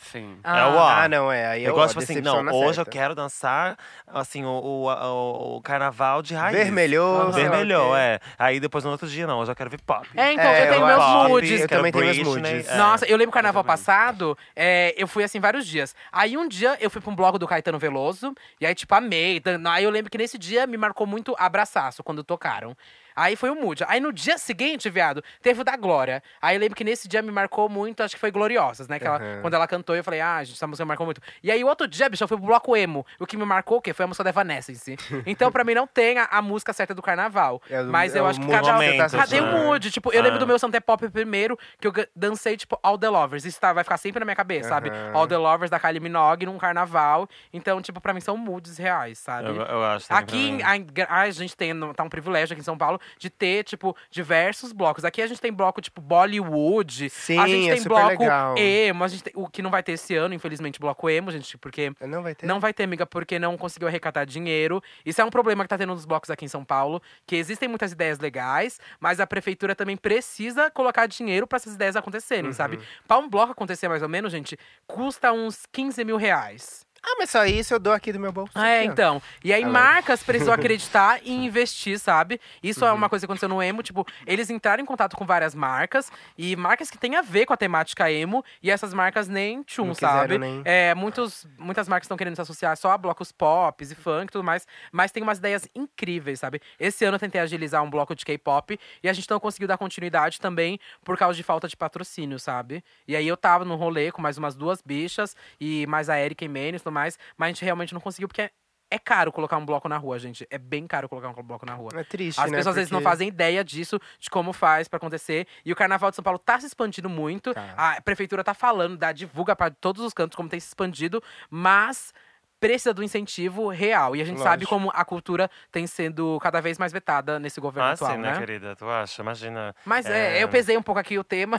S5: Sim.
S2: Ah.
S3: é o ó.
S1: Ah, não, é. Aí
S3: Eu,
S1: eu,
S3: gosto,
S1: ó,
S3: tipo assim, não,
S1: decepção na
S3: hoje eu
S1: certa.
S3: quero dançar, assim, o, o, a- o- o carnaval de raiz.
S1: Vermelhou, sei lá o
S3: Vermelhou,
S1: quê.
S3: é. Aí depois, no outro dia, não, hoje eu quero ver pop.
S2: É, então,
S1: É,
S2: eu tenho
S1: eu
S2: meus
S1: acho.
S2: moods.
S1: Eu também tenho meus
S3: Britney,
S1: moods.
S3: é.
S2: Nossa, eu lembro que carnaval passado, é, eu fui assim vários dias. Aí um dia eu fui pra um bloco do Caetano Veloso, e aí, tipo, amei. Dan- Aí eu lembro que nesse dia me marcou muito abraçaço quando tocaram. Aí foi o mood. Aí no dia seguinte, viado, teve o da Glória. Aí eu lembro que nesse dia me marcou muito, acho que foi Gloriosas, né? Que ela- Quando ela cantou, eu falei, ah, gente, essa música me marcou muito. E aí outro dia, bicho, eu fui pro bloco emo. O que me marcou o quê? Foi a música da Evanescence. Então, pra mim, não tem a, a música certa do carnaval.
S1: É o-
S2: Mas eu
S1: é o
S2: acho que
S1: mood
S2: cada,
S3: que você tá
S2: cadê o
S3: sentindo?
S2: mood? Tipo, eu lembro
S3: Ah.
S2: do meu meu Santé Pop primeiro, que eu ga- dancei, tipo, All The Lovers. Isso tá, vai ficar sempre na minha cabeça, sabe?
S1: Aham.
S2: All The Lovers da Kylie Minogue num carnaval. Então, tipo, pra mim são moods reais, sabe?
S3: Eu, eu acho. também pra
S2: Aqui,
S3: mim.
S2: a, a gente tem, no- tá um privilégio aqui em São Paulo de ter, tipo, diversos blocos. Aqui a gente tem bloco, tipo, Bollywood.
S1: Sim,
S2: a gente
S1: é
S2: tem
S1: super
S2: bloco
S1: legal.
S2: emo. A gente tem- o que não vai ter esse ano, infelizmente, bloco emo, gente, porque
S1: Não vai ter.
S2: não vai ter, amiga, porque não conseguiu arrecadar dinheiro. Isso é um problema que tá tendo nos blocos aqui em São Paulo, que existem muitas ideias legais, mas a prefeitura também precisa colocar dinheiro pra essas ideias acontecerem,
S1: Uhum.
S2: sabe? Pra um bloco acontecer mais ou menos, gente, custa uns 15 mil reais.
S1: Ah, mas só isso eu dou aqui do meu bolso.
S2: É,
S1: aqui, ó.
S2: então. E aí,
S1: Alô.
S2: marcas precisam acreditar e investir, sabe? Isso
S1: Uhum.
S2: é uma coisa que aconteceu no emo. Tipo, eles entraram em contato com várias marcas e marcas que têm a ver com a temática emo. E essas marcas nem tchum,
S1: Não quiseram
S2: sabe?
S1: nem.
S2: É, muitos, muitas marcas estão querendo se associar só a blocos pop e funk e tudo mais. Mas tem umas ideias incríveis, sabe? Esse ano eu tentei agilizar um bloco de K-pop e a gente não conseguiu dar continuidade também por causa de falta de patrocínio, sabe? E aí eu tava num rolê com mais umas duas bichas e mais a Erika e Menes e tudo mais. Mas a gente realmente não conseguiu porque é caro colocar um bloco na rua, gente. É bem caro colocar um bloco na rua.
S1: É triste,
S2: As
S1: né?
S2: pessoas às vezes não
S1: Porque-
S2: fazem ideia disso, de como faz pra acontecer. E o Carnaval de São Paulo tá se expandindo muito. A prefeitura tá falando, dá, divulga pra todos os cantos como tem se expandido, mas precisa do incentivo real. E a gente sabe
S1: Lógico.
S2: como a cultura tem sendo cada vez mais vetada nesse governo
S3: Ah,
S2: atual,
S3: sim, né,
S2: né?
S3: querida? Tu acha? Imagina.
S2: Mas é,
S3: É.
S2: eu pesei um pouco aqui o tema.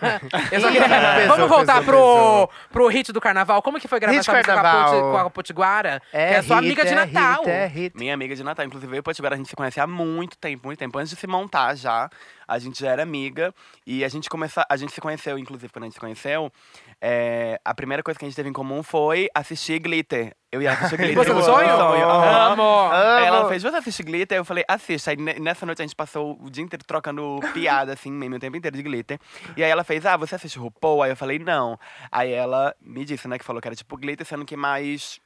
S2: Eu só
S1: Ih,
S2: queria...
S1: pesou,
S2: Vamos voltar
S1: pesou,
S2: pro, pro hit do carnaval. Como que foi gravar
S1: Hit
S2: essa música com a,
S1: carnaval.
S2: Puti- com a Potiguara?
S1: É,
S2: que é sua
S1: hit,
S2: amiga de
S1: é
S2: Natal.
S1: Hit, é hit.
S5: Minha amiga de Natal. Inclusive, eu e o Potiguara, a gente se conhece há muito tempo, muito tempo. Antes de se montar já, a gente já era amiga. E a gente começa, a gente se conheceu, inclusive, quando a gente se conheceu, é, a primeira coisa que a gente teve em comum foi assistir Glitter. Eu ia assistir Glitter.
S2: Você
S5: no
S2: do sonho?
S5: sonho. aham.
S2: Amo!
S5: Aí ela
S1: Amo.
S5: fez, você assiste Glitter? Eu falei, assista. Aí ne- nessa noite a gente passou o dia inteiro trocando piada, assim, meme o tempo inteiro de Glitter. E aí ela fez, ah, você assiste RuPaul? Aí eu falei, não. Aí ela me disse, né, que falou que era tipo Glitter, sendo que mais...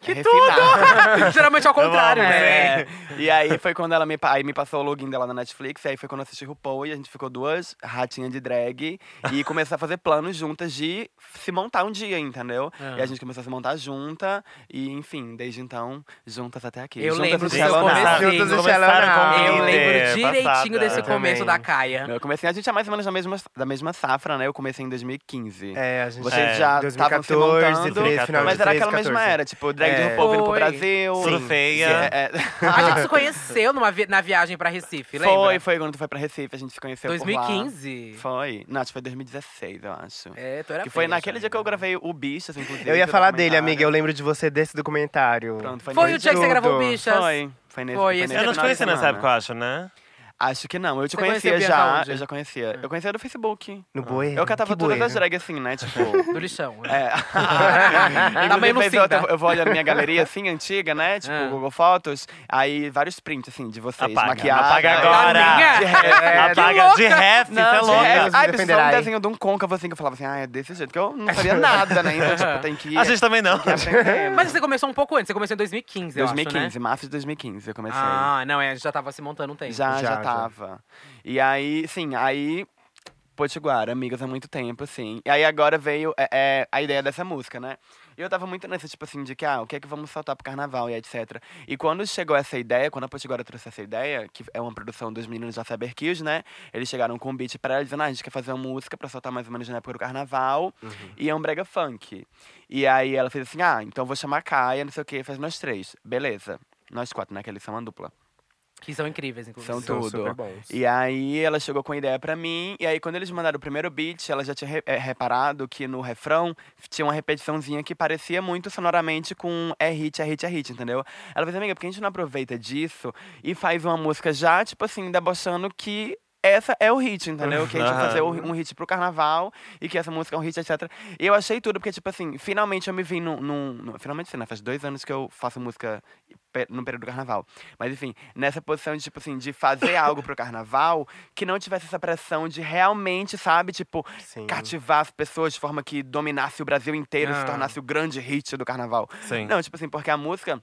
S5: Que
S2: Geralmente ao contrário, né?
S5: é. E aí foi quando ela me, pa- aí me passou o login dela na Netflix, e aí foi quando eu assisti RuPaul e a gente ficou duas ratinhas de drag e começou a fazer planos juntas de se montar um dia, entendeu? E a gente começou a se montar junta e, enfim, desde então, juntas até aqui.
S2: Eu
S5: juntas
S2: lembro
S5: no
S2: disso,
S5: Shallow Now.
S2: começo.
S1: Juntas
S3: começaram
S1: e Xalana.
S3: com
S2: Eu
S3: Glitter,
S2: lembro direitinho
S3: passada.
S2: desse
S3: Eu
S2: começo da
S1: também.
S2: Caia.
S5: Eu comecei, a gente é mais ou menos da mesma, da mesma safra, né? Eu comecei em 2015.
S1: É, a gente
S5: Vocês
S1: é,
S5: já estavam se
S1: 2014,
S5: montando,
S1: 13, final
S5: mas
S1: de
S5: era
S1: 13,
S5: aquela mesma
S1: 14.
S5: era, tipo, drag de
S1: É.
S5: RuPaul vindo pro
S2: Foi.
S5: Brasil.
S3: Tudo feia.
S5: É, é.
S2: A gente se conheceu numa vi- na viagem pra Recife, lembra?
S5: Foi, foi quando tu foi pra Recife, a gente se conheceu por lá.
S2: 2015.
S5: Foi. Não, acho que foi 2016, eu acho.
S2: É, tu era
S5: que foi
S2: feia,
S5: naquele
S2: gente.
S5: dia que eu gravei o Bichas, inclusive.
S1: Eu ia
S5: do
S1: falar dele,
S5: documentário.
S1: amiga. Eu lembro de você desse documentário.
S5: Pronto, foi,
S2: Foi o
S5: nesse
S2: dia que você
S1: Tudo.
S2: gravou Bichas.
S5: Foi. Foi nesse
S2: Foi,
S5: foi
S2: esse
S5: nesse
S3: Eu não te
S5: final de
S3: conheci nessa
S5: semana.
S3: época, eu acho, né?
S5: Acho que não. Eu
S2: Você
S5: te
S2: conhecia
S5: conhecia
S2: Bianca
S5: já.
S2: onde?
S5: Eu já conhecia. Eu conhecia do Facebook.
S1: No boi.
S5: É Eu catava
S1: É. que
S5: todas
S1: bueiro.
S5: as drag assim, né? Tipo.
S2: Do lixão. né?
S5: É.
S2: Também Tá
S5: Inclusive,
S2: no
S5: vez ou outra
S2: Sinda.
S5: eu, eu vou olhar na minha galeria assim, antiga, né? Tipo,
S2: Ah.
S5: Google Fotos. Aí vários prints, assim, de vocês.
S3: Apaga,
S5: maquiada.
S3: apaga agora.
S2: Amiga!
S5: De ref.
S1: É,
S3: Apaga de ref, você é
S5: Não,
S3: louca.
S5: de
S1: Deus me
S5: ref. Ai, precisava um
S1: defenderá, hein?
S5: desenho de um côncavo, assim, que eu falava assim, ah, é desse jeito. Que eu não sabia nada, né? Então, tipo, tem que ir.
S3: A gente também não.
S5: tem que ir aprendendo.
S2: Mas você começou um pouco antes, você começou em 2015, eu
S5: 2015,
S2: acho, né?
S5: março de 2015 eu comecei.
S2: Ah, não, é, já tava se montando um tempo.
S5: já,
S1: já,
S5: já
S1: já.
S5: tava. E aí, sim, aí. Potiguara, amigas há muito tempo, assim. E aí agora veio é, é, a ideia dessa música, né? E eu tava muito nessa, tipo assim, de que, ah, o que é que vamos soltar pro carnaval e etc. E quando chegou essa ideia, quando a Potiguara trouxe essa ideia, que é uma produção dos meninos da Cyber Kills, né? Eles chegaram com um beat pra ela, dizendo, ah, a gente quer fazer uma música pra soltar mais ou menos na época do carnaval. E é um brega funk. E aí ela fez assim, ah, então vou chamar a Caia, não sei o quê, faz nós três. Beleza. Nós quatro, né? Que eles são uma dupla.
S2: Que são incríveis, inclusive.
S5: São
S1: São
S5: tudo.
S1: super bons.
S5: E aí ela chegou com a ideia pra mim. E aí quando eles mandaram o primeiro beat, ela já tinha re- eh, reparado que no refrão tinha uma repetiçãozinha que parecia muito sonoramente com é hit, é hit, é hit, entendeu? Ela fez, amiga, por que a gente não aproveita disso e faz uma música já, tipo assim, debochando que essa é o hit, entendeu? Que a gente vai
S3: Aham.
S5: fazer o- um hit pro carnaval e que essa música é um hit, etc. E eu achei tudo, porque, tipo assim, finalmente eu me vi num. num- num- finalmente, sim, né? Faz dois anos que eu faço música pe- no período do carnaval. Mas, enfim, nessa posição de, tipo assim, de fazer algo pro carnaval que não tivesse essa pressão de realmente, sabe, tipo,
S1: Sim.
S5: cativar as pessoas de forma que dominasse o Brasil inteiro,
S2: Ah.
S5: se tornasse o grande hit do carnaval.
S3: Sim.
S5: Não, tipo assim, porque a música.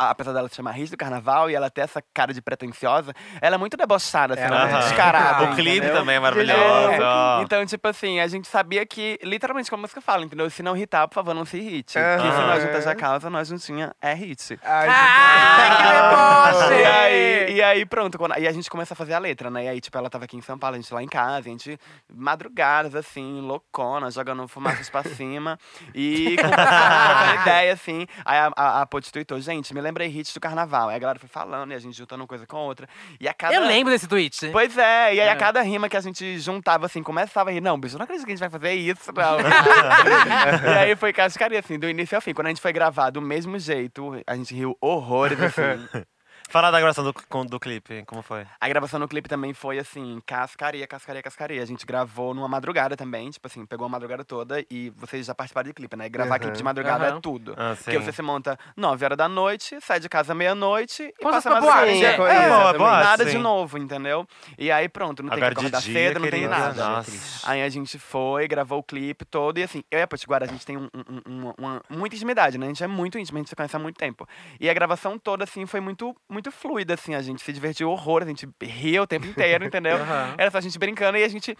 S5: a- Apesar dela se chamar Hit do Carnaval e ela ter essa cara de pretensiosa, ela é muito debochada, assim, ela é
S3: Aham.
S5: muito descarada.
S3: O clipe
S5: entendeu?
S3: também é
S5: É,
S3: maravilhoso. ó.
S5: Então, tipo assim, a gente sabia que, literalmente, como a música fala, entendeu? Se não irritar, por favor, não se irrite.
S1: Aham.
S5: Que se nós juntas já causa, nós juntinha é hit.
S1: Ai,
S2: Ah, que deboche!
S5: E aí, e aí, pronto, quando, e a gente começa a fazer a letra, né? E aí, tipo, ela tava aqui em São Paulo, a gente lá em casa, a gente madrugadas, assim, loucona, jogando fumaças pra cima. E conversando, com ideia, assim. Aí a, a, a Poti tweetou, gente, me lembrei hits do carnaval. Aí a galera foi falando, e a gente juntando uma coisa com a outra. E a cada...
S2: Eu lembro desse tweet.
S5: Pois é, e aí
S2: É.
S5: a cada rima que a gente juntava, assim, começava a rir. Não, bicho, eu não acredito que a gente vai fazer isso, não. e aí foi cascaria, assim, do início ao fim. Quando a gente foi gravar do mesmo jeito, a gente riu horrores, assim.
S3: Fala da gravação do, com- do clipe, como foi?
S5: a gravação no clipe também foi, assim, cascaria, cascaria, cascaria. A gente gravou numa madrugada também, tipo assim, pegou a madrugada toda e vocês já participaram de clipe, né? E gravar
S1: Aham.
S5: clipe de madrugada
S2: Aham.
S5: é tudo.
S3: Ah,
S5: Porque
S3: sim.
S5: você se monta 9 horas da noite, sai de casa meia-noite e
S2: Coisas
S5: passa
S2: pra
S5: mais
S2: boate,
S1: é coisa-
S5: é,
S1: boa,
S3: boate,
S5: nada de
S3: sim.
S5: novo, entendeu? E aí pronto, não tem
S3: Agora
S5: que
S3: de
S5: acordar
S3: dia,
S5: cedo, não tem
S3: querida,
S5: nada. né?
S3: nossa.
S5: Aí a gente foi, gravou o clipe todo. E assim, eu e a Potiguara, a gente tem um- um- um- uma, muita intimidade, né? A gente é muito íntimo, a gente se conhece há muito tempo. E a gravação toda, assim, foi muito, muito fluida, assim. A gente se divertiu horror, a gente ria o tempo inteiro, entendeu?
S2: Aham.
S5: Era só a gente brincando e a gente...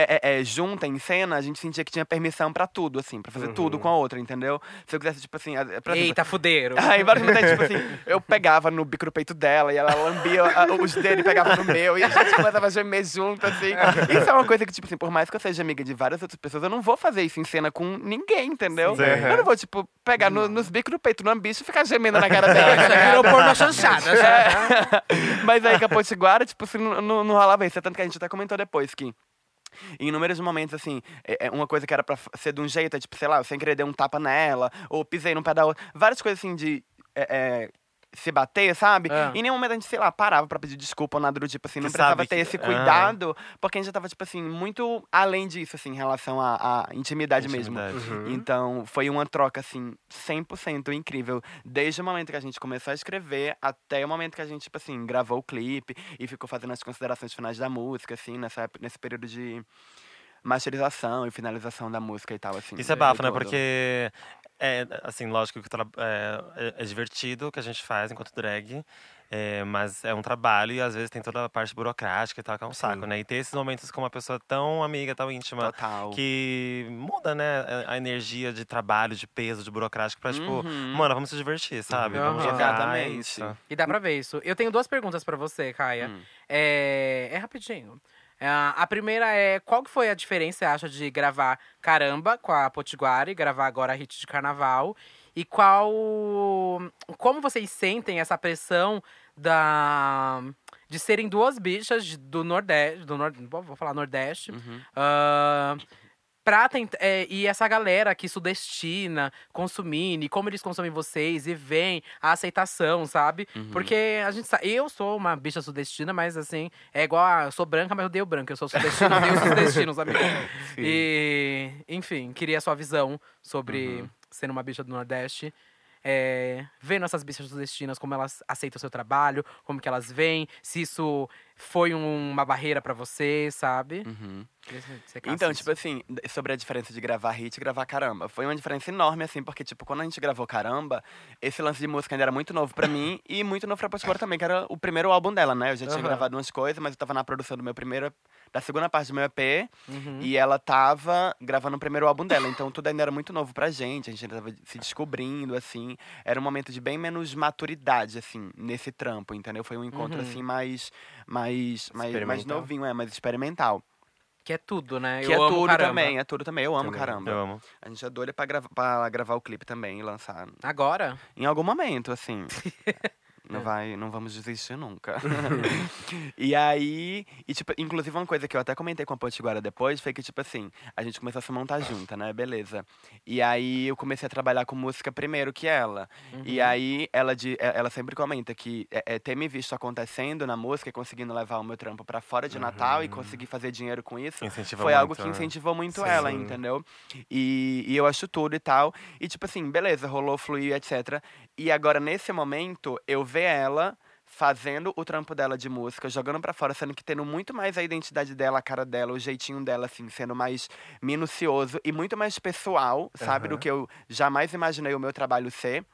S5: É, é, é, junta em cena, a gente sentia que tinha permissão pra tudo, assim, pra fazer tudo com a outra, entendeu? Se eu quisesse, tipo assim, a- por exemplo,
S2: Eita, fudeiro.
S5: Aí vários momentos, tipo assim, eu pegava no bico do peito dela e ela lambia a- os dele e pegava no meu. E a gente começava a gemer junto, assim. Isso é uma coisa que, tipo assim, por mais que eu seja amiga de várias outras pessoas, eu não vou fazer isso em cena com ninguém, entendeu?
S1: Sim.
S5: Eu não vou, tipo, pegar no- nos bicos do peito, no bicho e ficar gemendo na cara dela.
S2: Já
S5: né?
S2: virou porno chanchada. já.
S5: É. Mas aí com a Potiguara, tipo, assim, não, não, não rolava isso. É Tanto que a gente até comentou depois que. Em inúmeros momentos, assim, é- é uma coisa que era pra f- ser de um jeito, é tipo, sei lá, eu sem querer dei um tapa nela, ou pisei num pé da outra. Várias coisas assim de. é, é, se bater, sabe?
S2: Ah.
S5: Em nenhum momento a gente, sei lá, parava pra pedir desculpa ou nada do tipo, assim,
S3: É.
S5: não
S3: Você
S5: precisava
S3: sabe
S5: ter
S3: que-
S5: esse
S3: Ah.
S5: cuidado, porque a gente já tava, tipo assim, muito além disso, assim, em relação à, à intimidade, mesmo.
S3: Intimidade.
S5: Então, foi uma troca, assim, 100% incrível. Desde o momento que a gente começou a escrever até o momento que a gente, tipo assim, gravou o clipe e ficou fazendo as considerações finais da música, assim, nessa, ép- nesse período de masterização e finalização da música e tal, assim.
S3: Isso é bafo, né?
S5: todo.
S3: Porque, é, assim, lógico que tra- é, é- é divertido o que a gente faz enquanto drag. é, mas é um trabalho e às vezes tem toda a parte burocrática e tal, que é um saco, né? E ter esses momentos com uma pessoa tão amiga, tão íntima,
S5: Total.
S3: que muda, né, a- a energia de trabalho, de peso, de burocrático, pra tipo,
S5: Uhum.
S3: mano, vamos se divertir, sabe?
S2: Uhum.
S3: Vamos jogar.
S5: Exatamente.
S3: é isso.
S2: E dá pra ver isso. Eu tenho duas perguntas pra você, Caia.
S5: Hum.
S2: É... é rapidinho. É, A primeira é, qual que foi a diferença, você acha, de gravar Caramba com a Potiguara e gravar agora a Hit de Carnaval? E qual... Como vocês sentem essa pressão da... De serem
S3: tipo,
S2: duas bichas de- do Nordeste, do Nor... vou falar Nordeste,
S5: Uhum.
S2: ah, Pra Pra tent- é, e essa galera que sudestina, consumindo, e como eles consomem vocês, e vem a aceitação, sabe?
S5: Uhum.
S2: Porque a gente sabe. Eu sou uma bicha sudestina, mas assim, é igual a. Eu sou branca, mas eu odeio branco. Eu sou sudestina, eu odeio sudestino, sabe? E, enfim, queria a sua visão sobre
S5: Uhum.
S2: sendo uma bicha do Nordeste. É, vendo essas bichas sudestinas, como elas aceitam o seu trabalho, como que elas veem, se isso foi um- uma barreira pra você, sabe?
S5: Uhum.
S2: Queria que você secasse
S5: Então,
S2: isso.
S5: tipo assim, d- sobre a diferença de gravar hit e gravar caramba. Foi uma diferença enorme, assim, porque, tipo, quando a gente gravou caramba, esse lance de música ainda era muito novo pra mim e muito novo pra Pascora também, que era o primeiro álbum dela, né? Eu já tinha
S2: Aham.
S5: gravado umas coisas, mas eu tava na produção do meu primeiro. Da segunda parte do meu EP,
S2: Uhum.
S5: e ela tava gravando o primeiro álbum dela. Então tudo ainda era muito novo pra gente, a gente ainda tava se descobrindo, assim. Era um momento de bem menos maturidade, assim, nesse trampo, entendeu? Foi um encontro,
S2: Uhum.
S5: assim, mais. mais, mais, mais
S1: Experimental.
S5: novinho, é, mais experimental.
S2: Que é tudo, né?
S5: Que
S2: Eu
S5: é
S2: amo
S5: tudo
S2: caramba.
S5: também, é tudo também. Eu amo caramba.
S3: Eu amo.
S5: A gente é doida pra, grava- pra gravar o clipe também e lançar.
S2: Agora?
S5: Em algum momento, assim. Não, vai, não vamos desistir nunca. e aí, e tipo, inclusive uma coisa que eu até comentei com a Potiguara depois foi que, tipo assim, a gente começou a se montar junta, né? Beleza. E aí eu comecei a trabalhar com música primeiro que ela.
S2: Uhum.
S5: E aí ela, de, é- ela sempre comenta que é, é, ter me visto acontecendo na música e conseguindo levar o meu trampo pra fora de Natal
S3: Uhum.
S5: e conseguir fazer dinheiro com isso
S3: Incentiva
S5: foi algo
S3: muito,
S5: que
S3: né?
S5: incentivou muito
S3: Sim.
S5: ela, entendeu? E, e eu acho tudo e tal. E tipo assim, beleza, rolou, fluiu, etc. E agora, nesse momento, eu ver ela fazendo o trampo dela de música, jogando pra fora, sendo que tendo muito mais a identidade dela, a cara dela, o jeitinho dela, assim, sendo mais minucioso e muito mais pessoal, sabe? Do que eu jamais imaginei o meu trabalho ser.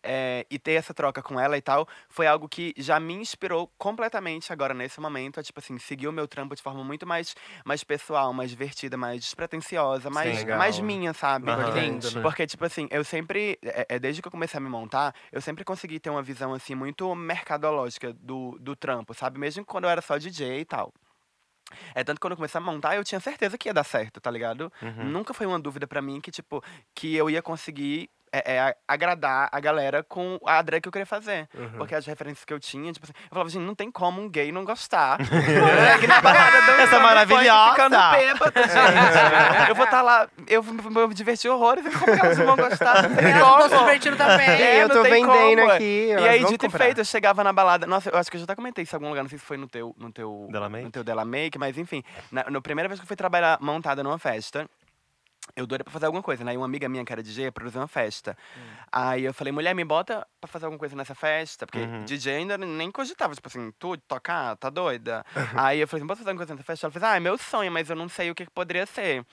S5: É, e ter essa troca com ela e tal, foi algo que já me inspirou completamente agora nesse momento. A, tipo assim, seguir o meu trampo de forma muito mais, mais pessoal, mais divertida, mais despretensiosa, mais,
S1: legal.
S5: mais minha, sabe?
S3: Aham.
S5: Porque-
S3: Lindo, né?
S5: Porque, tipo assim, eu sempre, é, é, desde que eu comecei a me montar, eu sempre consegui ter uma visão, assim, muito mercadológica do, do trampo, sabe? Mesmo quando eu era só DJ e tal. É tanto que quando eu comecei a montar, eu tinha certeza que ia dar certo, tá ligado?
S6: Uhum.
S5: Nunca foi uma dúvida pra mim que, tipo, que eu ia conseguir é, é, a- agradar a galera com a drag que eu queria fazer.
S6: Uhum.
S5: Porque as referências que eu tinha, tipo assim, eu falava, gente, não tem como um gay não gostar. drag na parada dançando
S6: Essa
S5: funk,
S6: maravilhosa.
S5: Ficando bêbada, gente. eu vou estar lá, eu vou me divertir horrores, como que elas não vão gostar? Não tem
S2: Tô
S5: como.
S2: subvertindo também!
S5: É,
S1: eu
S5: não
S1: tô
S5: tem
S1: vendendo
S5: como.
S1: aqui.
S5: E
S1: elas
S5: aí,
S1: vão
S5: dito e
S1: comprar.
S5: feito, eu chegava na balada. Nossa, eu acho que eu já até comentei isso em algum lugar, não sei se foi no teu. No teu
S3: Della Make?
S5: No teu Della Make, mas enfim. Na, na primeira vez que eu fui trabalhar montada numa festa, eu doida pra fazer alguma coisa, né? E uma amiga minha que era DJ produziu uma festa.
S1: Hum.
S5: Aí eu falei, mulher, me bota pra fazer alguma coisa nessa festa. Porque DJ ainda nem cogitava, tipo assim, tu tocar, tá doida? aí eu falei assim, bota fazer alguma coisa nessa festa? Ela falou assim, ah, é meu sonho, mas eu não sei o que, que poderia ser.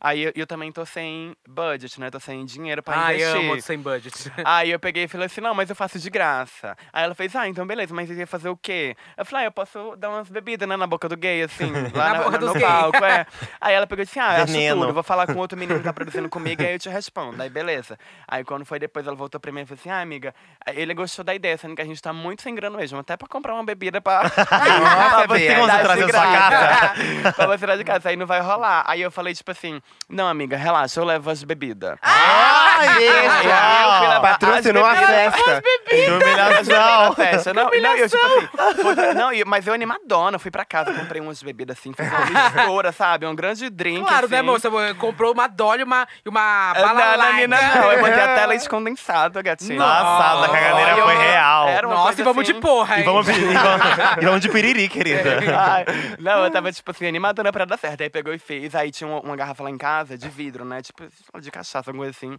S5: Aí eu, eu também tô sem budget, né? Tô sem dinheiro pra
S2: Ai,
S5: investir.
S2: amo sem budget.
S5: Aí eu peguei e falei assim, não, mas eu faço de graça. Aí ela fez, ah, então beleza, mas eu ia fazer o quê? Eu falei, ah, eu posso dar umas bebidas, né, na boca do gay, assim, lá
S2: Na
S5: na,
S2: boca
S5: no
S2: dos gays.
S5: palco, é. Aí ela pegou e disse, ah, eu acho
S3: Veneno.
S5: tudo, eu vou falar com outro menino que tá produzindo comigo, aí eu te respondo. Aí beleza. Aí quando foi depois, ela voltou pra mim e falou assim, ah, amiga, ele gostou da ideia, sendo que a gente tá muito sem grana mesmo, até pra comprar uma bebida pra... Nossa,
S3: Bia, como você traz na sua
S5: casa. pra você trazer de casa, aí não vai rolar. Aí eu falei, tipo assim, não, amiga, relaxa, eu levo as bebidas. Ah,
S1: Ai,
S5: Aí Ah, eu fui
S1: deixa!
S5: levar
S1: Patrocinou a
S5: as bebidas.
S1: festa.
S3: Que humilhação!
S5: Na festa. Não, não, eu, tipo assim, fui- não, e- mas eu animadona, fui pra casa, comprei umas bebidas assim, fiz uma mistura, sabe? Um grande drink.
S2: Claro,
S5: assim.
S2: né, moça? Comprou uma Dolly e uma, e uma
S5: É,
S2: né?
S5: Não, não,
S2: balalaika.
S5: menina, não. Eu botei até leite condensado, gatinho.
S3: Nossa, a caganeira
S5: Olha,
S3: foi real.
S5: era uma
S2: Nossa,
S5: coisa
S2: e vamos
S5: assim-
S2: de porra,
S3: E
S2: hein?
S3: vamos, de- e vamos- e vamos de piriri,
S5: É,
S3: querida.
S5: Ai, não, eu tava, tipo assim, animadona pra dar certo. Aí pegou e fez. Aí tinha uma, uma garrafa lá em casa de vidro, né? Tipo, de cachaça, alguma coisa assim.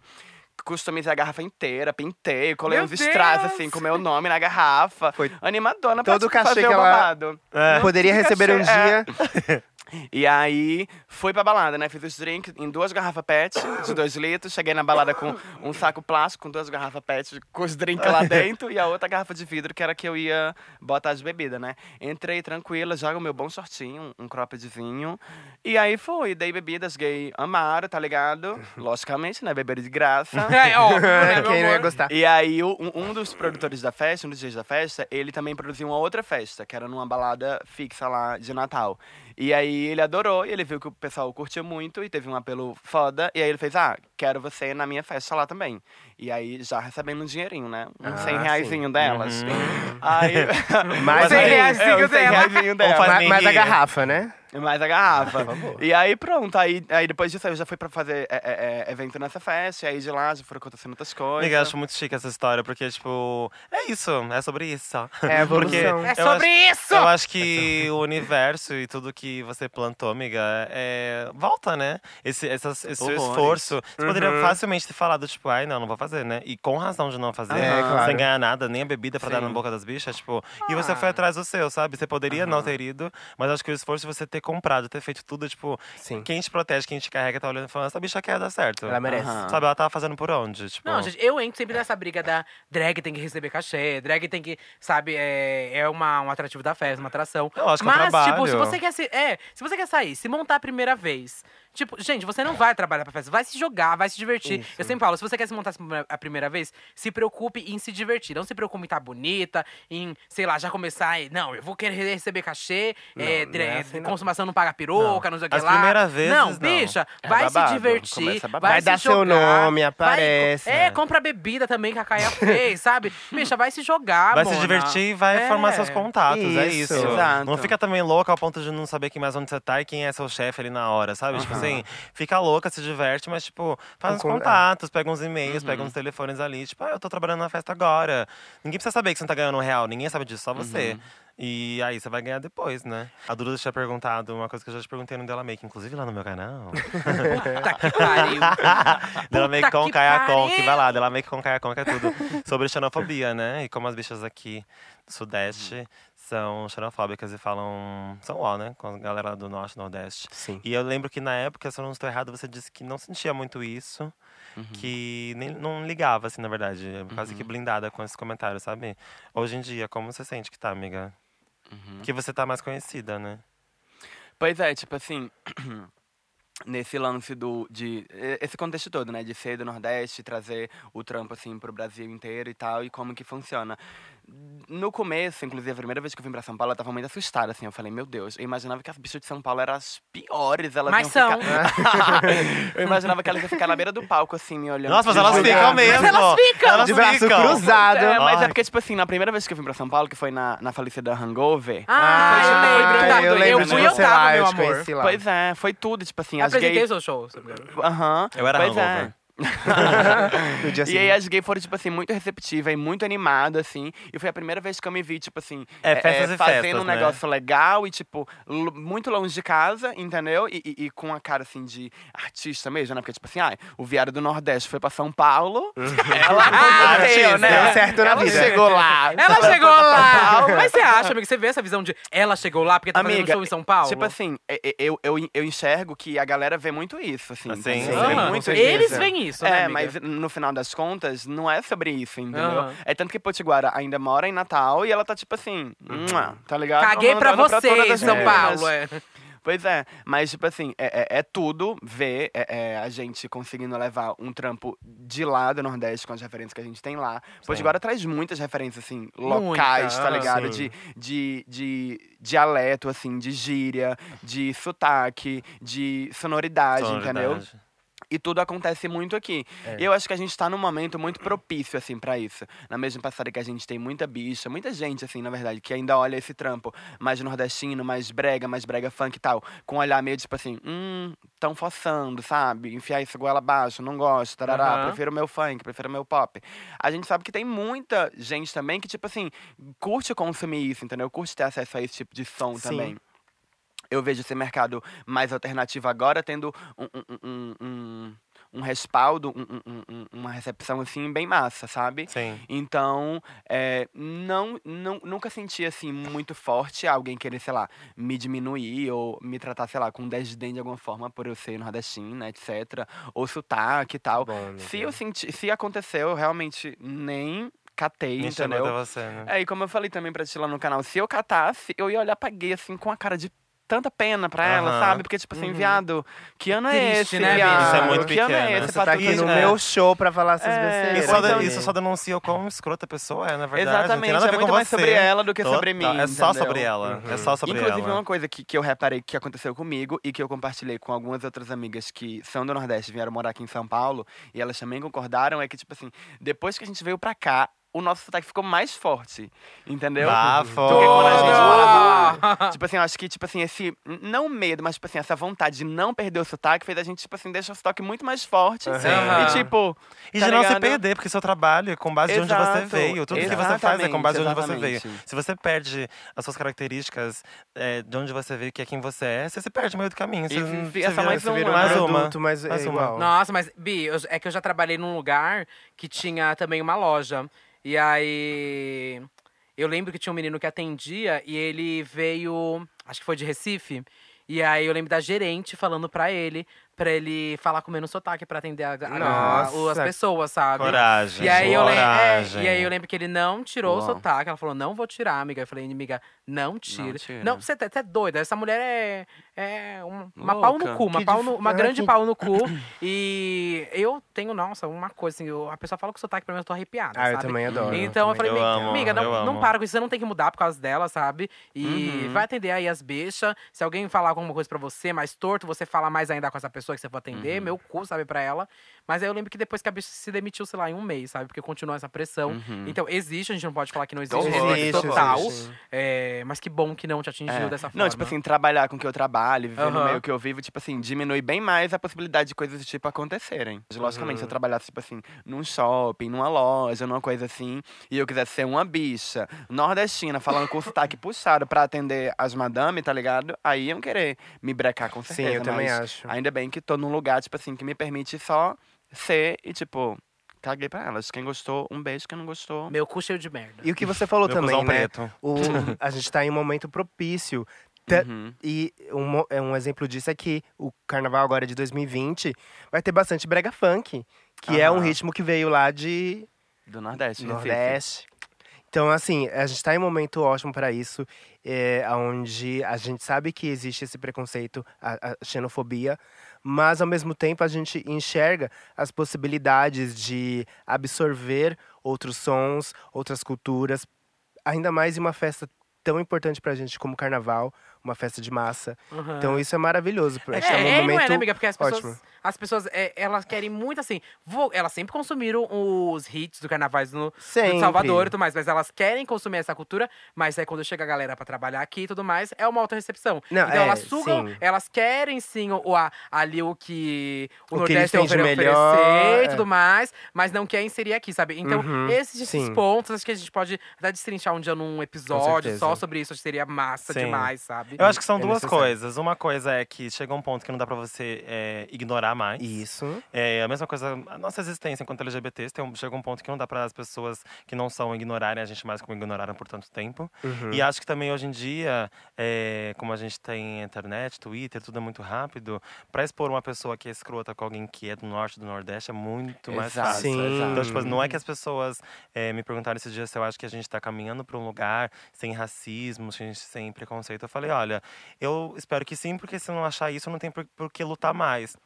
S5: Customizei a garrafa inteira, pintei, colei
S2: Meu
S5: uns strass,
S2: Deus!
S5: assim, com meu nome na garrafa.
S1: Foi
S5: Animadona
S1: todo o
S5: pra tipo,
S1: cachê
S5: fazer
S1: que
S5: o
S1: ela-
S5: babado.
S3: É.
S1: Poderia
S5: Fica
S1: receber um
S5: che- é.
S1: dia.
S5: E aí, fui pra balada, né? Fiz os drinks em duas garrafas pet, de dois litros. Cheguei na balada com um saco plástico, com duas garrafas pet, com os drinks lá dentro. E a outra garrafa de vidro, que era que eu ia botar as bebidas, né? Entrei tranquila, já o meu bom shortinho, um croppedzinho. E aí fui, dei bebidas, gay amaram, tá ligado? Logicamente, né? Beberam de graça.
S2: É, ó, né, meu
S1: Quem não ia
S2: amor?
S1: gostar?
S5: E aí, o- um, um dos produtores da festa, um dos dias da festa, ele também produziu uma outra festa, que era numa balada fixa lá de Natal. E aí ele adorou, e ele viu que o pessoal curtiu muito e teve um apelo foda. E aí ele fez, ah, quero você na minha festa lá também. E aí já recebendo um dinheirinho, né? Uns
S1: Ah,
S5: 100
S1: sim.
S5: reaisinho delas. Aí.
S1: Mais
S5: Cem
S1: um.
S5: reaisinho
S2: É, uns 100
S5: dela.
S3: Ou faz
S1: Ma- Mas a
S3: birrinha.
S1: garrafa, né?
S5: Mas a garrafa. E aí pronto, aí, aí depois disso aí eu já fui pra fazer é, é, é, evento nessa festa, e aí de lá já foram acontecendo outras coisas.
S3: Amiga, eu acho muito chique essa história, porque, tipo, é isso, é sobre isso. só.
S1: É a
S3: porque
S1: evolução.
S2: É
S3: eu
S2: sobre
S3: acho-
S2: isso!
S3: Eu acho que o universo e tudo que você plantou, amiga, é- volta, né? Esse, essas- esse seu
S5: Horrores.
S3: esforço. Você poderia facilmente ter falado, tipo, ai, não, não vou fazer, né? E com razão de não fazer, né?
S1: É, claro.
S3: sem ganhar nada, nem a bebida pra dar na boca das bichas, tipo. E você foi atrás do seu, sabe? Você poderia não ter ido, mas acho que o esforço de você ter comprado, ter feito tudo, tipo,
S1: Sim.
S3: quem te protege, quem te carrega, tá olhando e falando, essa bicha quer dar certo.
S1: Ela merece.
S5: Aham.
S3: Sabe, ela tava fazendo por onde? Tipo,
S2: Não, gente, eu entro sempre nessa briga da drag tem que receber cachê, drag tem que, sabe, é, é uma, um atrativo da festa, uma atração.
S3: Eu acho que é um
S2: Mas, tipo,
S3: trabalho.
S2: se você quer se, é, se você quer sair, se montar a primeira vez. Tipo, gente, você não vai trabalhar pra festa, vai se jogar, vai se divertir. Eu sempre falo, se você quer se montar a primeira vez, se preocupe em se divertir. Não se preocupe em estar bonita, em, sei lá, já começar. e, Não, eu vou querer receber cachê, é,
S1: não
S2: dra-
S1: é assim, não.
S2: consumação não paga peruca, não, sei o que
S3: As
S2: lá.
S3: primeiras vezes,
S2: Não,
S3: não.
S2: bicha,
S3: É
S2: vai
S3: babado,
S2: se divertir.
S3: começa babado.
S1: Vai
S2: se
S1: dar seu
S2: jogar,
S1: nome,
S2: vai-
S1: aparece.
S2: é, compra bebida também que a Caia fez, sabe? Bicha, vai se jogar,
S3: Vai
S2: mona.
S3: se divertir e vai
S2: É.
S3: formar seus contatos, é
S1: Isso.
S3: isso.
S5: Exato.
S3: Não fica também louca ao ponto de não saber quem mais onde você tá e quem é seu chefe ali na hora, sabe? Tipo assim, fica louca, se diverte, mas tipo, faz
S1: Um
S3: uns
S1: con-
S3: contatos, pega uns e-mails, pega uns telefones ali. Tipo, ah, eu tô trabalhando na festa agora. Ninguém precisa saber que você não tá ganhando um real, ninguém sabe disso, só você. E aí, você vai ganhar depois, né? A Duda tinha perguntado uma coisa que eu já te perguntei no Dela Make, inclusive lá no meu canal.
S2: Puta que pariu.
S3: Dela Make com
S2: que
S3: Kayakon,
S2: pariu!
S3: que vai lá, Dela Make com Kayakon, que é tudo. Sobre xenofobia, né? E como as bichas aqui do Sudeste são xenofóbicas e falam. São ó, né? Com a galera do Norte e Nordeste.
S1: Sim.
S3: E eu lembro que na época, se eu não estou errado, você disse que não sentia muito isso. Que nem, não ligava, assim, na verdade. Quase que blindada com esses comentários, sabe? Hoje em dia, como você sente que tá, amiga? Que você tá mais conhecida, né?
S5: Pois é, tipo assim, nesse lance do. De, e- esse contexto todo, né? De ser do Nordeste, trazer o trampo, assim, pro Brasil inteiro e tal, e como que funciona. No começo, inclusive, a primeira vez que eu vim pra São Paulo, eu tava muito assustada, assim. Eu falei, meu Deus, eu imaginava que as bichas de São Paulo eram as piores. Elas
S2: Mas
S5: iam
S2: são.
S5: Ficar... eu imaginava que elas iam ficar na beira do palco, assim, me olhando.
S3: Nossa, mas
S5: de
S3: elas
S5: olhos
S3: ficam mesmo!
S2: elas ficam!
S3: Elas
S1: De braço
S3: ficam.
S1: cruzado.
S5: é, mas é
S3: Ai.
S5: porque, tipo assim, na primeira vez que eu vim pra São Paulo, que foi na, na falecida Hangover.
S2: Ah,
S5: Ah,
S2: eu lembro.
S5: eu
S2: tá,
S5: lembro
S2: eu
S5: de
S2: fui eu
S5: você
S2: tava,
S1: lá, eu
S2: meu
S1: te
S2: amor.
S1: conheci lá.
S5: Pois é, foi tudo, tipo assim, as
S2: Apresentei
S5: gays...
S2: o seu show. sabe?
S5: Aham.
S3: Eu era
S5: pois
S3: hangover.
S5: É.
S1: No dia
S5: e aí
S3: né?
S1: seguinte.
S5: as gays foram, tipo assim, muito receptivas e muito animadas, assim. E foi a primeira vez que eu me vi, tipo assim,
S3: É, festas e
S5: fazendo
S3: festas,
S5: um
S3: né?
S5: negócio legal e, tipo, lo- muito longe de casa, entendeu? E, e- e com a cara, assim, de artista mesmo, né? Porque, tipo assim, ai, o viário do Nordeste foi pra São Paulo.
S3: Uhum.
S2: Ah,
S5: Ela ah, não
S1: Artista,
S5: veio, né?
S1: deu
S3: Então,
S1: certo na
S5: ela
S1: vida.
S5: chegou
S3: É
S5: lá.
S2: é Ela chegou lá! Mas você acha, amigo, você vê essa visão de ela chegou lá porque tá fazendo
S5: Amiga,
S2: show em São Paulo?
S5: Tipo assim, e- e- eu, eu, eu enxergo que a galera vê muito isso, assim.
S3: Assim,
S5: entendeu?
S3: sim,
S5: Vê
S2: Aham.
S3: com
S5: muito
S3: certeza.
S2: Eles veem isso, né,
S5: É,
S2: amiga?
S5: mas no final das contas, não é sobre isso, entendeu?
S2: Aham.
S5: É tanto que Potiguara ainda mora em Natal e ela tá tipo assim,
S2: Uhum.
S5: "Mua", tá ligado?
S2: Caguei pra
S5: Mandando todas
S2: vocês,
S5: as
S2: São
S5: meninas.
S2: Paulo. É.
S5: Pois é, mas tipo assim, é, é- é tudo ver é- é, a gente conseguindo levar um trampo de lá do Nordeste com as referências que a gente tem lá. Potiguara traz muitas referências, assim, locais, tá ligado?
S3: sim.
S5: De, de, de dialeto, assim, de gíria, de sotaque, de sonoridade, entendeu?
S3: Sonoridade.
S5: E tudo acontece muito aqui. E eu acho que a gente tá num momento muito propício, assim, pra isso. Na mesma passada que a gente tem muita bicha, muita gente, assim, na verdade, que ainda olha esse trampo mais nordestino, mais brega, mais brega funk e tal, com um olhar meio tipo assim, hum, tão forçando, sabe? Enfiar isso goela abaixo, não gosto, tarará,
S2: Aham.
S5: prefiro meu funk, prefiro meu pop. A gente sabe que tem muita gente também que, tipo assim, curte consumir isso, entendeu? Curte ter acesso a esse tipo de som
S1: Sim.
S5: também eu vejo esse mercado mais alternativo agora tendo um, um- um, um- um respaldo, um- um- um- um- uma recepção assim bem massa, sabe?
S3: Sim.
S5: Então, é, não, não, nunca senti assim muito forte alguém querer, sei lá, me diminuir ou me tratar, sei lá, com um desdém de alguma forma por eu ser nordestina, etc. Ou sotaque e tal.
S1: Bom, né?
S5: se eu senti, se aconteceu, eu realmente nem catei,
S3: Me chamou
S5: entendeu?
S3: até você, né?
S5: É, e como eu falei também pra ti lá no canal, se eu catasse, eu ia olhar pra gay, assim, com a cara de tanta pena pra ela,
S3: Aham. Uhum.
S5: sabe? Porque, tipo assim, viado, que ano é
S2: Triste,
S5: esse,
S2: né,
S5: viado?
S2: bicho? Isso é
S3: muito
S5: que ano é
S3: pequeno.
S5: esse?
S3: Você
S1: Você tá aqui
S5: tudo
S1: no
S5: isso?
S3: É.
S1: meu show pra falar essas
S5: É.
S1: besteiras.
S3: Isso só,
S5: Então-
S3: de- isso só denuncia o quão escrota a pessoa é, na verdade.
S5: Exatamente,
S3: não tem nada a
S5: é
S3: ver
S5: muito
S3: com
S5: mais
S3: você.
S5: sobre ela do que sobre mim,
S3: Total, É só
S5: entendeu? Uhum.
S3: sobre ela. É só sobre
S5: Inclusive,
S3: ela.
S5: uma coisa que, que eu reparei que aconteceu comigo e que eu compartilhei com algumas outras amigas que são do Nordeste, vieram morar aqui em São Paulo, e elas também concordaram, é que, tipo assim, depois que a gente veio pra cá, o nosso sotaque ficou mais forte. Entendeu?
S3: Bafo.
S5: Porque quando a gente
S2: Toda!
S5: falava. Tipo assim, eu acho que, tipo assim, esse. Não medo, mas, tipo assim, essa vontade de não perder o sotaque fez a gente, tipo assim, deixar o sotaque muito mais forte. E, tipo.
S3: E
S5: tá
S3: de não se
S5: ligado?
S3: perder, porque seu trabalho é com base de onde você
S5: Exato,
S3: veio. Tudo que você faz é com base de onde você veio.
S5: exatamente,
S3: Se você perde as suas características é, de onde você veio, que é quem você é, você se perde no meio do caminho. Você,
S5: E
S3: não-
S5: fica
S3: você
S5: só
S3: vira-
S5: mais
S3: você
S5: um,
S3: vira
S5: né?
S3: mais uma.
S1: produto, mas
S3: mais
S1: é
S3: uma.
S1: igual.
S2: Nossa, mas, Bi, eu- é que eu já trabalhei num lugar que tinha também uma loja. E aí. Eu lembro que tinha um menino que atendia e ele veio. Acho que foi de Recife. E aí eu lembro da gerente falando pra ele, pra ele falar com menos sotaque pra atender a, a- a-
S1: Nossa.
S2: as pessoas, sabe?
S3: Coragem.
S2: E aí, eu
S5: é,
S2: lembro,
S3: coragem.
S2: e aí eu lembro que ele não tirou o
S5: Uau.
S2: sotaque. Ela falou, não vou tirar, amiga. Eu falei, amiga, não tira. Não,
S5: Não tira.
S2: você tá, você é doida. Essa mulher é, é um- uma
S5: Louca.
S2: pau no cu. Uma,
S1: Que
S2: pau
S1: dif-
S2: no- uma
S1: é,
S2: grande
S1: que-
S2: pau no cu. E eu tenho, nossa, uma coisa assim. eu- a pessoa fala com sotaque, pra mim, eu tô arrepiada,
S1: Ah, eu
S2: sabe?
S1: também adoro.
S2: Então eu falei,
S3: Eu
S2: "Miga,
S3: amo,
S2: amiga,
S3: eu
S2: não, não
S3: amo."
S2: para com isso, você não tem que mudar por causa dela, sabe? E vai atender aí as bichas. Se alguém falar alguma coisa pra você mais torto, você fala mais ainda com essa pessoa que você for atender, meu cu, sabe, pra ela. Mas aí eu lembro que depois que a bicha se demitiu, sei lá, em um mês, sabe? Porque continua essa pressão. Então existe, a gente não pode falar que não existe,
S5: Uhum. Existe,
S2: existe total.
S1: existe.
S2: É, mas que bom que não te atingiu
S5: É.
S2: dessa forma.
S5: Não, tipo assim, trabalhar com o que eu trabalho, viver no
S2: Aham.
S5: meio que eu vivo, tipo assim, diminui bem mais a possibilidade de coisas desse tipo acontecerem. Logicamente, se eu trabalhasse, tipo assim, num shopping, numa loja, numa coisa assim, e eu quisesse ser uma bicha nordestina, falando com o sotaque puxado pra atender as madame, tá ligado? Aí iam querer me brecar com certeza.
S1: eu também
S5: mas
S1: acho.
S5: Ainda bem que tô num lugar, tipo assim, que me permite só ser e, tipo, caguei pra elas. Quem gostou, um beijo. Quem não gostou.
S2: Meu cu cheio de merda.
S1: E o que você falou
S3: Meu
S1: também,
S3: cuzão
S1: né?
S3: preto.
S1: O, a gente tá em um momento propício. Tá-
S5: uhum,
S1: E um, mo- é um exemplo disso é que o carnaval agora de 2020 vai ter bastante brega funk, que é um
S5: Aham.
S1: ritmo que veio lá de
S5: Do Nordeste, Recife.
S1: Nordeste. Então, assim, a gente tá em um momento ótimo para isso, é, onde a gente sabe que existe esse preconceito, a, a xenofobia, mas ao mesmo tempo a gente enxerga as possibilidades de absorver outros sons, outras culturas, ainda mais em uma festa tão importante pra gente como o carnaval, uma festa de massa.
S2: Uhum.
S1: Então isso é maravilhoso, porque
S2: É,
S1: é, um
S2: é, não é,
S1: momento
S2: né, amiga? Porque as pessoas,
S1: ótimo.
S2: as pessoas é, elas querem muito assim. vou- elas sempre consumiram os hits do carnaval no,
S1: Sempre.
S2: do Salvador então, e tudo mais, mas elas querem consumir essa cultura, mas aí quando chega a galera pra trabalhar aqui e tudo mais, é uma autorrecepção.
S1: Não,
S2: então
S1: é,
S2: elas sugam,
S1: sim.
S2: elas querem sim o, o- a- ali o que o,
S1: O que eles
S2: Nordeste
S1: têm de
S2: oferecer
S1: melhor, é.
S2: e tudo mais, mas não quer inserir aqui, sabe? Então,
S1: Uhum,
S2: esses, esses
S1: sim.
S2: pontos, acho que a gente pode até destrinchar um dia num episódio
S1: certeza.
S2: só sobre isso, acho que seria massa
S3: Sim.
S2: demais, sabe?
S3: Eu acho que são
S1: É
S3: duas
S1: necessário.
S3: coisas. Uma coisa é que chega um ponto que não dá pra você é, ignorar mais.
S1: Isso.
S3: É a mesma coisa, a nossa existência enquanto LGBTs tem um, chega um ponto que não dá para as pessoas que não são ignorarem a gente mais como ignoraram por tanto tempo.
S1: Uhum.
S3: E acho que também hoje em dia, é, como a gente tem internet, Twitter, tudo é muito rápido, para expor uma pessoa que é escrota com alguém que é do norte, do nordeste, é muito mais
S5: Exato,
S3: fácil.
S1: Sim.
S3: Então, tipo, não é que as pessoas é, me perguntaram esses dias se eu acho que a gente tá caminhando pra um lugar sem racismo, sem- sem preconceito. Eu falei, olha, eu espero que sim, porque se eu não achar isso, não tem por, por que lutar mais.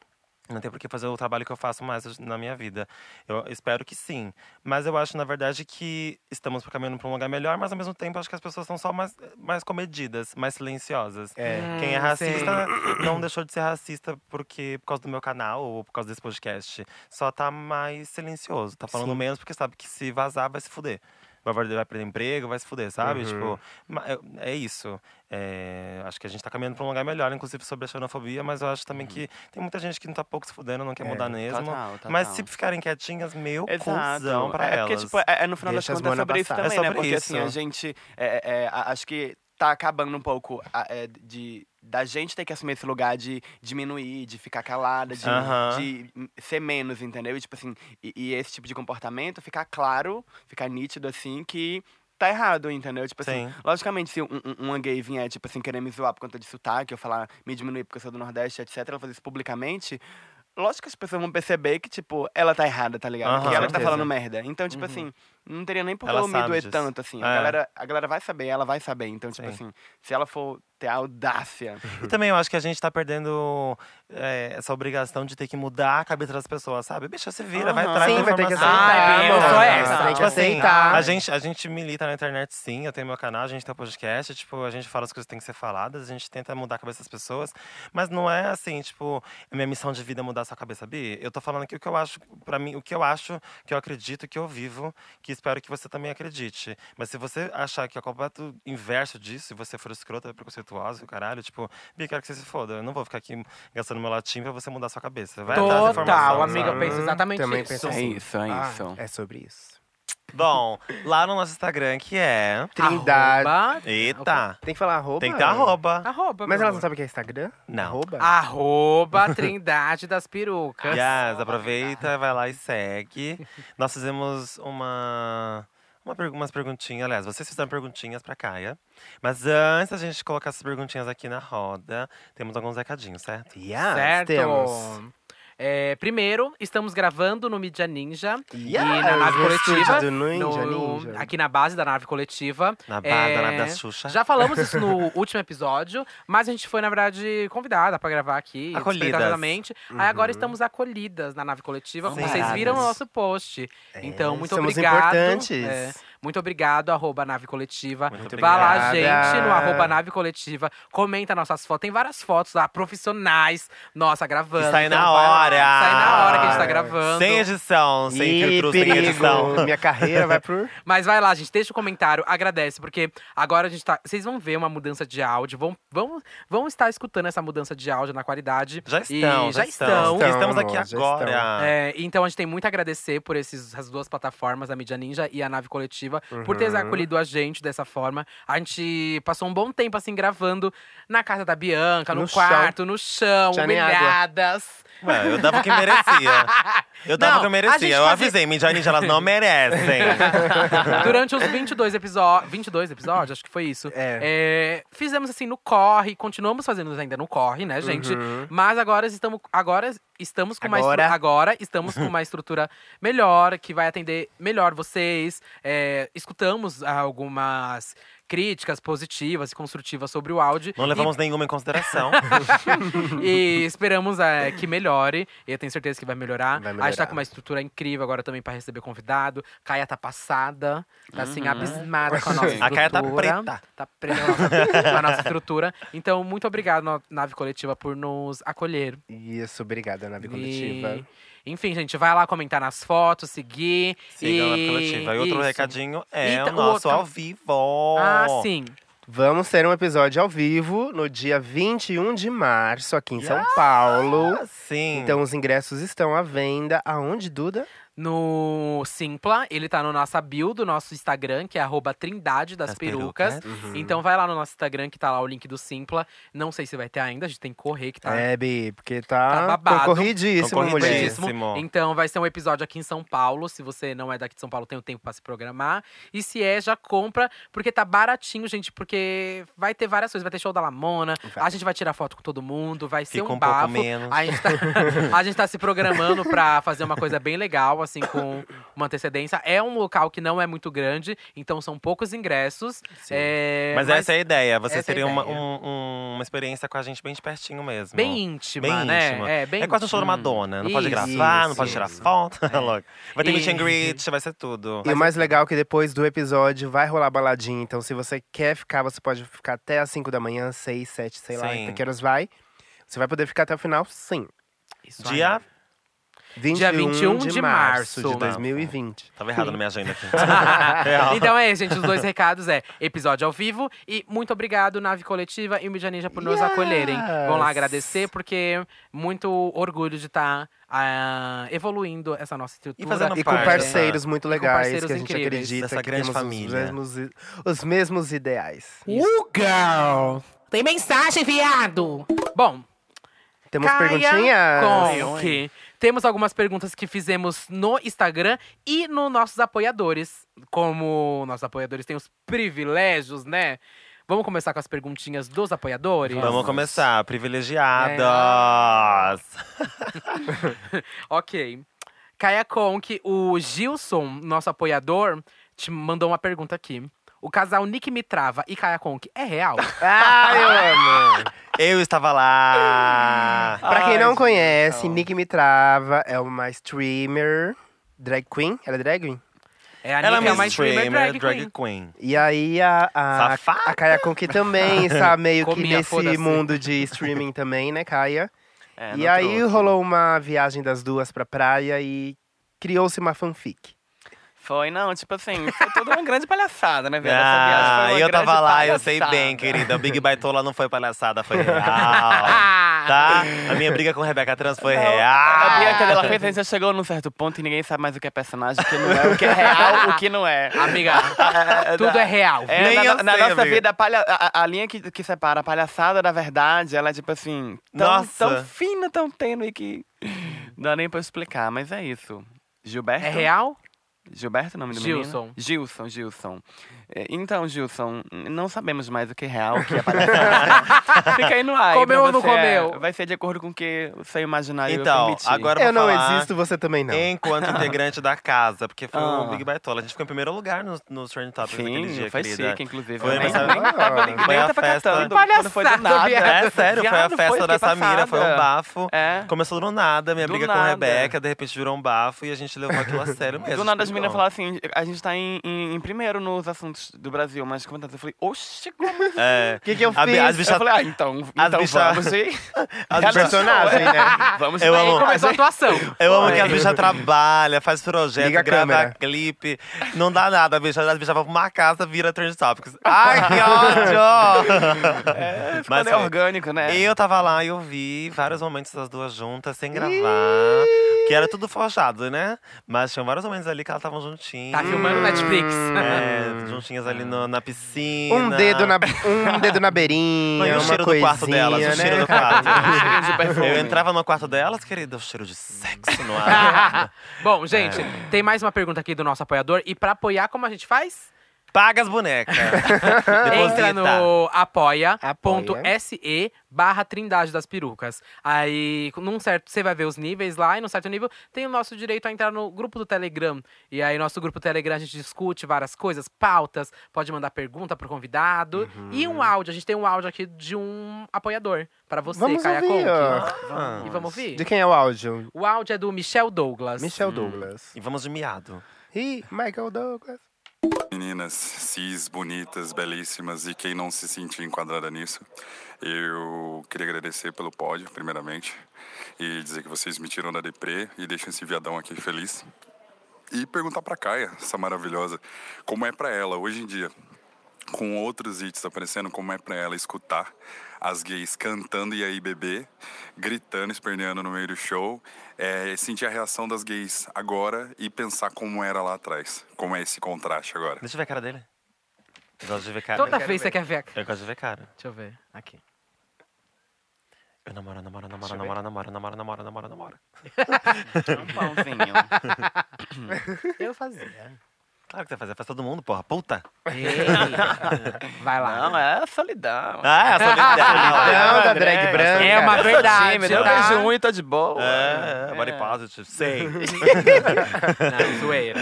S3: Não tem por que fazer o trabalho que eu faço mais na minha vida. Eu espero que sim. Mas eu acho, na verdade, que estamos caminhando para um lugar melhor, mas ao mesmo tempo acho que as pessoas são só mais, mais comedidas, mais silenciosas.
S1: É.
S3: Quem é
S2: Hum,
S3: racista não deixou de ser racista porque por causa do meu canal ou por causa desse podcast. Só tá mais silencioso, tá falando menos porque sabe que se vazar vai se fuder. Vai, vai vai perder emprego, vai se fuder, sabe?
S5: Uhum.
S3: Tipo, ma- é- é isso. É, acho que a gente tá caminhando pra um lugar melhor, inclusive sobre a xenofobia, mas eu acho também que tem muita gente que não tá pouco se fudendo, não quer mudar mesmo.
S5: Uhum. É, total,
S3: Mas se
S5: total.
S3: ficarem quietinhas, meu
S5: Exato.
S3: cuzão pra
S5: é,
S3: elas.
S5: Porque, tipo, é, é no final
S1: Deixa as
S5: das contas é
S1: mona
S5: sobre isso
S1: passar.
S5: também,
S3: É sobre
S5: né? Porque assim,
S3: isso.
S5: a gente. é, é, é, a- acho que tá acabando um pouco a- é, de. Da gente ter que assumir esse lugar de diminuir, de ficar calada, de,
S3: Aham.
S5: de ser menos, entendeu? E, tipo assim, e, e esse tipo de comportamento ficar claro, ficar nítido, assim, que tá errado, entendeu? Tipo assim,
S3: Sim.
S5: logicamente, se um, um- uma gay vier, tipo assim, querer me zoar por conta de sotaque, eu falar, me diminuir porque eu sou do Nordeste, etc., ela fazer isso publicamente, lógico que as pessoas vão perceber que, tipo, ela tá errada, tá ligado?
S3: Aham,
S5: que ela que tá
S3: certeza. Uhum.
S5: falando merda. Então, tipo assim, não teria nem por que
S3: Ela
S5: eu me
S3: sabe
S5: doer
S3: disso.
S5: tanto, assim. A,
S3: É.
S5: galera, a galera vai saber, ela vai saber. Então, tipo
S3: Sim.
S5: assim, se ela for ter a audácia.
S3: E também eu acho que a gente tá perdendo é, essa obrigação de ter que mudar a cabeça das pessoas, sabe? Bicha, se vira, vai
S5: Aham.
S3: atrás da
S1: Sim, vai ter que
S3: informação.
S2: Ai,
S1: aceitar,
S2: Bia, eu
S1: amor.
S2: sou Ah, é, essa.
S1: Tem que
S3: Tipo assim,
S1: aceitar.
S3: A gente, a gente milita na internet, sim. Eu tenho meu canal, a gente tem o podcast. Tipo, a gente fala as coisas que têm que ser faladas. A gente tenta mudar a cabeça das pessoas. Mas não é assim, tipo… Minha missão de vida é mudar a sua cabeça, Bi. Eu tô falando aqui o que eu acho… Pra mim, o que eu acho, que eu acredito, que eu vivo. Que que espero que você também acredite. Mas se você achar que é o completo inverso disso, e você for escrota, preconceituoso, caralho, tipo, Bi, quero que você se foda. Eu não vou ficar aqui gastando meu latim pra você mudar sua cabeça. Vai atrás da
S2: Total,
S3: informação,
S2: amiga, eu
S3: sabe?
S2: penso exatamente
S1: Também
S2: isso.
S1: penso
S5: É isso, é
S1: Ah,
S5: isso.
S1: é sobre isso.
S3: Bom, lá no nosso Instagram, que é…
S1: Trindade.
S2: Arroba.
S3: Eita!
S1: Tem que falar arroba?
S3: Tem que ter arroba.
S2: Arroba,
S1: Mas
S2: meu
S1: elas não
S2: amor.
S1: sabem o que é Instagram?
S3: Não.
S1: Arroba?
S2: Ah, Arroba Trindade das Perucas.
S3: Yes, aproveita, vai lá e segue. Nós fizemos uma, uma pergu- umas perguntinhas. Aliás, vocês fizeram perguntinhas pra Caia. Mas antes da gente colocar essas perguntinhas aqui na roda, temos alguns recadinhos, certo?
S1: Yes,
S2: certo?
S1: Temos.
S2: É, primeiro, estamos gravando no Mídia Ninja.
S1: Yes,
S2: E na nave
S1: no
S2: coletiva.
S1: estúdio do Ninja,
S2: no-
S1: Ninja.
S2: Aqui na base da nave coletiva.
S3: Na barra
S2: É,
S3: da nave da Xuxa.
S2: Já falamos isso no último episódio, mas a gente foi, na verdade, convidada pra gravar aqui.
S3: Acolhidas.
S2: despretensiosamente. Aí agora estamos acolhidas na nave coletiva, como vocês
S3: Amparadas.
S2: viram no nosso post.
S1: É,
S2: então, muito
S1: somos
S2: obrigado.
S1: importantes.
S2: É, muito obrigado, arroba nave coletiva.
S3: Muito
S2: Vá lá,
S1: obrigada.
S2: gente, no arroba nave coletiva. Comenta nossas fotos. Tem várias fofotos lá, profissionais, nossa, gravando. Então
S3: E sai na
S2: vai lá,
S3: hora!
S2: Sai na hora que a gente tá gravando.
S3: Sem edição, sem
S1: Ih,
S3: filtro, sem
S1: perigo.
S3: edição.
S1: Minha carreira vai pro.
S2: Mas vai lá, gente, deixa o comentário, agradece, porque agora a gente tá. Vocês vão ver uma mudança de áudio, vão, vão, vão estar escutando essa mudança de áudio na qualidade.
S3: Já
S2: E
S3: estão, já,
S2: já
S3: estão.
S1: estão.
S3: Estamos aqui
S1: Estão, amor, já
S3: agora.
S2: É, então a gente tem muito a agradecer por esses, essas duas plataformas, a Mídia Ninja e a Nave Coletiva,
S1: Uhum.
S2: por ter acolhido a gente dessa forma. A gente passou um bom tempo assim gravando na casa da Bianca, no,
S1: No chão.
S2: quarto, no chão,
S1: Tinha nem água.
S2: humilhadas.
S3: Ué, eu dava o que merecia. Eu dava
S2: Não,
S3: o que eu
S2: a gente
S3: merecia. Eu
S2: fazia-
S3: avisei, Midian Ninja, elas não merecem.
S2: Durante os 22 episódios, 22 episódios, acho que foi isso. É, fizemos assim no corre, continuamos fazendo ainda no corre, né, gente? Mas agora estamos, agora estamos com uma
S1: Agora.
S2: estru- agora estamos com uma estrutura melhor que vai atender melhor vocês. É, escutamos algumas críticas positivas e construtivas sobre o áudio
S3: Não levamos nenhuma em consideração.
S2: e esperamos é, que melhore. Eu tenho certeza que vai melhorar.
S1: Vai
S2: A gente tá
S1: melhorar.
S2: com uma estrutura incrível agora também pra receber convidado. Caia tá passada, tá assim, abismada com a nossa estrutura.
S3: A Caia tá preta.
S2: Tá preta com a nossa- com a nossa estrutura. Então, muito obrigado, no- Nave Coletiva, por nos acolher.
S1: Isso, obrigada, Nave
S2: E-
S1: Coletiva.
S2: Enfim, gente, vai lá comentar nas fotos, seguir.
S3: Siga a
S2: e-
S3: Live coletiva. E outro
S2: isso.
S3: recadinho é
S2: Eita,
S3: o
S2: o
S3: nosso
S2: outro-
S3: ao vivo.
S2: Ah, sim.
S1: Vamos ter um episódio ao vivo no dia 21 de março, aqui em São Paulo.
S3: Ah, Sim.
S1: Então os ingressos estão à venda. Aonde, Duda?
S2: no Simpla. Ele tá no nossa bio do nosso Instagram, que é arroba Trindade das
S3: As
S2: Perucas.
S3: Uhum.
S2: Então vai lá no nosso Instagram, que tá lá o link do Simpla. Não sei se vai ter ainda, a gente tem que correr, que tá.
S1: É, Bi, porque
S2: Tá
S1: tá,
S2: babado.
S1: concorridíssimo, mulher.
S2: Corridíssimo. Então vai ser um episódio aqui em São Paulo. Se você não é daqui de São Paulo, tem o tempo pra se programar. E se é, já compra, porque tá baratinho, gente. Porque vai ter várias coisas. Vai ter show da Lamona, a gente vai tirar foto com todo mundo, vai ser
S3: Fica um,
S2: um
S3: pouco
S2: bafo.
S3: menos.
S2: A gente, tá, a gente tá se programando pra fazer uma coisa bem legal, assim, com uma antecedência. É um local que não é muito grande, então são poucos ingressos. É,
S3: mas, essa é a ideia. Vocês
S2: essa é a
S3: teriam uma,
S2: ideia.
S3: um- um- uma experiência com a gente bem de pertinho mesmo.
S2: bem íntima,
S3: Bem
S2: né?
S3: íntima.
S2: É, bem
S3: é quase um show da
S2: íntima.
S3: Madonna. Não pode
S2: Isso,
S3: gravar, não
S2: isso, É.
S3: pode tirar
S2: isso.
S3: foto. né, Logo. Vai ter
S2: E-
S3: meet and greet, vai ser tudo.
S1: E o mais legal é que depois do episódio vai rolar baladinha. Então, se você quer ficar, você pode ficar até as 5 da manhã, 6, 7, sei lá,
S3: Sim.
S1: até que horas vai. Você vai poder ficar até o final, sim.
S2: Isso aí.
S3: Dia…
S1: 21
S2: Dia 21 de março.
S1: de 2020.
S3: Tava errado na minha agenda aqui.
S2: então é isso, gente. Os dois recados é episódio ao vivo e muito obrigado, Nave Coletiva e o Mídia Ninja, por nos
S1: Yes!
S2: acolherem. Vão lá agradecer, porque muito orgulho de estar evoluindo essa nossa estrutura.
S3: fazendo
S1: E com
S2: né?
S3: Parte,
S1: parceiros muito legais
S2: parceiros
S1: que a gente
S2: incríveis.
S1: acredita
S3: Dessa
S1: que
S3: grande
S1: temos os
S3: família.
S1: mesmos i- os mesmos ideais.
S4: Uh, girl! Tem mensagem, viado!
S2: Bom,
S1: Temos
S2: Caia
S1: perguntinhas?
S2: Conk. Temos algumas perguntas que fizemos no Instagram e nos nossos apoiadores. Como nossos apoiadores têm os privilégios, né? Vamos começar com as perguntinhas dos apoiadores?
S3: Vamos começar. Privilegiadas.
S2: Ok. Caia Conk, o Gilson, nosso apoiador, te mandou uma pergunta aqui. O casal Nick Mitrava e Caia Conk é real?
S1: Ah, eu amo!
S2: É.
S3: Eu estava lá.
S1: Pra quem
S5: Ai,
S1: não
S5: gente,
S1: conhece,
S5: então.
S1: Nick Mitrava é uma streamer, drag queen, ela é drag queen?
S2: É a
S3: Ela é
S2: Nick,
S3: uma
S2: streamer,
S3: streamer, drag, queen.
S1: E aí a, a,
S3: Safada!
S1: a Kaia Conk também está meio que
S2: Comia, foda-se.
S1: nesse mundo de streaming também, né, Kaia?
S5: É,
S1: e
S5: no
S1: aí
S5: truque.
S1: rolou uma viagem das duas pra praia e criou-se uma fanfic.
S5: Foi, não, tipo assim, foi toda uma grande palhaçada, né, velho? Essa viagem foi
S3: Ah,
S5: uma
S3: eu tava
S5: grande
S3: lá, eu sei
S5: palhaçada.
S3: bem, querida. O Big Baitola não foi palhaçada, foi real.
S2: Ah,
S3: tá? A minha briga com Rebeca Trans foi
S5: A
S3: real.
S5: Bianca dela fez, a gente já chegou num certo ponto e ninguém sabe mais o que é personagem, o que não é, o que é real, o que não é.
S2: Amiga, tudo é real.
S5: É,
S3: Nem
S5: na,
S3: eu
S5: no- na
S3: sei,
S5: nossa
S3: amiga.
S5: vida, a, palha- a- a linha que, que separa a palhaçada da verdade, ela é tipo assim, tão,
S3: Nossa.
S5: tão fina, tão tênue que não dá nem pra eu explicar, mas é isso. Gilberto?
S2: É real?
S5: Gilberto, é o nome do
S2: Gilson.
S5: menino? Gilson. Gilson, É, Então, Gilson, n- não sabemos mais o que é real, o que é palhaçada. Fica aí no ar.
S2: Comeu
S5: pra
S2: ou não
S5: você, é,
S2: comeu?
S5: vai ser de acordo com o que o seu imaginário
S3: Então,
S5: permitir.
S3: agora- pra
S1: Eu não
S3: falar.
S1: existo, você também não.
S3: Enquanto integrante da casa, porque foi o
S5: Ah.
S3: Big Baitola. A gente ficou em primeiro lugar nos no Trend Topics
S5: Sim,
S3: naquele dia,
S5: foi
S3: querida.
S5: chique, inclusive.
S3: Foi
S5: Eu nem-
S1: é
S3: uma-
S5: nem tava- nem-
S3: Foi
S5: nem
S3: a
S5: tava
S3: festa.
S5: cantando.
S2: Palhaçada,
S5: não foi do nada.
S2: viado.
S3: É sério, foi a
S5: Viado,
S3: festa da
S5: fiquei
S3: Samira, foi um
S5: passada.
S3: bafo.
S5: É.
S3: Começou do nada, minha
S5: Do
S3: briga com
S5: nada.
S3: Rebeca, de repente virou um bafo e a gente levou aquilo a sério mesmo.
S5: Do nada as meninas
S3: Não.
S5: falaram assim, a gente tá em, em- em primeiro nos assuntos do Brasil, mas comentando, eu falei, oxe, como assim?
S3: É.
S1: O que, que eu
S3: A
S1: fiz?
S3: bi- as bichas
S5: Eu falei, ah, então, então
S3: bicha-
S5: vamos ir.
S3: as bichas-
S1: Personagem, né?
S5: Vamos
S3: Eu
S5: ir.
S3: amo.
S2: Começou a atuação.
S3: Eu amo que as bichas trabalham, faz projeto,
S1: É. Liga a
S3: grava
S1: câmera.
S3: clipe. Não dá nada, a bicha, as bichas vão pra uma casa, vira Trend Topics. Ai, que ódio!
S5: Mas é
S3: foi-
S5: orgânico, né?
S3: Eu tava lá e eu vi vários momentos das duas juntas, sem gravar. Que era tudo forjado, né? Mas tinha vários momentos ali que elas estavam juntinhas.
S2: Tá filmando Netflix.
S3: É, juntinhas ali no- na piscina.
S1: Um dedo na, um dedo na
S3: Não, e
S1: beirinha,
S3: o
S1: uma
S3: cheiro do
S1: coisinha,
S3: quarto delas,
S1: né?
S3: o cheiro do quarto.
S5: Cheirinho de perfume.
S3: Eu entrava no quarto delas, querida, o cheiro de sexo no ar.
S2: Bom, gente, tem mais uma pergunta aqui do nosso apoiador. E pra apoiar, como a gente faz?
S3: Paga as bonecas.
S2: Entra
S3: Deposita.
S2: no apoia.se barra Trindade das Perucas. Aí, num certo, você vai ver os níveis lá, e num certo nível tem o nosso direito a entrar no grupo do Telegram. E aí, nosso grupo do Telegram, a gente discute várias coisas, pautas, pode mandar pergunta pro convidado. E um áudio, a gente tem um áudio aqui de um apoiador. Pra você,
S1: Vamos
S2: Caia
S1: ouvir,
S2: Conk.
S1: ó.
S2: E vamos ouvir?
S1: De quem é o áudio?
S2: O áudio é do Michel Douglas.
S1: Michel Douglas.
S3: E vamos de miado.
S1: Ih, Michael Douglas.
S7: Meninas cis, bonitas, belíssimas e quem não se sentiu enquadrada nisso, eu queria agradecer pelo pódio, primeiramente, e dizer que vocês me tiram da deprê e deixam esse viadão aqui feliz. E perguntar pra Caia, essa maravilhosa, como é pra ela hoje em dia, com outros hits aparecendo, como é pra ela escutar as gays cantando e aí bebê, gritando, esperneando no meio do show, é, sentir a reação das gays agora e pensar como era lá atrás, como é esse contraste agora.
S3: Deixa eu ver a cara dele. Eu gosto de ver cara.
S2: Toda vez você quer ver.
S3: Eu gosto de ver cara.
S2: Deixa eu ver. Aqui.
S3: Eu namoro, namoro, namoro, namoro, namoro, namoro, namoro, namoro, namoro.
S5: Um pãozinho.
S2: Eu fazia.
S3: Claro que você vai fazer, faz todo mundo, porra, puta.
S2: Vai lá.
S5: Não, é solidão.
S3: Ah, solidão.
S1: Não, da drag branca.
S2: É uma verdade.
S5: Tímido, eu
S2: tá?
S5: beijo um e tô de boa.
S3: É, body positive, sei.
S2: Não, zoeira.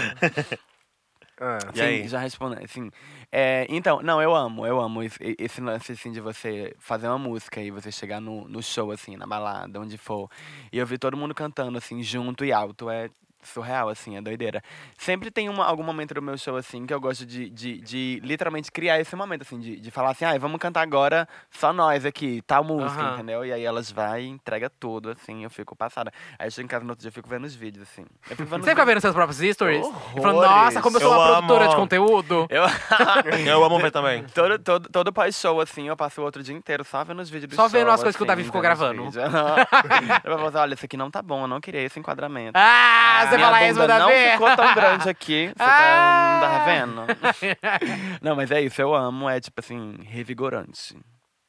S1: Ah,
S3: E aí?
S5: Sim, já respondendo. Sim. É, então, não, eu amo, eu amo esse, esse lance assim, de você fazer uma música e você chegar no, no show, assim, na balada, onde for. E eu vi todo mundo cantando, assim, junto e alto. É surreal, assim, é doideira. Sempre tem uma, algum momento do meu show, assim, que eu gosto de, de, de literalmente criar esse momento, assim, de, de falar assim, ai, vamos cantar agora só nós aqui, tal música,
S2: Aham.
S5: entendeu? E aí elas vai e entrega tudo, assim, eu fico passada. Aí eu chego em casa no outro dia, eu fico vendo os vídeos, assim. Eu fico vendo os
S2: Você fica vendo seus próprios stories?
S5: Horrores.
S2: Falando, nossa, como eu sou
S3: Eu
S2: uma
S3: amo.
S2: produtora de conteúdo.
S5: Eu...
S3: Eu amo ver também.
S5: Todo, todo, todo pós-show, assim, eu passo o outro dia inteiro só vendo os vídeos do
S2: Só
S5: show,
S2: vendo as coisas que o
S5: assim,
S2: Davi ficou
S5: vendo os
S2: gravando.
S5: vídeos. eu vou falar, olha, isso aqui não tá bom, eu não queria esse enquadramento.
S2: Ah, você
S5: Minha
S2: fala isso,
S5: bunda
S2: Davi?
S5: não ficou tão grande aqui. Você
S2: Ah.
S5: tá, não tá vendo? não, mas é isso, eu amo. É tipo assim, revigorante.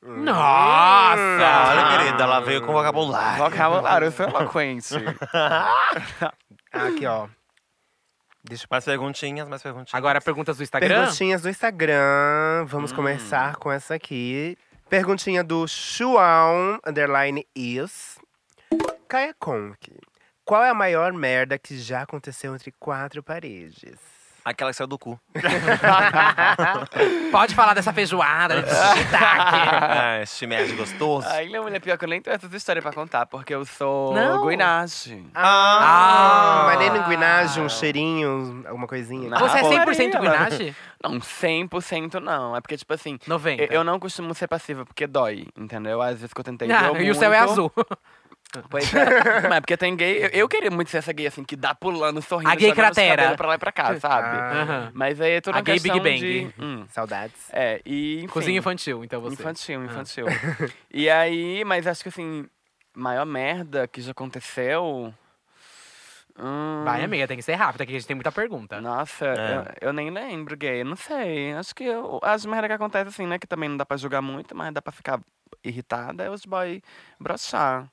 S3: Ah.
S2: Nossa!
S3: Hum, Olha, querida, ela veio com vocabulário.
S5: Vocabulário, eu sou eloquente.
S1: Aqui, ó. Deixa
S3: Mais perguntinhas, mais perguntinhas.
S2: Agora, perguntas do
S1: eu...
S2: Instagram.
S1: Perguntinhas do Instagram. Vamos começar com essa aqui. Perguntinha do Chuan, underline is. Kaia Conk. Qual é a maior merda que já aconteceu entre quatro paredes?
S3: Aquela que saiu do cu.
S2: Pode falar dessa feijoada, desse shiitake.
S3: Ah, esse merda gostoso.
S5: Ai, não, mulher, pior que eu nem tenho essas histórias pra contar, porque eu sou
S2: Não.
S5: guinache.
S2: Ah.
S1: Mas nem no guinagem, um cheirinho, alguma coisinha. né?
S5: Ah,
S2: Você é
S5: pô.
S2: 100% guinache?
S5: Não, 100% não. É porque, tipo assim,
S2: 90.
S5: eu eu não costumo ser passiva, porque dói, entendeu? Às vezes que eu tentei,
S2: Ah,
S5: deu
S2: e o céu é
S5: muito.
S2: azul.
S5: Pois é. Mas porque tem gay. Eu, eu queria muito ser essa gay, assim, que dá pulando, sorrindo.
S2: A gay
S5: jogando os
S2: cratera.
S5: cabelos Pra lá e pra cá, sabe?
S2: Aham.
S5: Mas aí é toda
S2: A
S5: uma
S2: gay
S5: questão
S2: Big
S5: de-
S2: Bang.
S5: Hum,
S1: Saudades.
S5: é, e enfim.
S2: Cozinha infantil, então você.
S5: Infantil, infantil. e aí, mas acho que assim, maior merda que já aconteceu. Hum,
S2: Vai, é amiga, tem que ser rápida, que a gente tem muita pergunta.
S5: Nossa,
S3: É.
S5: eu, eu nem lembro, gay. Não sei. Acho que eu, as merda que acontece assim, né? Que também não dá pra julgar muito, mas dá pra ficar irritada. É os boy brochar.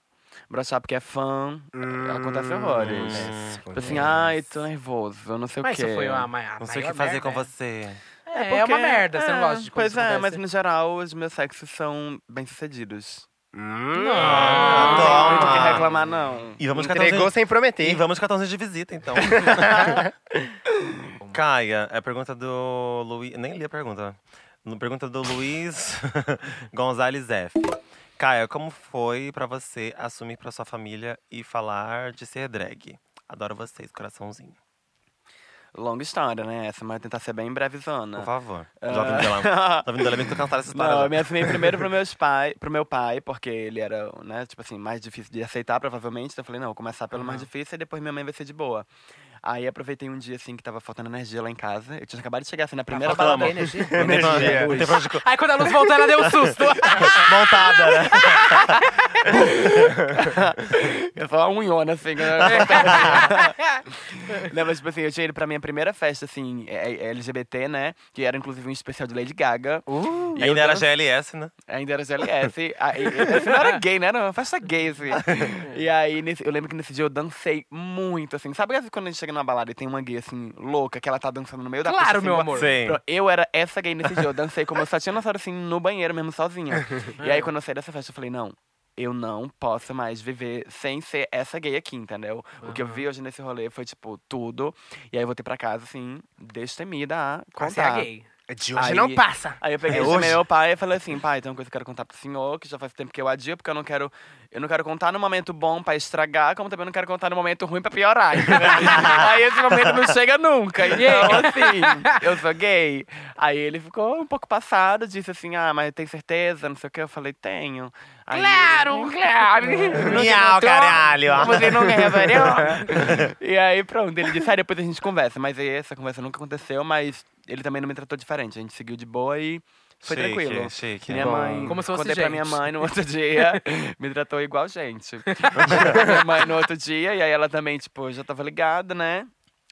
S5: Brochar porque é fã. acontece
S2: Hum,
S5: horrores.
S1: Hum.
S5: Tipo assim, ai, tô nervoso, eu não sei
S2: é. Mas
S5: o quê.
S2: isso foi uma, ma- a
S3: Não sei o
S2: maior
S3: que fazer com
S2: merda.
S3: você.
S2: É, é uma merda, você não
S5: é,
S2: gosta de coisa
S5: Pois é, mas no geral, os meus sexos são bem-sucedidos.
S1: Hum.
S3: Ah,
S5: Não tem muito o que
S3: toma.
S5: reclamar, não.
S3: E
S1: Entregou
S3: vamos cartãozinho-
S1: sem prometer.
S3: E vamos cartãozinho de visita, então. Caia, é a pergunta do Luiz. Nem li a pergunta. No- Pergunta do Luiz Gonzalez F. Caia, como foi pra você assumir pra sua família e falar de ser drag? Adoro vocês, coraçãozinho.
S5: Longa história, né? Essa, mas eu tentar ser bem brevizona.
S3: Por favor. Jovem Dela. Jovem Dela, me cantar essa história.
S5: Ah. Não,
S3: já.
S5: eu me assumi primeiro pro, meus pai, pro meu pai, porque ele era, né, tipo assim, mais difícil de aceitar, provavelmente. Então eu falei, não, vou começar pelo mais difícil e depois minha mãe vai ser de boa. Aí aproveitei um dia, assim, que tava faltando energia lá em casa. Eu tinha acabado de chegar, assim, na primeira
S2: faltando
S5: balada-
S2: Tá energia?
S5: energia.
S3: Tem pra- tem pra-
S2: Aí quando a luz voltou, ela deu um susto.
S3: Montada, né?
S5: Eu sou uma unhona, assim. né? não, mas, tipo assim, eu tinha ido pra minha primeira festa, assim, é- é LGBT, né? Que era, inclusive, um especial de Lady Gaga.
S3: E ainda era GLS, né?
S5: Ainda era GLS. aí, assim, não era gay, né? Era uma festa gay, assim. e aí, nesse- eu lembro que nesse dia eu dancei muito, assim. Sabe às vezes, quando a gente chega numa balada e tem uma gay, assim, louca, que ela tá dançando no meio da pista,
S2: Claro,
S5: assim,
S2: meu
S5: ba-
S2: amor.
S3: Sim.
S5: Pro- Eu era essa gay nesse dia. Eu dancei como eu só tinha lançado assim no banheiro mesmo, sozinha. E
S2: É.
S5: aí, quando eu saí dessa festa, eu falei, não. Eu não posso mais viver sem ser essa gay aqui, entendeu? O que eu vi hoje nesse rolê foi, tipo, tudo. E aí eu voltei pra casa, assim, destemida a contar.
S2: Você é gay.
S1: De hoje
S5: Aí-
S1: não passa.
S5: Aí eu peguei
S1: É
S5: e
S1: hoje?
S5: chamei meu pai e falei assim, pai, tem uma coisa que eu quero contar pro senhor, que já faz tempo que eu adio, porque eu não quero. Eu não quero contar no momento bom pra estragar, como também não quero contar no momento ruim pra piorar. entendeu? Aí esse momento não chega nunca. Então, assim, eu sou gay. Aí ele ficou um pouco passado, disse assim, ah, mas tem certeza, não sei o quê. Eu falei, tenho. Aí
S4: Claro, claro.
S3: Miau, caralho.
S5: Você não me reparou? e aí, pronto, ele disse, ah, depois a gente conversa. Mas aí essa conversa nunca aconteceu, mas ele também não me tratou diferente. A gente seguiu de boa e foi
S3: Chique,
S5: tranquilo.
S3: chique.
S5: Minha
S3: Bom.
S5: mãe,
S2: Como se fosse
S5: contei pra minha
S2: gente.
S5: mãe no outro dia, me tratou igual gente. Contei pra minha mãe no outro dia, e aí ela também, tipo, já tava ligada, né?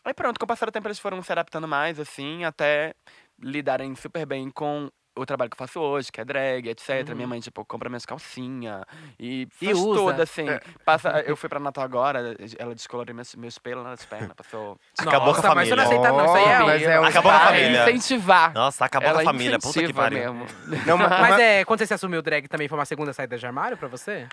S5: Aí pronto, com o passar do tempo eles foram se adaptando mais, assim, até lidarem super bem com o trabalho que eu faço hoje, que é drag, etc. Minha mãe, tipo, compra minhas calcinhas e
S2: Uhum. E
S5: faz
S2: usa.
S5: tudo, assim.
S3: É.
S5: Passa, eu fui pra Natal agora, ela descoloriu meus, meus pelos nas pernas, passou...
S3: Acabou
S2: Nossa,
S3: com a
S2: mas eu não
S3: família.
S2: aceitava, não. Isso aí é,
S1: Oh, mas é um
S3: Acabou com a
S5: Pra
S3: família.
S5: incentivar.
S3: Nossa, acabou com
S5: ela
S3: a família. Puta que
S5: incentiva
S3: pariu.
S5: Mesmo.
S1: um- Não, mas-
S2: Mas é, quando você se assumiu drag também foi uma segunda saída de armário pra você?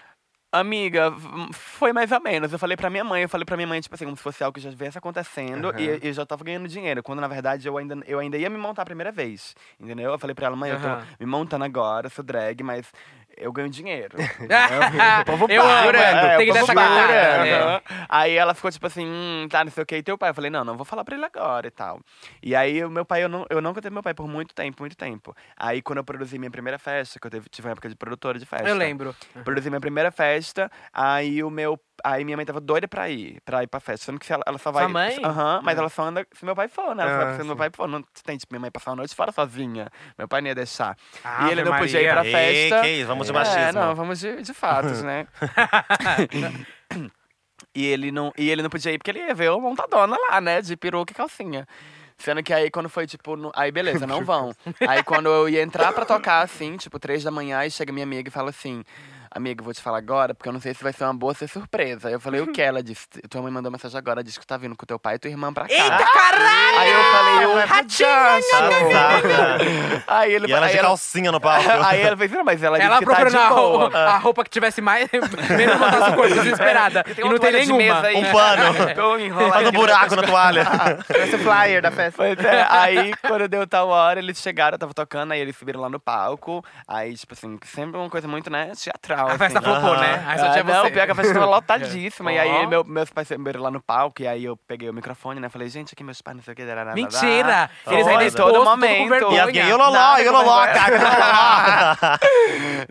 S5: Amiga, v- foi mais ou menos. Eu falei pra minha mãe, eu falei pra minha mãe, tipo assim, como se fosse algo que já viesse acontecendo e e eu já tava ganhando dinheiro. Quando, na verdade, eu ainda, eu ainda ia me montar a primeira vez. Entendeu? Eu falei pra ela, mãe, eu
S2: Aham.
S5: tô me montando agora, eu sou drag, mas eu ganho dinheiro.
S1: é
S2: eu amo, é, tem que dar essa
S5: cara.
S2: cara. É.
S5: né? Aí ela ficou tipo assim, hum, tá, não sei o que, e teu pai? Eu falei, não, não vou falar pra ele agora e tal. E aí o meu pai, eu não, eu não contei pro meu pai por muito tempo, muito tempo. Aí quando eu produzi minha primeira festa, que eu teve- tive uma época de produtora de festa. Tá
S2: Eu lembro.
S5: Produzi minha primeira festa, aí o meu. Aí minha mãe tava doida pra ir, pra ir pra festa. Sendo que se ela, ela só vai.
S2: mãe?
S5: Aham,
S3: É.
S5: mas ela só anda se meu pai for, né? Ela só
S1: Ah,
S5: vai se meu pai for. Não tem, tipo, minha mãe passar a noite fora sozinha. Meu pai não ia deixar.
S2: Ave
S5: e ele não podia ir
S2: Maria.
S5: pra
S3: Ah, Ei,
S5: festa.
S3: que isso, vamos de
S5: É,
S3: machismo.
S5: não, vamos de, de fatos, né? e, ele não, e ele não podia ir porque ele ia ver o montadona lá, né? De peruca e calcinha. Sendo que aí quando foi, tipo, no- aí beleza, não vão. Aí quando eu ia entrar pra tocar, assim, tipo, três da manhã, aí chega minha amiga e fala assim. Amigo, vou te falar agora, porque eu não sei se vai ser uma boa ser surpresa. Aí Eu falei, o que? Ela disse, tua mãe mandou mensagem agora, disse que tá vindo com teu pai e tua irmã pra cá. Eita, caralho! Aí eu falei, o
S3: Passada.
S5: Aí ele
S3: E ela
S5: aí
S3: de
S5: ela-
S3: calcinha no palco.
S5: Aí ela fez, não, mas ela disse
S2: Ela
S5: que tá de
S2: procurando a,
S5: boa.
S2: roupa, a roupa que tivesse mais. menos contato com o corpo, desesperada.
S5: Porque
S2: e não
S5: uma
S2: tem
S5: toalha de
S2: nenhuma.
S5: mesa aí.
S3: Um pano.
S5: Então enrola
S3: Faz um
S5: aqui no
S3: buraco na toalha.
S1: Parece o flyer da festa.
S5: Pois é, aí quando deu tal hora, eles chegaram, eu tava tocando, aí eles subiram lá no palco. Aí, tipo assim, sempre uma coisa muito, né, teatral, real.
S2: A festa
S5: assim.
S2: flopou, né? Aí só
S5: Ah,
S2: tinha
S5: não,
S2: você.
S5: pior que a festa tava lotadíssima. E aí
S2: Ó.
S5: meu, meus pais subiram lá no palco, e aí eu peguei o microfone, né? Falei, gente, aqui meus pais não sei o que. dará, dará, dará.
S2: Mentira! Eles
S5: Foi,
S2: ainda exposto,
S5: todo
S2: tudo com
S5: momento.
S2: vergonha.
S3: E alguém, eu loló,
S5: Nada
S3: eu
S5: com
S3: loló,
S5: vergonha.
S3: cara, iololó.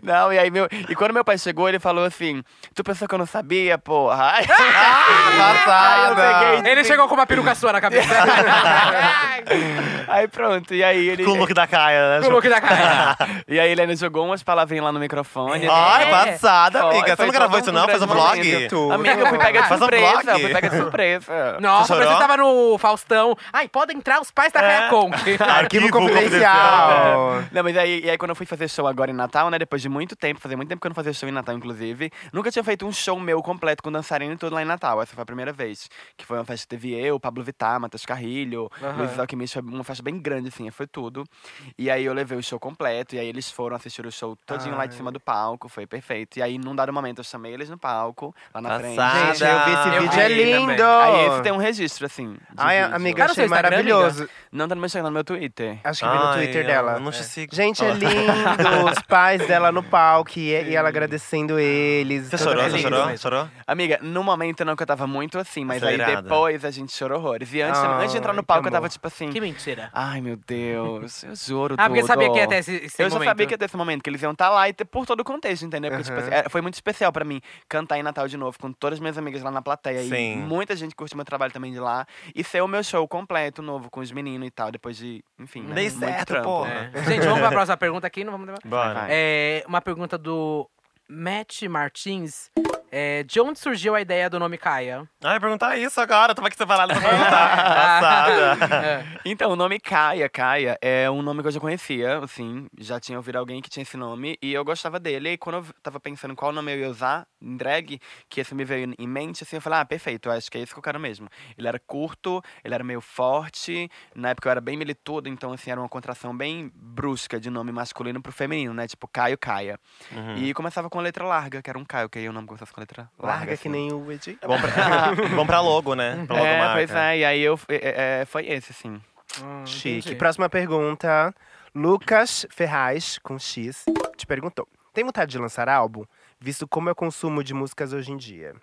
S5: Não, e aí meu. E quando meu pai chegou, ele falou assim: Tu pensou que eu não sabia, porra? Ai, Aí eu peguei.
S2: Ele chegou com uma peruca sua na cabeça.
S5: Aí pronto, e aí ele.
S3: Com o look da Caia, né?
S2: o look da cara.
S5: E aí Helena jogou umas palavrinhas lá no microfone.
S3: Ai,
S5: né?
S3: passada,
S5: Foi,
S3: amiga. Você
S5: foi
S3: não gravou
S5: todo
S3: isso,
S5: mundo
S3: não? Fez um
S5: gravando.
S3: vlog?
S1: tudo.
S5: Amiga, eu fui pega de
S3: Faz um
S5: surpresa.
S3: vlog.
S5: eu fui pega de surpresa.
S2: Nossa, mas
S3: chorou?
S2: você tava no Faustão. Ai, podem entrar os pais da
S5: É.
S2: Raia Conk.
S1: Arquivo
S3: Arquivo é
S1: confidencial.
S5: Não, mas aí, e aí quando eu fui fazer show agora em Natal, né? Depois de muito tempo, fazia muito tempo que eu não fazia show em Natal, inclusive. Nunca tinha feito um show meu completo com dançarino e tudo lá em Natal. Essa foi a primeira vez. Que foi uma festa que teve eu, Pablo Vittar, Matheus Carrilho, Luiz Alquimista, foi uma festa bem grande, assim, foi tudo. E aí eu levei o show completo, e aí eles foram assistir o show todinho lá de cima do palco, foi perfeito. E aí, num dado momento, eu chamei eles no palco, lá na
S3: Passada.
S5: frente.
S1: Gente, eu vi esse
S2: Eu
S1: vídeo,
S2: vi
S1: é
S2: também.
S1: lindo!
S5: Aí esse tem um registro, assim. de
S1: Ai,
S5: vídeo.
S1: amiga,
S2: Tá no
S1: achei
S2: seu Instagram,
S1: maravilhoso.
S5: Não tá no meu Instagram, no meu Twitter.
S1: Acho que vi no
S3: Ai,
S1: Twitter
S3: eu
S1: dela.
S3: não te sigo.
S1: Gente, é
S3: Ah.
S1: lindo! Os pais dela no palco e, e ela agradecendo eles.
S3: Você
S1: Toda
S3: chorou, você
S1: feliz.
S3: chorou? Chorou?
S5: Amiga, no momento não que eu tava muito assim, mas aí
S3: Acelerada.
S5: depois a gente chorou horrores. E antes,
S1: Ai,
S5: antes de entrar no
S1: que
S5: palco, eu tava
S1: amor.
S5: tipo assim.
S2: é que mentira.
S5: Ai, meu Deus, eu juro.
S2: Ah, porque
S5: Dudu."
S2: sabia que ia até esse, esse
S5: eu
S2: momento.
S5: já sabia que ia ter esse momento, que eles iam estar lá e ter por todo o contexto, entendeu? Porque, tipo, assim, é, foi muito especial pra mim cantar em Natal de novo, com todas as minhas amigas lá na plateia. E
S3: Sim.
S5: muita gente curte meu trabalho também de lá. E ser o meu show completo, novo, com os meninos e tal, depois de, enfim, né,
S3: Dei
S5: muito
S3: certo,
S5: trampo.
S3: porra.
S2: né? Gente, vamos pra próxima pergunta aqui, não vamos levar.
S3: Bora.
S2: É, uma pergunta do Matt Martins. É, de onde surgiu a ideia do nome Caia?
S3: Ai, Ah, perguntar isso agora. Eu tava aqui separado
S5: Tá,
S3: pra perguntar. Passada.
S2: É.
S5: Então, o nome Caia, Caia, é um nome que eu já conhecia, assim, já tinha ouvido alguém que tinha esse nome, e eu gostava dele, e quando eu tava pensando qual nome eu ia usar em drag, que esse me veio em mente, assim, eu falei, ah, perfeito, eu acho que é esse que eu quero mesmo. Ele era curto, ele era meio forte, na época eu era bem militudo, então, assim, era uma contração bem brusca de nome masculino pro feminino, né, tipo Caio, Caia. E começava com a letra larga, que era um Caio, que aí o nome começava com a letra larga.
S1: Larga que
S5: assim.
S1: nem o Edi.
S3: Bom pra, bom pra logo, né? Pra logo
S5: É,
S3: marca.
S5: pois é, e aí eu, é, é, foi esse, assim.
S2: Hum,
S1: Chique.
S2: entendi.
S1: Próxima pergunta. Lucas Ferraz, com X, te perguntou: Tem vontade de lançar álbum? Visto como é o consumo de músicas hoje em dia.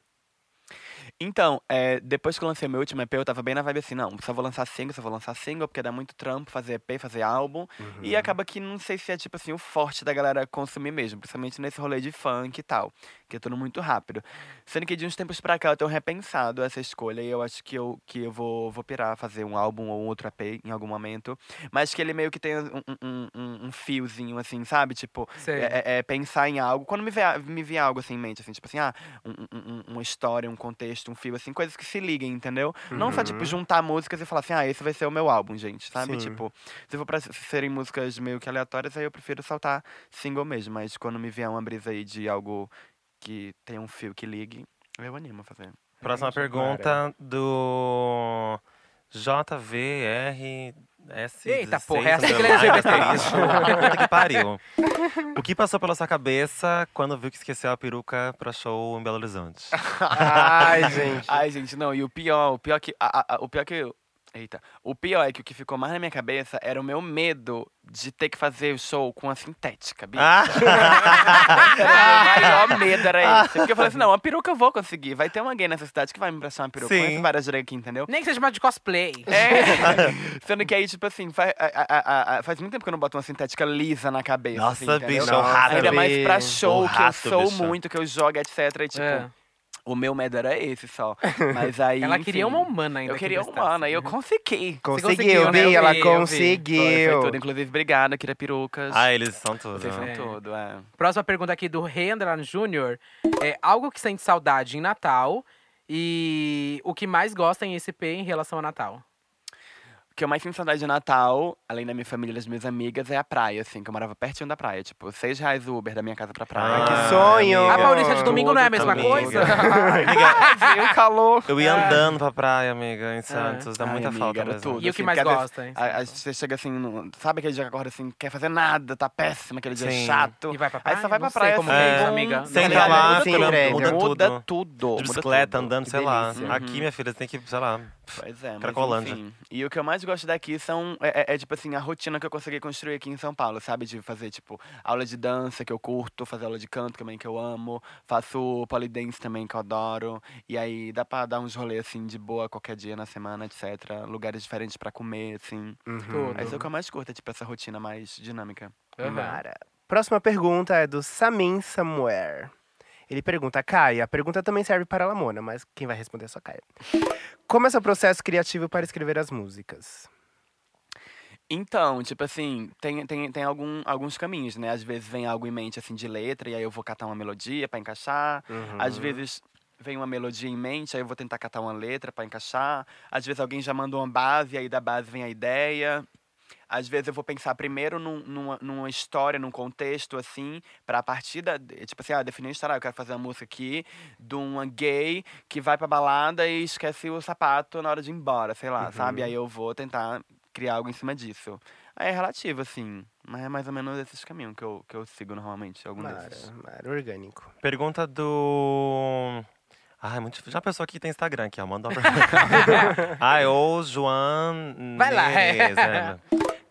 S5: Então, é, depois que eu lancei meu último EP, eu tava bem na vibe assim, não, só vou lançar single, só vou lançar single, porque dá muito trampo fazer EP, fazer álbum. E acaba que não sei se é, tipo assim, o forte da galera consumir mesmo, principalmente nesse rolê de funk e tal, que é tudo muito rápido. Sendo que de uns tempos pra cá eu tenho repensado essa escolha e eu acho que eu, que eu vou, vou pirar fazer um álbum ou outro EP em algum momento, mas que ele meio que tem um, um, um, um fiozinho, assim, sabe? Tipo,
S2: Sei.
S5: é, é- é pensar em algo. Quando me vier, me vier algo assim em mente, assim, tipo assim, ah, um- um- um- uma história, um contexto, um filme, assim, coisas que se liguem, entendeu? Não só, tipo, juntar músicas e falar assim, ah, esse vai ser o meu álbum, gente, sabe?
S1: Sim.
S5: Tipo, se for pra se- serem músicas meio que aleatórias, aí eu prefiro saltar single mesmo. Mas quando me vier uma brisa aí de algo que tenha um fio que ligue, eu animo a fazer.
S3: Próxima pergunta do JVR. S
S2: Eita, porra, é a sigla LGBT.
S3: Puta que pariu. O que passou pela sua cabeça quando viu que esqueceu a peruca pra show em Belo Horizonte?
S1: Ai, gente.
S5: Ai, gente, não, e o pior, o pior que. a- a- a- o pior que. eu- Eita. O pior é que o que ficou mais na minha cabeça era o meu medo de ter que fazer o show com a sintética, bicho.
S3: Ah,
S5: Era o meu maior medo, era isso. Porque eu falei assim, não, a peruca eu vou conseguir. Vai ter uma gay nessa cidade que vai me emprestar uma peruca.
S3: Sim.
S5: Conheço várias drag aqui, entendeu?
S2: Nem que seja chamado de cosplay.
S5: É. Sendo que aí, tipo assim, faz, a- a- a- a- faz muito tempo que eu não boto uma sintética lisa na cabeça.
S3: Nossa,
S5: assim, entendeu?
S3: bicho, é um rato,
S5: Ainda mais
S1: bicho.
S5: pra show,
S3: Um
S5: que
S3: rato,
S5: eu sou
S3: bicho.
S5: muito, que eu jogo, etc. E, tipo,
S2: É.
S5: o meu medo era esse só. Mas aí.
S2: Ela queria
S5: enfim.
S2: uma humana ainda.
S5: Eu
S2: que
S5: queria
S2: prestasse.
S5: humana e eu consegui.
S1: Conseguiu,
S2: conseguiu, né? Eu
S1: Bi,
S2: vi,
S1: ela
S2: eu vi.
S5: Foi, foi
S1: conseguiu.
S5: tudo. Inclusive, obrigada, queria perucas.
S3: ah, eles são tudo.
S5: Vocês são
S2: É.
S5: tudo, é.
S2: Próxima pergunta aqui do Rendran Júnior. É algo que sente saudade em Natal e o que mais gosta em SP em relação a Natal?
S5: O que eu mais sinto saudade de Natal, além da minha família e das minhas amigas, é a praia, assim, que eu morava pertinho da praia. Tipo, seis reais o Uber da minha casa pra praia.
S1: Ai, que
S3: Ah,
S1: sonho!
S2: a
S3: amiga.
S2: Paulista de domingo não é a mesma
S3: domingo.
S2: coisa?
S5: Viu, calor.
S3: Eu ia andando pra praia, amiga, em Santos. Dá
S5: Ah. Ai,
S3: muita
S5: amiga,
S3: falta
S5: era
S3: mesmo.
S5: tudo.
S2: e o que
S5: assim,
S2: mais
S5: porque às vezes
S2: gosta? hein?
S5: A, a- você chega assim, no- sabe aquele dia que acorda assim, quer fazer nada, tá péssimo, aquele dia
S3: Sim.
S5: chato.
S2: E vai pra
S5: Aí
S2: praia?
S5: só vai
S2: Não
S5: pra
S2: sei
S5: praia,
S2: como
S5: assim,
S2: que é isso,
S5: bom,
S2: amiga.
S3: Sem
S5: Caralho,
S1: falar,
S5: muda
S1: sem
S5: assim, tudo,
S1: entrega.
S5: Muda tudo.
S3: De
S5: muda
S3: bicicleta,
S5: tudo. Uhum.
S3: andando,
S1: Que
S3: sei lá.
S1: delícia.
S3: Aqui, minha filha, você tem que, sei lá.
S5: Pois é, mas
S3: Cracolândia.
S5: enfim. E o que eu mais gosto daqui são. É, é- é, tipo assim, a rotina que eu consegui construir aqui em São Paulo, sabe? De fazer, tipo, aula de dança que eu curto, fazer aula de canto também que eu amo, faço polidense também que eu adoro. E aí dá pra dar uns rolês assim de boa qualquer dia na semana, etc. Lugares diferentes pra comer, assim.
S2: Tudo.
S5: Essa é o que eu mais curto, é, tipo, essa rotina mais dinâmica.
S2: Uhum.
S1: Mara. Próxima pergunta é do Samin Samuel. Ele pergunta, Caia, a pergunta também serve para a Lamona, mas quem vai responder é só Caia. Como é seu processo criativo para escrever as músicas?
S5: Então, tipo assim, tem, tem, tem algum, alguns caminhos, né? Às vezes vem algo em mente, assim, de letra, e aí eu vou catar uma melodia pra encaixar. Às vezes vem uma melodia em mente, aí eu vou tentar catar uma letra pra encaixar. Às vezes alguém já mandou uma base, aí da base vem a ideia. Às vezes eu vou pensar primeiro num- numa, numa história, num contexto, assim, pra partir da. Tipo assim, ah, definir um história, eu quero fazer uma música aqui de uma gay que vai pra balada e esquece o sapato na hora de ir embora, sei lá, sabe? Aí eu vou tentar criar algo em cima disso. Aí é relativo, assim. Mas é mais ou menos esses caminhos que eu, que eu sigo normalmente, algum
S1: Mara,
S5: desses.
S1: Mara, orgânico.
S3: Pergunta do. Ai, muito difícil. Já pensou que tem Instagram aqui, ó. Manda pra Ai, ou Joan.
S2: Vai lá.
S3: Neres, né?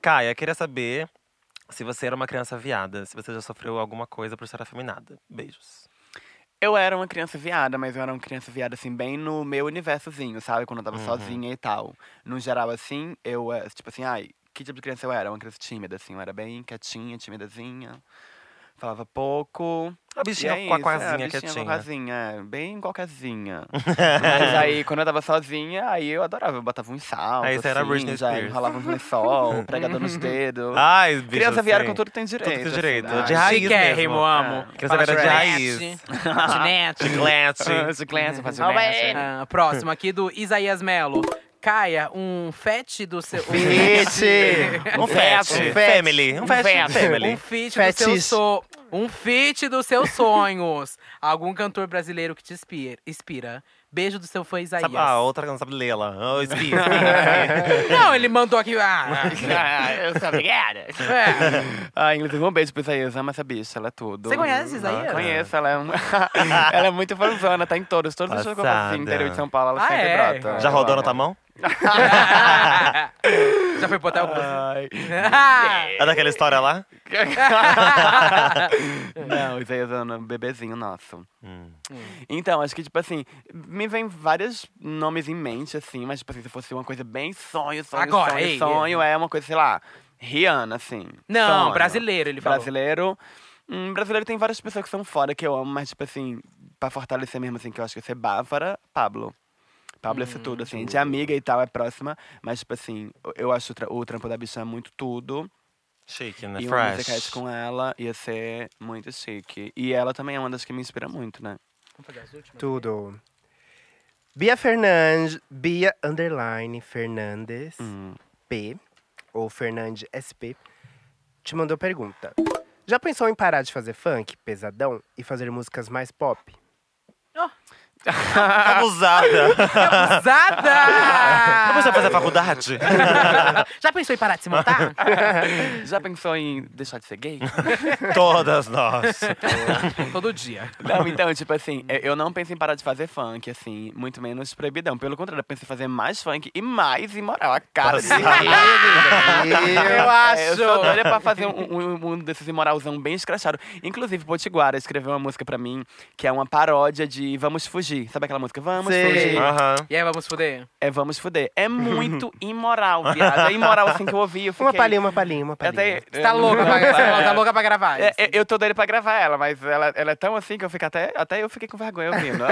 S3: Caia, queria saber se você era uma criança viada, se você já sofreu alguma coisa por ser afeminada. Beijos.
S5: Eu era uma criança viada, mas eu era uma criança viada, assim, bem no meu universozinho, sabe? Quando eu
S3: Uhum.
S5: tava sozinha e tal. No geral, assim, eu, eh, tipo assim, ai, que tipo de criança eu era? Uma criança tímida, assim, eu era bem quietinha, timidazinha. Falava pouco.
S3: A
S5: E
S3: bichinha
S5: é
S3: com a
S5: isso, é,
S3: quazinha
S5: a bichinha
S3: quietinha.
S5: cocazinha, é, bem cocazinha. Mas aí, quando eu tava sozinha, aí eu adorava, eu botava um salto,
S3: Aí você era
S5: assim,
S3: Britney
S5: já
S3: Spears.
S5: enrolava um lençol, pregador nos dedos.
S3: Ai, bicho.
S5: criança viada com
S3: tudo.
S5: tudo tem direito.
S3: Tudo tem
S5: assim,
S3: direito.
S5: ai,
S3: De raiz
S2: Chiquérrimo,
S3: mesmo.
S5: Ah,
S2: amo.
S3: Criança viada de raiz.
S2: Ginete.
S3: Chiclete.
S5: Chiclete, faz
S3: né?
S2: Ah, próximo aqui do Isaías Melo. Caia, um fete do seu.
S3: Um fat.
S1: fete.
S3: Family. Um fat.
S2: Um
S3: Family.
S2: feat do seu
S1: Fetiche.
S2: so... Um feat dos seus sonhos. Algum cantor brasileiro que te inspira. inspira. Beijo do seu fã Isaías.
S3: Sabe, ah, outra que não sabe ler lá. Oh, espi.
S2: Não, ele mandou aqui. Ah,
S5: Eu sou obrigada.
S2: é.
S5: Ah, inclusive, um beijo pro Isaías. Ama essa bicha, ela é tudo.
S2: Você conhece Isaías?
S5: Conheço,
S3: Ah.
S5: ela é, um... ela é muito fanzona, tá em todos. Todos os shows que eu faço assim,
S3: Passada.
S5: interior de São Paulo, ela
S2: Ah,
S5: sempre
S2: é?
S5: brota.
S3: Já
S5: Eu
S3: rodou na
S5: amo.
S3: tua mão?
S2: Já foi botar o.
S5: Ai.
S3: É daquela história lá?
S5: Não, Isaías é um bebezinho nosso. Então, acho que, tipo assim, me vem vários nomes em mente, assim, mas, tipo assim, se fosse uma coisa bem sonho, sonho,
S2: Agora,
S5: sonho,
S2: ei,
S5: sonho, é uma coisa, sei lá, Rihanna, assim.
S2: Não,
S5: sonho.
S2: brasileiro, ele falou.
S5: Brasileiro. Hum, brasileiro tem várias pessoas que são fora que eu amo, mas, tipo assim, pra fortalecer mesmo, assim, que eu acho que ia ser Bárbara, Pablo. Pablo é
S2: Hum,
S5: isso tudo, assim, de amiga e tal, é próxima, mas, tipo assim, eu- eu acho o, tra- o trampo da bicha é muito tudo.
S3: Chique, né?
S5: E uma musicette
S3: Fresh.
S5: com ela ia ser muito chique. E ela também é uma das que me inspira muito, né?
S1: Tudo. Bia Fernandes, Bia underline Fernandes,
S5: Hum.
S1: P, ou Fernandes SP, te mandou pergunta. Já pensou em parar de fazer funk, pesadão, e fazer músicas mais pop?
S3: Abusada.
S2: Abusada!
S3: Não precisa fazer faculdade?
S2: Já pensou em parar de se montar?
S5: Já pensou em deixar de ser gay?
S3: Todas nós.
S2: Todo dia.
S5: não, então, tipo assim, eu- eu não penso em parar de fazer funk, assim, muito menos proibidão. Pelo contrário, eu penso em fazer mais funk e mais imoral. A cara de
S2: Eu
S5: É, eu
S2: acho.
S5: sou doida pra fazer um, um, um desses imoralzão bem escrachado. Inclusive, Potiguara escreveu uma música pra mim, que é uma paródia de Vamos Fugir. Sabe aquela música? Vamos
S1: Sei.
S5: Fugir.
S3: Aham.
S2: E aí, vamos foder?
S5: É Vamos Fuder. É muito imoral, viado. É imoral assim que eu ouvi. Eu
S1: Uma
S5: fiquei...
S1: palhinha, uma palhinha, uma palhinha.
S5: Até,
S2: Você tá louca pra, você tá louca pra gravar.
S5: É, é, eu tô doido pra gravar ela, mas ela, ela é tão assim que eu fico até. Até eu fiquei com vergonha ouvindo.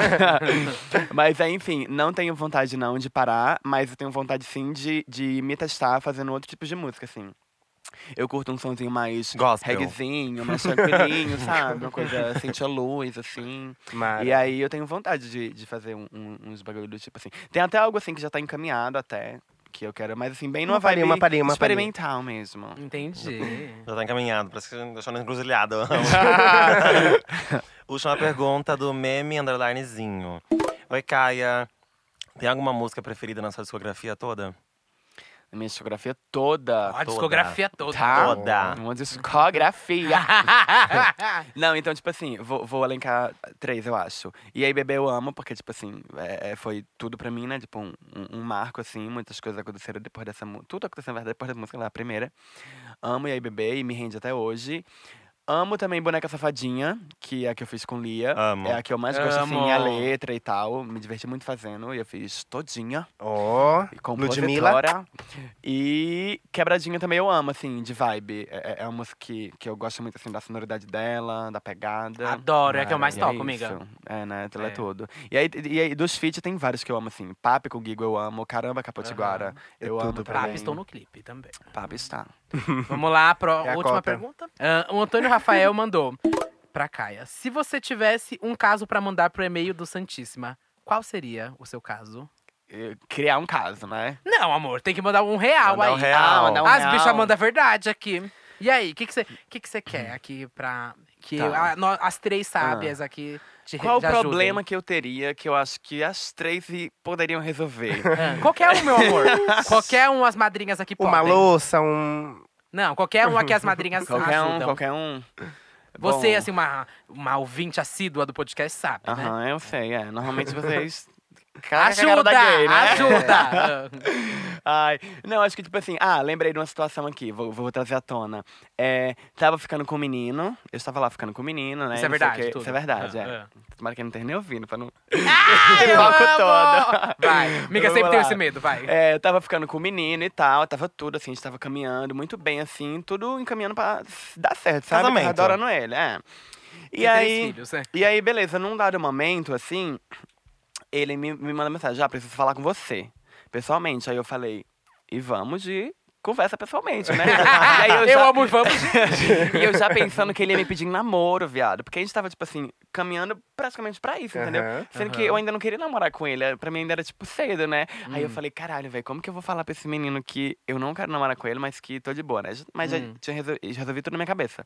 S5: mas é, enfim, não tenho vontade não de parar, mas eu tenho vontade sim de, de me testar fazendo outro tipo de música, assim. Eu curto um sonzinho mais
S3: Gospel.
S5: reggaezinho, mais tranquilinho, sabe? Uma coisa sente a luz, assim.
S1: Mara.
S5: E aí eu tenho vontade de, de fazer um- um- uns bagulho do tipo assim. Tem até algo assim que já tá encaminhado até, que eu quero, mas assim, bem numa
S1: Uma palhinha,
S5: vibe
S1: uma palhinha, uma palhinha.
S5: experimental mesmo.
S2: Entendi.
S3: Já tá encaminhado, parece que deixou na encruzilhada. Última pergunta do meme underlinezinho. Oi, Caia. Tem alguma música preferida na sua discografia toda?
S5: Minha discografia Tá toda.
S2: Ó, a discografia toda.
S5: Tá?
S3: Toda.
S5: Uma discografia. Não, então, tipo assim, vou, vou elencar três, eu acho. E aí, Bebê Eu Amo, porque, tipo assim, é- é, foi tudo pra mim, né? Tipo, um, um- um marco, assim, muitas coisas aconteceram depois dessa música. Tudo aconteceu, na verdade, depois da música, lá, a primeira. Amo E aí, Bebê, e me rende até hoje. Amo também Boneca Safadinha, que é a que eu fiz com Lia.
S3: Amo.
S5: É a que eu mais gosto, assim, a
S2: Amo.
S5: letra e tal. Me diverti muito fazendo, e eu fiz todinha
S1: Ó,
S5: e
S1: Ludmilla.
S5: compositora. E Quebradinha também eu amo, assim, de vibe. É, é- é uma música que, que eu gosto muito, assim, da sonoridade dela, da pegada.
S2: Adoro, é a que eu mais
S5: E
S2: toco,
S5: isso.
S2: amiga.
S5: Tá? É, né? Ela é
S2: É.
S5: tudo. E aí, e aí, dos feats tem vários que eu amo, assim. Papi com Gigo eu amo. Caramba, Capotiguara.
S1: É
S5: Eu
S1: tudo
S5: amo
S1: pra
S5: também.
S2: Papi, estou no clipe também.
S5: Papi está.
S2: Tá Vamos lá, pro,
S1: É a
S2: última
S1: cota.
S2: pergunta. Ah, o Antônio Rafael mandou pra Caia. Se você tivesse um caso pra mandar pro e-mail do Santíssima, qual seria o seu caso?
S5: Eh, Criar um caso, né?
S2: Não, amor, tem que mandar um real
S3: Mandar um
S2: aí.
S3: real.
S5: Ah, mandar um
S2: As
S5: real.
S2: bichas mandam a verdade aqui. E aí, o que você que que cê quer aqui pra. Que
S5: Tá. Ah.
S2: a- nó- as três sábias aqui te re-
S5: Qual o
S2: te ajudem?
S5: problema que eu teria que eu acho que as três i- poderiam resolver?
S2: Ah, Qualquer um, meu amor. qualquer um, as madrinhas aqui podem.
S1: Uma louça, um.
S2: Não, qualquer um aqui as madrinhas
S5: qualquer um,
S2: ajudam.
S5: qualquer um.
S2: Você,
S5: Bom.
S2: assim, uma, uma ouvinte assídua do podcast, sabe, né?
S5: Aham, eu sei, é. Normalmente vocês. Cara, que a cara
S2: Ajuda!
S5: da gay, né?
S2: Ajuda!
S5: Ai, não, acho que tipo assim, ah, lembrei de uma situação aqui, vou, vou trazer à tona. É, tava ficando com um menino, eu estava lá ficando com um menino, né?
S2: Isso é
S5: não sei o
S2: verdade,
S5: quê.
S2: tudo.
S5: Isso é verdade,
S2: Ah,
S5: é.
S2: ah.
S5: Tomara que ele não tenha nem ouvindo, pra não.
S2: Eu
S5: Foco
S2: amo!
S5: toda.
S2: Vai, amiga,
S5: Vamos
S2: sempre tem
S5: lá.
S2: esse medo, vai.
S5: É, eu tava ficando com o menino e tal, tava tudo assim, a gente tava caminhando muito bem, assim, tudo encaminhando pra dar certo, sabe? Tava
S3: Casamento.
S5: Adorando ele, é. E
S2: Tem
S5: aí.
S2: três filhos, né?
S5: E aí, beleza, num dado momento, assim, ele me, me manda mensagem, ah, preciso falar com você, pessoalmente. Aí eu falei, e vamos de conversa pessoalmente, né? e aí
S2: eu,
S5: eu já,
S2: amo e vamos.
S5: e eu já pensando que ele ia me pedir em namoro, viado. Porque a gente tava, tipo assim, caminhando praticamente pra isso, entendeu?
S1: Aham,
S5: Sendo que eu ainda não queria namorar com ele, pra mim ainda era, tipo, cedo, né? Aí eu falei, caralho, velho, como que eu vou falar pra esse menino que eu não quero namorar com ele, mas que tô de boa, né? Mas já tinha resol- já resolvi tudo na minha cabeça.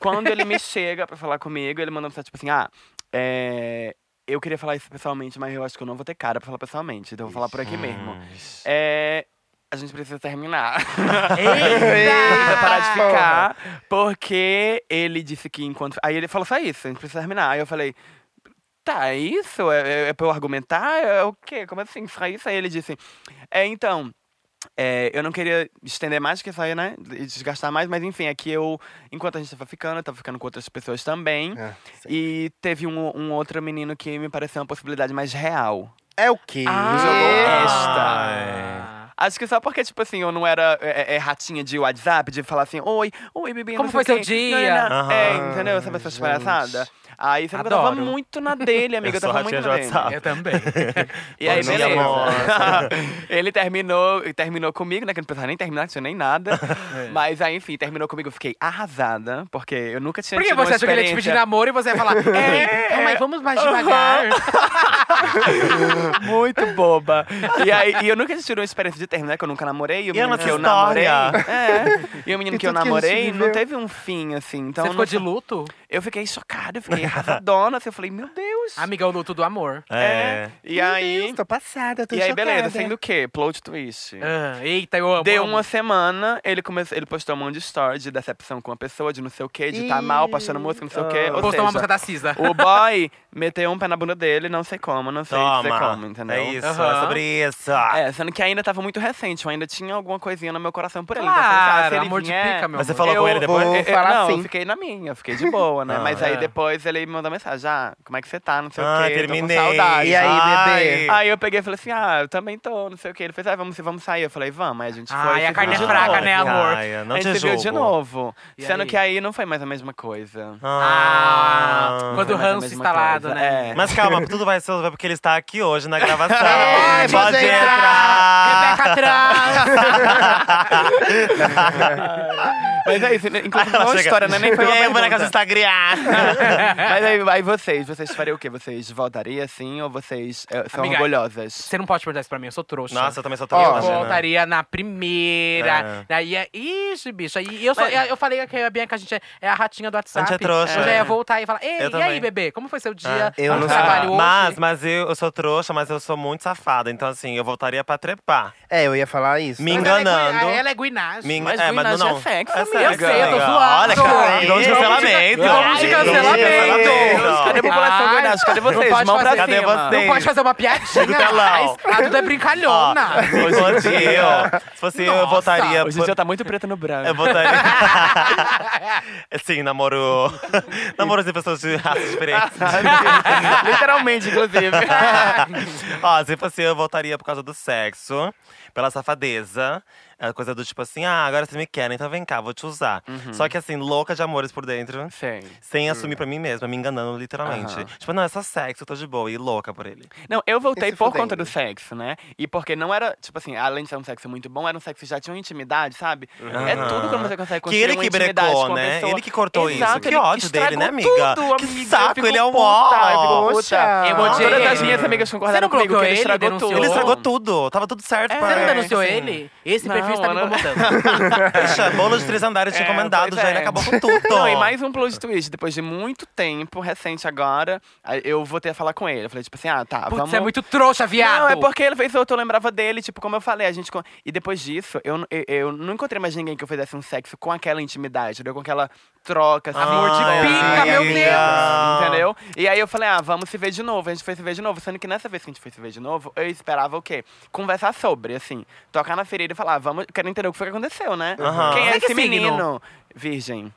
S5: Quando ele me chega pra falar comigo, ele manda mensagem tipo assim: Ah, é, eu queria falar isso pessoalmente, mas eu acho que eu não vou ter cara pra falar pessoalmente, então eu vou falar por aqui mesmo. É, a gente precisa terminar. precisa parar de ficar, porque ele disse que enquanto. Aí ele falou só isso, a gente precisa terminar. Aí eu falei. Tá, é isso? É, é, é pra eu argumentar? É o quê? Como assim? Só isso? Aí ele disse. É, então. é, eu não queria estender mais que isso aí, né? E desgastar mais, mas enfim, aqui eu, enquanto a gente tava ficando, eu tava ficando com outras pessoas também.
S3: É,
S1: Ah,
S5: e teve um, um outro menino que me pareceu uma possibilidade mais real.
S1: É o quê?
S5: Ah. é.
S3: Ah,
S5: Acho que só porque, tipo assim, eu não era é, é, ratinha de WhatsApp, de falar assim, oi, oi, bebê.
S2: Como
S5: não
S2: foi
S5: sei o
S2: seu
S5: quê."
S2: dia?
S5: Não, não, não. É,
S3: Aham.
S5: entendeu? Sabe essas
S1: Gente.
S5: palhaçadas? Aí sabe que eu tava
S2: Adoro.
S5: muito na dele, amiga. Eu,
S3: sou
S5: tava muito
S3: ratinha
S5: na
S3: de
S5: dele.
S3: WhatsApp.
S2: Ah. Eu também.
S5: E aí,
S3: Bom dia,
S5: beleza.
S3: amor.
S5: ele terminou, e terminou comigo, né? Que eu não precisava nem terminar, não tinha nem nada. Mas aí, enfim, terminou comigo. Eu fiquei arrasada, porque eu nunca tinha
S2: Por que
S5: tido uma
S2: você achou que ele ia te pedir
S5: experiência-
S2: namoro e você ia falar, é, calma aí, vamos mais devagar.
S5: Muito boba. E aí, e eu nunca tive uma experiência de terminar, que eu nunca namorei. E o
S3: E a
S5: menino
S3: nossa
S5: que eu namorei.
S3: história?
S5: É. E o menino
S1: E
S5: que eu
S1: tudo que a gente
S5: namorei não
S1: viveu.
S5: teve um fim, assim. Então,
S2: você
S5: eu
S2: ficou
S5: não-
S2: de luto?
S5: eu fiquei chocada, eu fiquei arrasadona. Assim, eu falei, meu Deus.
S2: Amiga, é o luto do amor.
S3: É.
S5: E aí.
S1: Estou passada, tô
S5: E aí,
S1: chocada.
S5: beleza, sendo o quê? Plot twist.
S2: Ah, eita, eu amo.
S5: Deu
S2: amo.
S5: uma semana, ele, começou, ele postou um monte de story de decepção com a pessoa, de não sei o quê, de tá mal, postando música, não sei o quê. Ou
S2: Postou uma
S5: seja,
S2: música da Cisa.
S5: O boy meteu um pé na bunda dele, não sei como, não sei dizer como,
S3: Toma.
S5: entendeu?
S3: É isso,
S2: Aham.
S3: é sobre isso.
S5: É, sendo que ainda tava muito recente, eu ainda tinha alguma coisinha no meu coração por ele. então eu falei, ah, se
S2: Claro,
S5: ele
S2: amor de
S5: vier,
S2: pica, meu
S3: Mas você
S2: amor.
S3: falou com ele
S1: vou-
S3: depois?
S5: eu-
S1: Vou
S5: eu-
S1: falar
S5: não, eu
S1: assim.
S5: fiquei na minha, eu fiquei de boa, né?
S3: Ah,
S5: Mas aí
S2: é.
S5: depois ele me mandou mensagem, ah, como é que você tá, não sei o
S3: Ah,
S5: quê,
S3: terminei.
S5: tô com saudade.
S1: E aí, bebê?
S5: Aí eu peguei e falei assim, ah, eu também tô, não sei o quê. Ele fez, ah, vamos, vamos sair. Eu falei, vamos. Aí a gente foi.
S2: Ai,
S5: se
S2: a carne é
S5: viu de
S2: fraca,
S5: novo.
S2: né, amor?
S3: Caia, não
S5: a gente
S3: te
S5: se viu
S3: julgo. Hum.
S5: de novo.
S2: E
S5: sendo
S2: aí?
S5: que aí não foi mais a mesma coisa.
S2: Ah, quando o
S5: Foi mais a
S2: ranço
S5: mesma
S2: instalado,
S5: coisa,
S2: né?
S5: é.
S3: Mas calma, tudo vai ser porque ele está aqui hoje na gravação.
S1: É,
S3: pode,
S1: pode
S3: entrar.
S2: Rebeca Trans!
S8: Mas é isso, né? inclusive
S3: Ela
S8: não é uma
S3: Ah, chega-
S8: história, né? Nem foi uma
S3: E aí,
S8: pergunta.
S3: boneca do Instagram?
S8: Mas aí, aí vocês, vocês fariam o quê? Vocês voltariam assim ou vocês eh, são
S2: Amiga,
S8: orgulhosas?
S2: Você não pode perguntar isso pra mim, eu sou trouxa.
S3: Nossa, eu também sou
S1: Ó,
S2: Eu
S3: trouxa. né?
S2: voltaria na primeira. Daí é. Ixi, bicho. Aí eu, só, eu falei que a Bianca, a gente é, é a ratinha do WhatsApp.
S3: gente é trouxa,
S2: Eu já ia
S3: é.
S2: voltar e falar: Ei,
S3: Eu
S2: e aí,
S3: também.
S2: bebê? Como foi seu dia?
S1: É. Eu
S2: Onde
S1: não
S2: você
S1: sei.
S2: trabalhou
S3: Mas,
S2: Tá, hoje?
S3: mas eu, eu sou trouxa, mas eu sou muito safada. Então, assim, eu voltaria pra trepar.
S1: É, eu ia falar isso.
S3: Me
S2: Mas Ela
S3: engana-
S2: é,
S3: enganando.
S2: gui- ela é guinagem.
S3: Me-
S5: Mas
S3: é,
S5: Guinagem
S3: mas não.
S5: é sexo,
S3: Essa
S5: amiga.
S2: Eu sei, eu tô
S3: amiga.
S2: zoando.
S3: Olha, cara, igual de
S2: Vamos de-
S3: cancelamento.
S2: vamos de
S3: Ai,
S2: cancelamento.
S5: Cadê a
S3: cancelamento.
S5: população
S2: Ai,
S5: guinagem? Cadê
S2: não
S5: vocês?
S2: pode
S5: Mão pra
S2: fazer- assim,
S3: Cadê
S5: cima.
S3: vocês?
S2: Não pode fazer uma piadinha.
S3: Do telão.
S2: mas A Duda é brincalhona.
S3: Hoje em dia, se fosse eu, eu
S2: Nossa,
S3: voltaria.
S5: Hoje
S3: por-
S5: você tá muito preta no
S3: Eu
S5: branco.
S3: voltaria. Sim, namoro. namoro de pessoas de raças diferentes.
S5: Literalmente, inclusive.
S2: tá
S3: Ó, se fosse eu, eu voltaria por causa do sexo, pela safadeza. A coisa do tipo assim, ah, agora vocês me querem, então vem cá, vou te usar. Só que assim, louca de amores por dentro.
S5: Sim.
S3: Sem assumir pra mim mesma, me enganando literalmente.
S5: Aham.
S3: Tipo, não, é só sexo, eu tô de boa e louca por ele.
S5: Não, eu voltei
S1: Esse
S5: por
S1: fudendo.
S5: conta do sexo, né? E porque não era, tipo assim, além de ser um sexo muito bom, era um sexo que já tinha uma intimidade, sabe? É tudo quando você consegue
S3: Que
S5: construir
S3: ele
S5: uma
S3: que
S5: intimidade com
S3: brecou,
S5: a
S3: né?
S5: pessoa.
S3: Ele que cortou
S5: Exato,
S3: isso. Que
S5: ele
S3: ódio dele, né,
S5: estragou
S3: amiga?
S5: tudo,
S3: que
S5: amiga. Eu
S3: saco,
S5: fico
S3: ele é um
S5: puta, eu fico
S3: ó.
S1: Poxa.
S5: Eu
S2: odiei
S5: Todas as
S2: ele.
S5: minhas amigas
S2: Você não
S5: concordaram comigo que
S2: bloqueou
S5: ele
S2: ele,
S5: estragou
S2: denunciou?
S5: tudo.
S3: Ele estragou tudo, tava tudo certo pra
S2: É. Você não tá
S3: ele.
S2: denunciou
S3: assim.
S2: ele? Esse
S5: Não,
S2: perfil está me
S5: ela-
S2: incomodando.
S3: Poxa, bolo de três andares tinha
S5: É,
S3: encomendado,
S5: pois
S3: já
S5: é.
S3: ele acabou com tudo.
S5: Não, e mais um plot twist. Depois de muito tempo, recente agora, aí eu voltei a falar com ele. Eu falei, tipo assim, ah, tá,
S2: Putz,
S5: vamos.
S2: você é muito trouxa, viado.
S5: Não, é porque ele fez outro, eu lembrava dele, tipo, como eu falei, a gente. con- E depois disso, eu, n- eu, eu não encontrei mais ninguém que eu fizesse um sexo com aquela intimidade, entendeu? Com aquela troca, assim,
S3: Amor de
S5: ai,
S2: pica, meu
S5: amiga.
S3: Deus.
S5: Entendeu? E aí eu falei, ah, vamos se ver de novo. A gente foi se ver de novo. Sendo que nessa vez que a gente foi se ver de novo, eu esperava o quê? Conversar sobre, assim. Tocar na ferida e falar, ah, vamos. Quero entender o que foi que aconteceu, né?
S3: Aham.
S5: Quem é
S2: Você que
S5: esse
S2: signo?
S5: menino? Virgem.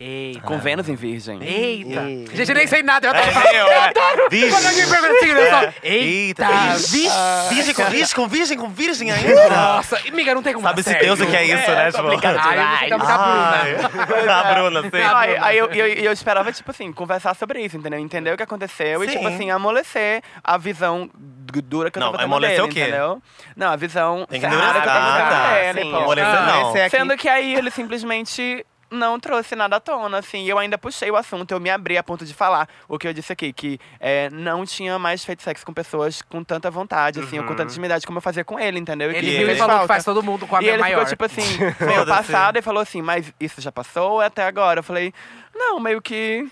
S2: Eita.
S5: Com Vênus em Virgem.
S2: Eita.
S1: Eita.
S2: Gente, eu nem sei nada. Eu adoro falar.
S3: É, eu, é.
S2: Quando alguém
S3: Vixe.
S2: pergunta signo, eu
S5: É.
S2: só.
S3: Eita.
S2: Eita.
S3: Vixe. Virgem com virgem, com virgem, com virgem ainda.
S2: Nossa, amiga, não tem como dar
S3: Sabe se
S2: certo.
S3: Deus o que é isso, né?
S2: Ai, eu
S3: Tipo,
S2: vou ficar muito
S3: Ai.
S2: Tá Bruna.
S3: A Bruna, sim.
S5: Não, é aí, aí eu, eu, eu esperava, tipo assim, conversar sobre isso, entendeu? Entender o que aconteceu e,
S3: Sim.
S5: tipo assim, amolecer a visão du- dura que eu
S3: Não,
S5: tava tendo
S3: amolecer
S5: dele,
S3: o quê?
S5: entendeu? Não, a visão...
S3: Tem que
S5: cerrada
S3: endurecer,
S5: que eu tava
S3: tá,
S5: tendo
S3: tá. Sim.
S5: dele, é, né, pô.
S3: Amolecer não.
S1: Esse é aqui.
S5: Sendo que aí ele simplesmente não trouxe nada à tona, assim. E eu ainda puxei o assunto, eu me abri a ponto de falar o que eu disse aqui, que é, não tinha mais feito sexo com pessoas com tanta vontade, assim, ou com
S3: Uhum.
S5: tanta intimidade como eu fazia com ele, entendeu? E que
S2: Ele
S5: isso
S2: viu e
S5: fez
S2: falou que
S5: falta.
S2: faz todo mundo com a
S5: E
S2: minha
S5: ele
S2: maior.
S5: ficou, tipo assim, meio passado e falou assim, mas isso já passou ou é até agora? Eu falei, não, meio que.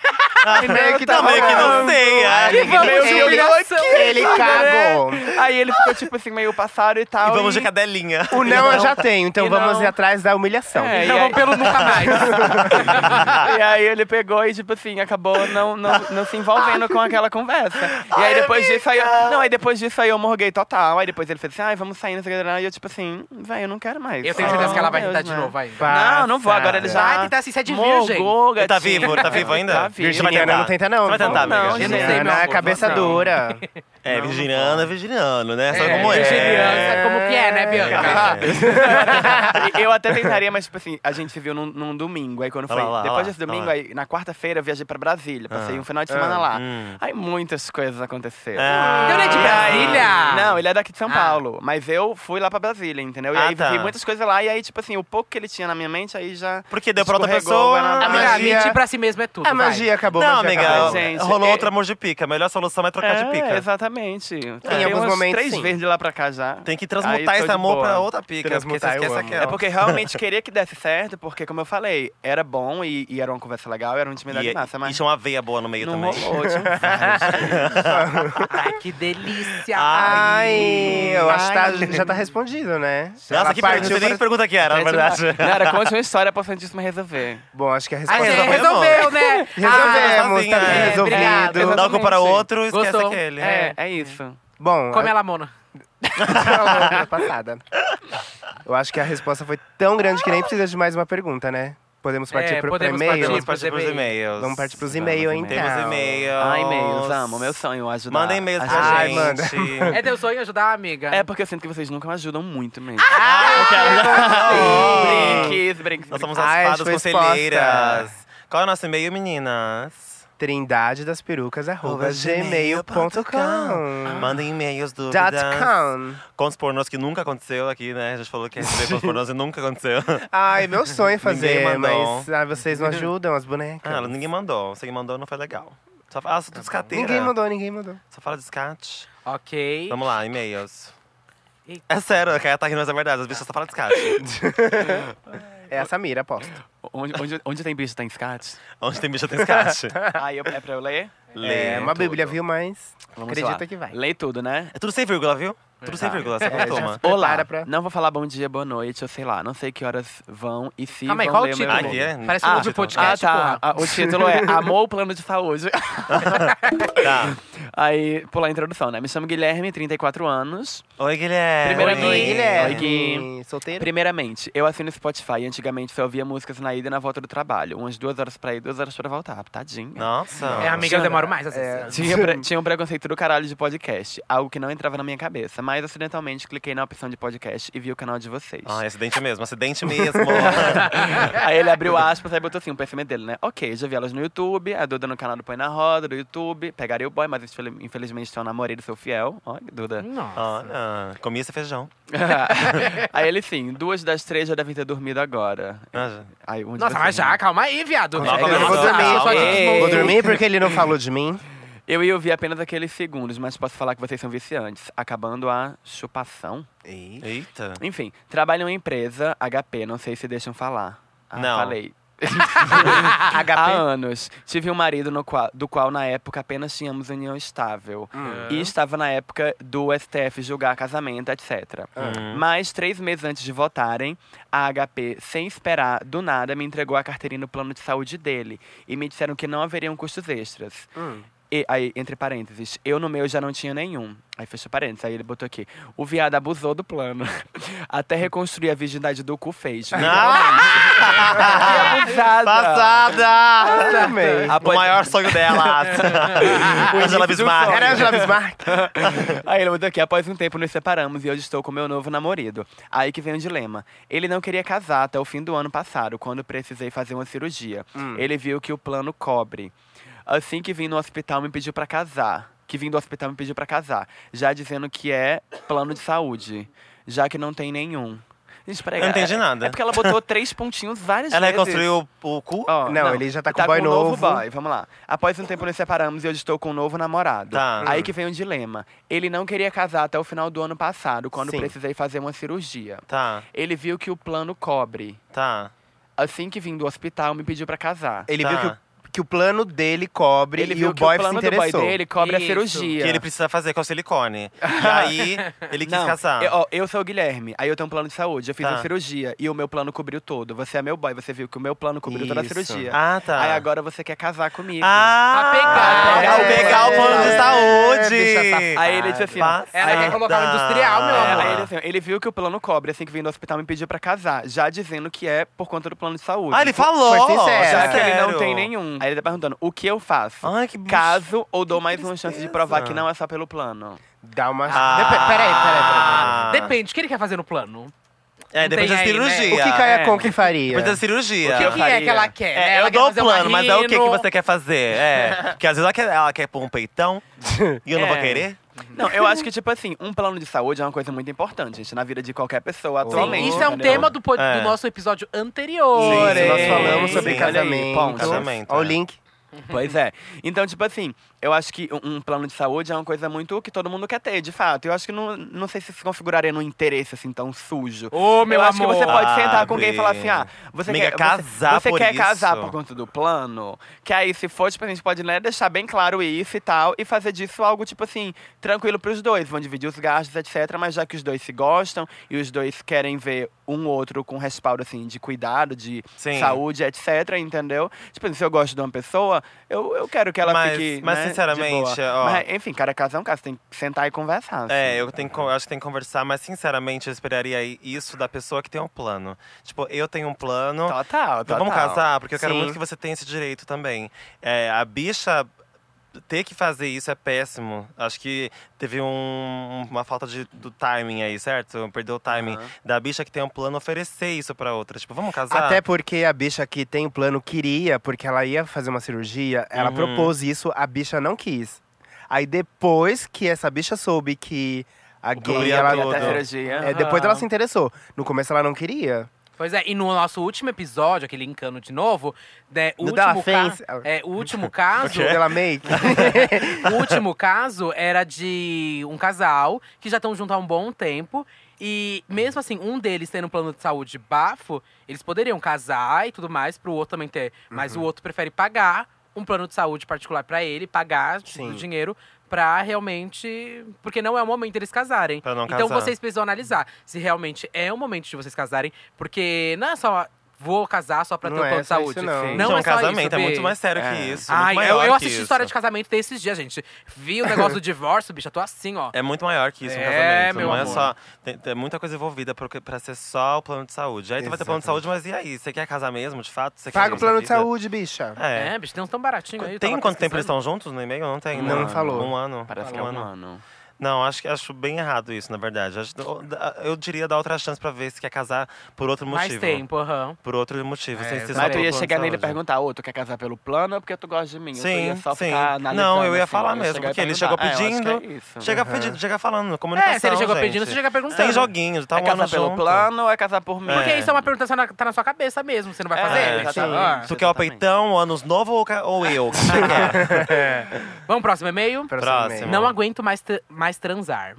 S5: e meio que tá
S3: Não, meio que não
S5: rolando.
S3: sei. ai.
S5: Que vamos de
S1: Ele-
S5: humilhação,
S1: ele
S5: né?
S1: cagou.
S5: Aí ele ficou, tipo assim, meio passado e tal.
S3: E vamos de cadelinha.
S1: O não eu já tenho, então
S5: E
S1: vamos
S5: não.
S1: ir atrás da humilhação.
S5: É,
S2: Então
S5: e
S2: vamos
S5: aí-
S2: pelo nunca mais.
S5: E aí ele pegou e, tipo assim, acabou não, não, não se envolvendo com aquela conversa. E aí depois disso aí eu. Não, aí depois disso aí eu morguei total. Aí depois ele fez assim, ai, vamos sair, não sei o que. E eu, tipo assim, velho, eu não quero mais.
S2: Eu tenho certeza que ela vai
S5: Meu
S2: tentar
S5: Deus,
S2: de
S5: né?
S2: novo ainda.
S1: Pá,
S5: Não, não vou. Agora ele já.
S2: Vai tentar assim, você é de virgem.
S5: morgou,
S3: Ele tá
S5: gatinho.
S3: vivo? Ele tá vivo ainda?
S5: Tá vivo.
S3: Virgínia vai
S1: Virginiana não tenta,
S3: tentar.
S1: não.
S3: Você vai tentar,
S5: Não,
S3: amiga.
S5: eu não
S2: sei, meu
S1: Virginiana é
S2: amor,
S1: cabeça
S2: não.
S1: dura.
S3: É, virginiano é virginiano, né? Sabe
S2: É,
S3: como é?
S2: virginiano, sabe como que é, né, Bianca?
S5: eu até tentaria, mas, tipo assim, a gente se viu num, num domingo. Aí quando
S3: Olha É.
S5: foi.
S3: lá, olha lá,
S5: depois
S3: Ah.
S5: desse
S3: olha
S5: domingo,
S3: lá.
S5: aí na quarta-feira eu viajei pra Brasília. Passei um final de semana lá.
S3: hum.
S5: Aí muitas coisas aconteceram.
S3: Ah.
S2: Então ele é de
S5: E aí-
S2: Brasília?
S5: Não, ele é daqui de São
S2: Ah.
S5: Paulo. Mas eu fui lá pra Brasília, entendeu? E
S3: Ah,
S5: aí
S3: tá.
S5: vi muitas coisas lá. E aí, tipo assim, o pouco que ele tinha na minha mente, aí já.
S3: Porque deu pra outra
S5: escorregou,
S3: pessoa.
S5: vai na-
S3: a
S2: Amiga,
S1: magia-
S2: mentir pra si mesmo é tudo,
S1: A
S2: vai.
S1: magia acabou,
S3: Não,
S1: a magia
S3: amiga,
S1: acabou.
S5: Gente,
S3: rolou
S5: é-
S3: outro amor de pica. A melhor solução é trocar de
S5: É,
S3: pica.
S5: exatamente. Tem
S1: alguns momentos,
S5: três
S1: sim.
S5: vezes de lá pra cá já.
S3: Tem que
S5: Aí
S3: transmutar
S5: tô
S3: esse
S5: de
S3: amor
S5: boa.
S3: pra outra pica, porque você
S1: Transmutar, eu
S3: esquece
S1: amo.
S3: aquela.
S5: É porque eu realmente queria que desse certo, porque, como eu falei, era bom e, e era uma conversa legal, era uma intimidade
S3: E, é
S5: massa,
S3: e
S5: mas.
S3: tinha uma veia boa no meio
S5: não
S3: também. É
S5: rolou, tinha vários.
S2: Ai, que delícia.
S1: Ai, eu acho que tá- já tá respondido, né?
S3: Nossa,
S1: Ela
S3: que pergunta. Não
S1: partiu
S3: sei nem que
S1: pra-
S3: pergunta que era, na verdade.
S5: Não, era conte uma história pra Santíssima resolver.
S1: Bom, acho que a
S2: Ai,
S1: resposta
S2: você
S3: resolveu,
S2: resolveu, né?
S3: Ah,
S1: Resolvemos,
S3: sozinha,
S1: tá bem
S3: é,
S1: resolvido.
S2: obrigada.
S3: Dá o cu para o
S5: Exatamente.
S3: outro, esquece
S2: Gostou.
S3: aquele. né?
S5: É, é isso.
S1: Bom,
S2: Come ela, mona.
S1: a passada. Eu acho que a resposta foi tão grande que nem precisa de mais uma pergunta, né? Podemos partir
S2: É,
S1: pro, pro
S2: podemos
S1: e-mail?
S3: Vamos
S2: Vamos
S3: partir
S2: pros
S3: pros e-mails.
S1: Vamos partir pros
S3: Vamos,
S1: e-mails, então.
S3: Temos e-mails.
S5: Tipo, Ai, Ah, e-mails, amo. Meu sonho ajudar.
S3: Manda e-mails pra
S5: ajudar.
S1: Ai,
S3: gente.
S1: manda.
S2: É teu sonho ajudar, amiga?
S5: É porque eu sinto que vocês nunca me ajudam muito mesmo.
S3: Ah,
S5: Brinques, brinques.
S3: Nós somos
S5: brinques.
S1: Ai,
S3: as
S1: a gente
S3: fadas
S1: foi exposta.
S3: conselheiras. Qual é o nosso e-mail, meninas?
S1: Trindade das perucas, arroba
S5: Ah,
S1: gmail.com.
S3: Mandem e-mails,
S1: Dot
S3: dúvidas.
S1: com.
S3: Com os pornôs que nunca aconteceu aqui, né? A gente falou que ia receber com os pornôs e nunca aconteceu.
S1: Ai, meu sonho é fazer,
S3: Ninguém mandou.
S1: mas ah, vocês não ajudam as bonecas.
S3: Ah, ninguém mandou. Você que mandou não foi legal. Só fala ah, descateira.
S1: Tá ninguém mandou, ninguém mandou.
S3: Só fala descate.
S2: Ok.
S3: Vamos lá, e-mails.
S2: Eita.
S3: É sério, a Caia tá rindo, mas é verdade. As bichas só falam descate.
S1: É a Samira, aposto.
S5: Onde, onde, onde tem bicho, tem escate?
S3: Onde tem bicha tem descate.
S5: Aí eu- é pra eu ler?
S3: Lê
S1: É uma
S3: tudo.
S1: bíblia, viu? Mas
S5: Vamos
S1: acredita
S5: lá.
S1: que vai.
S5: Lê tudo, né?
S3: É tudo sem vírgula, viu? Tudo sem vírgula, você
S1: É,
S3: não toma.
S1: já-
S5: Olá,
S1: Prepara pra-
S5: não vou falar bom dia, boa noite, eu sei lá. Não sei que horas vão e se
S2: Calma aí,
S5: vão
S2: qual o
S5: ler meu
S2: título?
S3: Ah, aqui é?
S2: Parece
S5: Ah,
S2: um outro
S3: título.
S5: Ah,
S2: podcast,
S5: tá.
S2: porra.
S5: Ah, O título é Amou o Plano de Saúde.
S3: Tá.
S5: Aí, pular a introdução, né? Me chamo Guilherme, 34 anos.
S3: Oi, Guilherme.
S5: Primeiramente-
S1: Oi,
S5: Oi, Gui.
S1: Guilherme. Solteiro?
S5: Primeiramente, eu assino Spotify e antigamente só ouvia músicas na ida e na volta do trabalho. Umas duas horas pra ir, duas horas pra voltar. Tadinha.
S3: Nossa.
S2: É, amiga, eu demoro mais. Assim,
S1: É.
S5: Tinha, pre- tinha um preconceito do caralho de podcast, algo que não entrava na minha cabeça. Mas acidentalmente cliquei na opção de podcast e vi o canal de vocês.
S3: Ai, é acidente mesmo, acidente mesmo.
S5: aí ele abriu aspas, aí botou assim, o PFM dele, né? Ok, já vi elas no YouTube, a Duda no canal do Põe na Roda, do YouTube, pegaria o boy, mas infel- infelizmente tem um namorado, sou fiel. Ó, Duda.
S3: Ah,
S2: Nossa.
S3: Olha, comi esse feijão.
S5: aí ele, sim, duas das três já devem ter dormido agora.
S3: Ah, já.
S5: Aí, um de
S2: Nossa,
S5: vocês,
S2: mas já,
S5: né?
S2: calma aí, viado.
S3: Calma, calma,
S1: Eu vou
S3: calma, calma.
S1: dormir.
S5: Ei.
S1: Vou dormir porque ele não falou de mim.
S5: Eu ia ouvir apenas aqueles segundos, mas posso falar que vocês são viciantes. Acabando a chupação.
S3: Eita.
S5: Enfim, trabalho em uma empresa, HP, não sei se deixam falar. Ah,
S3: Não.
S5: Falei. Há anos. Tive um marido no qua- do qual, na época, apenas tínhamos união estável. E estava na época do STF julgar casamento, etc. Mas, três meses antes de votarem, a HP, sem esperar, do nada, me entregou a carteirinha no plano de saúde dele. E me disseram que não haveriam custos extras. E, aí, entre parênteses, eu no meu já não tinha nenhum. Aí fecha parênteses, aí ele botou aqui. O viado abusou do plano. Até reconstruir a virgindade do cu fez. Que abusada!
S3: Ah, Passada!
S1: Amei.
S5: A
S3: O
S5: pode-
S3: maior sonho dela. Ah, Angela Bismarck.
S1: Era a Angela Bismarck.
S5: Aí ele mudou aqui, após um tempo nos separamos e hoje estou com meu novo namorado. Aí que vem o dilema. Ele não queria casar até o fim do ano passado, quando precisei fazer uma cirurgia.
S3: Hum.
S5: Ele viu que o plano cobre. Assim que vim no hospital, me pediu pra casar. Que vim do hospital, me pediu pra casar. Já dizendo que é plano de saúde. Já que não tem nenhum. Gente, peraí.
S3: Eu não
S5: é-
S3: entendi nada.
S5: É porque ela botou três pontinhos várias
S3: Ela
S5: vezes.
S3: reconstruiu o, o cu?
S5: Ó,
S1: Não, ele já tá com
S5: tá
S1: um boy
S5: com um novo.
S1: novo.
S5: boy, vamos lá. Após um tempo nos separamos e hoje estou com um novo namorado.
S3: Tá.
S5: Aí que vem o dilema. Ele não queria casar até o final do ano passado, quando
S1: Sim.
S5: precisei fazer uma cirurgia.
S3: Tá,
S5: Ele viu que o plano cobre.
S3: tá.
S5: Assim que vim do hospital, me pediu pra casar.
S1: Ele
S3: Tá.
S1: viu que o, que o plano dele cobre
S5: Ele
S1: e
S5: viu
S1: o
S5: que o
S1: boy se
S5: plano do boy
S1: interessou.
S5: dele cobre a
S2: Isso.
S5: cirurgia.
S3: Que ele precisa fazer com o silicone. E aí, ele quis
S5: não,
S3: casar.
S5: Eu, ó, eu sou o Guilherme, aí eu tenho um plano de saúde, eu fiz
S3: Tá.
S5: uma cirurgia e o meu plano cobriu todo. Você é meu boy, você viu que o meu plano cobriu toda a
S1: Isso.
S5: cirurgia.
S3: Ah, tá.
S5: Aí agora você quer casar comigo.
S3: Ah,
S2: Pra pegar.
S3: pra pegar o plano de
S1: É, bicha
S3: saúde.
S1: safada.
S5: Aí ele disse assim, ó,
S2: Ela quer colocar no industrial, meu
S5: É,
S2: amor.
S5: aí ele, assim, ele viu que o plano cobre, assim que vim do hospital, me pediu pra casar, já dizendo que é por conta do plano de saúde.
S3: Ah, ele falou!
S1: Foi sincero.
S5: Já
S1: É,
S5: que ele não
S3: Sério?
S5: tem nenhum. Aí ele tá perguntando, o que eu faço?
S3: Ai, que bicho.
S5: Caso ou dou mais uma chance de provar que
S3: tristeza.
S5: não é só pelo plano.
S1: Dá uma.
S3: Ah.
S1: Depe- Peraí, peraí, peraí.
S3: Ah.
S2: Depende, o que ele quer fazer no plano?
S3: É,
S2: Não tem
S3: depende da
S2: aí, né?
S3: cirurgia.
S1: O que é? Caia Conk faria?
S3: Depende da cirurgia.
S5: O que eu
S2: O que
S5: faria?
S2: é que ela quer? né?
S3: É,
S2: ela
S3: eu
S2: quer
S3: dou o
S2: fazer um
S3: plano, mas é o que, que
S2: marrino.
S3: você quer fazer. É. Porque às vezes ela quer, ela quer pôr um peitão e eu não vou
S5: É.
S3: querer.
S5: Não, eu acho que, tipo assim, um plano de saúde é uma coisa muito importante, gente, na vida de qualquer pessoa atualmente.
S2: Sim, isso é um
S5: entendeu?
S2: tema do, pod-
S3: É.
S2: do nosso episódio anterior.
S1: Isso, nós falamos
S3: Sim.
S1: sobre
S3: Olha aí,
S1: casamento.
S5: ponto.
S3: Casamento,
S1: Olha o
S3: é.
S1: link.
S5: Pois é. Então, tipo assim, eu acho que um um plano de saúde é uma coisa muito que todo mundo quer ter, de fato. Eu acho que não, não sei se se configuraria num interesse, assim, tão sujo.
S2: Ô, meu
S5: eu acho que
S2: amor.
S5: você pode sentar
S3: Sabe.
S5: com alguém e falar assim, ah, você
S3: Amiga,
S5: quer
S3: casar
S5: você, você
S3: por
S5: quer
S3: isso.
S5: casar por conta do plano? Que aí, se for, tipo, a gente pode, né, deixar bem claro isso e tal, e fazer disso algo, tipo assim, tranquilo pros dois. Vão dividir os gastos, etc. Mas já que os dois se gostam e os dois querem ver um outro com respaldo, assim, de cuidado, de
S3: Sim.
S5: saúde, etc, entendeu? Tipo, assim, se eu gosto de uma pessoa, eu, eu quero que ela
S3: Mas-
S5: fique,
S3: mas,
S5: né, de
S3: sinceramente,
S5: boa.
S3: ó-
S5: Mas, enfim, cada caso é um caso, tem que sentar e conversar. assim.
S3: É, eu, tenho, que con- eu acho que tem que conversar, mas sinceramente eu esperaria i- isso da pessoa que tem um plano. Tipo, eu tenho um plano.
S5: Total, total.
S3: Vamos casar, porque eu quero
S1: Sim.
S3: muito que você tenha esse direito também. É, a bicha ter que fazer isso é péssimo. Acho que teve um- uma falta de, do timing aí, certo? Perdeu o timing da bicha que tem um plano oferecer isso pra outra. Tipo, vamos casar?
S1: Até porque a bicha que tem o plano queria, porque ela ia fazer uma cirurgia, ela
S3: Uhum.
S1: propôs isso, a bicha não quis. Aí depois que essa bicha soube que a gay,
S3: problema
S1: ela.
S3: todo.
S6: Até cirurgia.
S1: É, depois ela se interessou. No começo ela não queria.
S2: Pois é, e no nosso último episódio, aquele encano de novo, né, o
S1: No da
S2: último ca-
S1: Fence.
S2: é, o último caso,
S1: Pela make.
S2: o último caso era de um casal que já estão junto há um bom tempo. E mesmo assim, um deles tendo um plano de saúde bafo, eles poderiam casar e tudo mais, pro outro também ter. Mas
S3: Uhum.
S2: o outro prefere pagar um plano de saúde particular pra ele, pagar tipo,
S1: Sim.
S2: o dinheiro pra realmente. Porque não é o momento deles casarem.
S3: Pra não
S2: então
S3: casar.
S2: vocês precisam analisar se realmente é o momento de vocês casarem, porque não é só vou casar só pra
S1: Não
S2: ter um
S1: é
S2: plano de
S1: só
S2: saúde.
S1: isso, não.
S3: Gente,
S2: não
S3: é um
S2: é só
S3: casamento,
S2: isso,
S3: é
S2: Bi.
S3: muito mais sério que isso. é muito
S2: Ai, eu,
S3: maior
S2: eu
S3: que
S2: assisti
S3: isso.
S2: história de casamento desses dias, gente. Vi o negócio do divórcio, bicho, eu tô assim, ó.
S3: É muito maior que isso, um
S2: É,
S3: casamento.
S2: meu
S3: não é
S2: amor.
S3: só. Tem, tem muita coisa envolvida pro- pra, ser só o plano de saúde. Aí tu vai ter plano de saúde, mas e aí? Você quer casar mesmo, de fato? Você quer
S1: Paga o
S3: isso na
S1: plano de
S3: vida?
S1: saúde, bicha.
S3: É.
S2: É, bicho, tem uns tão baratinho aí. eu
S3: Tem
S2: tava
S3: quanto tempo eles
S2: pesquisando.
S3: estão juntos no e-mail? Não tem.
S1: Não
S3: né?
S1: falou.
S3: Um ano.
S6: Parece
S3: um
S6: que é um
S3: ano.
S6: ano.
S3: Não, acho, que- acho bem errado isso, na verdade. Acho- eu diria dar outra chance pra ver se quer casar por outro motivo.
S2: Mais tempo, aham.
S3: Por outro motivo.
S1: É,
S3: sem ser só
S6: Mas tu
S3: pelo
S6: ia
S3: plano de
S6: chegar nele e
S3: saúde.
S6: perguntar, ô, tu quer casar pelo plano ou porque tu gosta de mim? tu
S3: Sim,
S6: ia só
S3: sim.
S6: ficar analisando,
S3: Não, eu ia
S6: assim,
S3: falar
S6: ia
S3: mesmo,
S6: chegar e
S3: porque ele chegou
S6: perguntar.
S3: pedindo.
S6: É, eu acho que é isso.
S3: Chega pedindo, chega falando, comunicação.
S2: É, se ele chegou
S3: gente.
S2: pedindo, você chega perguntando.
S3: Sem joguinhos, tá
S6: É
S3: um ano
S6: casar pelo
S3: junto.
S6: plano ou é casar por mim?
S2: Porque
S3: É.
S2: isso é uma pergunta que tá na, tá na sua cabeça mesmo, você não vai
S6: É,
S2: fazer.
S3: é,
S2: gente.
S6: exatamente.
S2: Ó,
S3: Tu quer o
S6: Exatamente.
S3: peitão, o anos novo ou, ca- ou eu? O que você quer?
S2: Vamos pro próximo e-mail?
S3: Tá Próximo.
S2: Não aguento mais, tra- mais transar.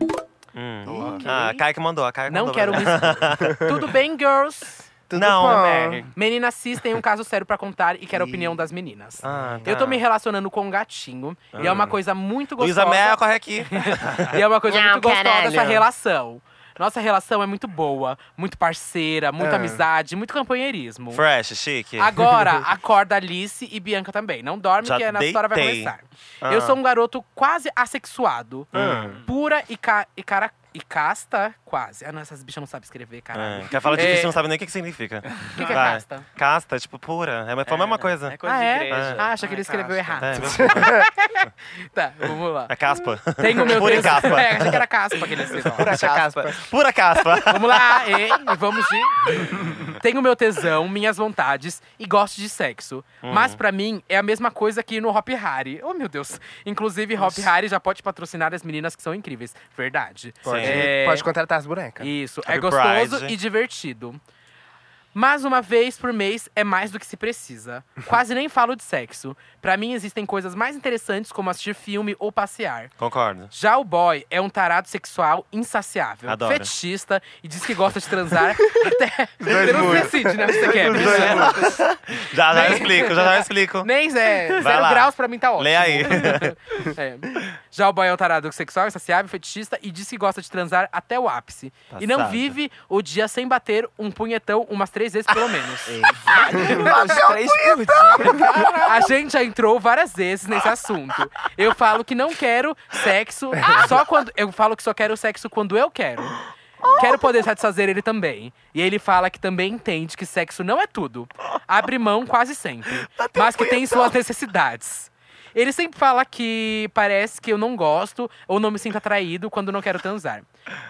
S3: Hum. Ah, a Kai que mandou, a Kai que
S2: Não
S3: mandou
S2: quero
S3: pra
S2: me.
S3: mim.
S2: Tudo bem, girls?
S3: Não, é.
S1: bom.
S2: Meninas cis tem um caso sério pra contar e quero a opinião das meninas.
S3: Ah, tá.
S2: Eu tô me relacionando com um gatinho e é uma coisa muito gostosa.
S3: Luísa Mel, corre aqui.
S2: E é uma coisa
S4: Não,
S2: muito gostosa
S4: caralho.
S2: essa relação. Nossa relação é muito boa, muito parceira, muita
S3: É.
S1: Ah.
S2: amizade, muito companheirismo.
S3: Fresh, chique.
S2: Agora, acorda Alice e Bianca também. Não dorme
S3: Já
S2: que a nossa história vai
S3: deitei.
S2: começar.
S3: Ah.
S2: Eu sou um garoto quase assexuado. Pura e, ca e cara… E casta, quase. Ah, não, essas bichas não sabem escrever, caralho.
S3: É, quer falar difícil,
S2: É.
S3: não sabe nem o que, que significa. O
S2: que é casta?
S3: Casta, é tipo pura. É, mas foi a mesma coisa.
S6: É coisa
S2: Ah,
S6: de
S2: é?
S6: igreja.
S2: Ah, acha que ele
S6: Ai,
S2: escreveu
S6: casta.
S2: errado.
S3: É, meu-
S2: Tá, vamos lá.
S3: é caspa.
S2: Tem o meu
S3: Pura e
S2: texto.
S3: caspa.
S2: É, achei que era caspa aquele escreveu.
S3: Pura caspa. Pura caspa.
S2: Vamos lá, hein? Vamos de. Tenho meu tesão, minhas vontades e gosto de sexo.
S3: Uhum.
S2: Mas pra mim é a mesma coisa que no Hop Harry. Oh, meu Deus. Inclusive, Hop Harry já pode patrocinar as meninas que são incríveis. Verdade.
S3: Pode.
S2: É,
S1: Pode contratar as bonecas.
S2: Isso.
S3: Happy
S2: é gostoso
S3: Pride.
S2: e divertido. Mas uma vez por mês é mais do que se precisa. Quase nem falo de sexo. Pra mim existem coisas mais interessantes como assistir filme ou passear.
S3: Concordo.
S2: Já o boy é um tarado sexual insaciável,
S3: Adoro.
S2: fetichista e diz que gosta de transar até. Você não decide, né? o que Você quer. bicho, né?
S3: Já já eu explico, já já eu explico.
S2: Nem é, zero
S3: Vai lá.
S2: graus pra mim tá ótimo.
S3: Lê aí.
S2: É. Já o boy é um tarado sexual insaciável, fetichista e diz que gosta de transar até o ápice.
S3: Tá
S2: E não
S3: Passada.
S2: vive o dia sem bater um punhetão umas três vezes pelo menos.
S6: Os três por dia.
S2: A gente já entrou várias vezes nesse assunto. Eu falo que não quero sexo só quando. Eu falo que só quero sexo quando eu quero. Quero poder satisfazer ele também. E ele fala que também entende que sexo não é tudo. Abre mão quase sempre. Mas que tem suas necessidades. Ele sempre fala que parece que eu não gosto ou não me sinto atraído quando não quero transar.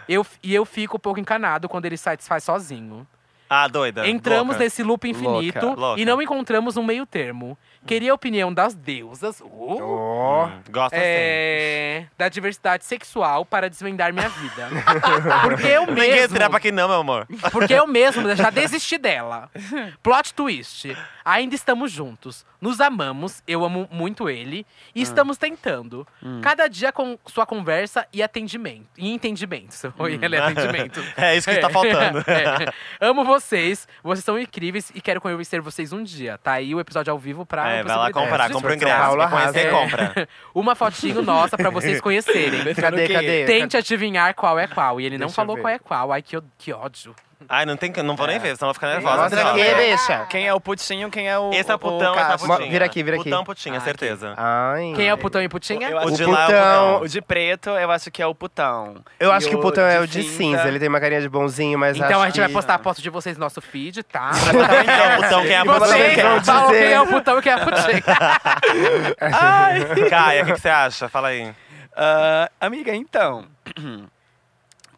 S2: Eu, e eu fico um pouco encanado quando ele satisfaz sozinho.
S3: Ah, doida.
S2: Entramos
S3: louca.
S2: nesse loop infinito
S6: Louca,
S3: louca.
S2: e não encontramos um meio termo. Queria a opinião das deusas uh,
S1: Ó.
S3: Hum, Gosto
S2: é, da diversidade sexual para desvendar minha vida. porque eu
S3: assim. Ninguém
S2: mesmo.
S3: trapa aqui não, meu amor.
S2: Porque eu mesmo já desisti dela. Plot twist. Ainda estamos juntos. Nos amamos, eu amo muito ele. E
S3: Ah.
S2: estamos tentando.
S3: Hum.
S2: Cada dia com sua conversa e atendimento. E entendimento.
S3: Hum.
S2: Oi, ele é atendimento.
S3: É isso que tá faltando.
S2: É. Amo vocês, vocês são incríveis e quero conhecer vocês um dia. Tá aí o episódio ao vivo pra.
S3: É, vai lá
S2: possibilidades.
S3: comprar,
S2: Desculpa.
S3: compra o
S1: São
S3: ingresso.
S1: Paulo
S3: Quer conhecer,
S2: é
S1: arrasa.
S3: compra.
S2: Uma fotinho nossa pra vocês conhecerem.
S1: Cadê, cadê?
S2: Tente adivinhar qual é qual. E ele não
S1: Deixa eu
S2: falou
S1: ver.
S2: qual é qual. Ai, que, ó- que ódio.
S3: Ai, não tem que- não vou nem ver, senão eu vou ficar nervosa. né,
S1: Mostra aqui,
S3: Olha.
S1: bicha.
S5: Quem é o putinho, quem é o.
S3: Esse é o putão, esse é a
S5: Cássio?
S1: Mo-
S3: putinha.
S1: vira aqui, vira aqui.
S3: Putão, putinha, certeza.
S1: Ai.
S2: Quem é o putão e putinha?
S5: Eu acho
S1: O
S3: de lá é o
S1: putão.
S5: O de preto, eu acho que é o putão.
S1: Eu
S5: E
S1: acho que o putão é o de cinza.
S5: cinza.
S1: Ele tem uma carinha de bonzinho, mas
S2: Então
S1: acho
S2: a gente vai
S1: que-
S2: postar a foto de vocês no nosso feed, tá?
S3: Então, o putão quem é a
S2: E vocês
S1: quer
S3: putinha.
S1: dizer.
S2: falam quem é o putão e quem é a putinha.
S3: Caia, o que, que você acha? Fala aí.
S5: Ah, amiga, então.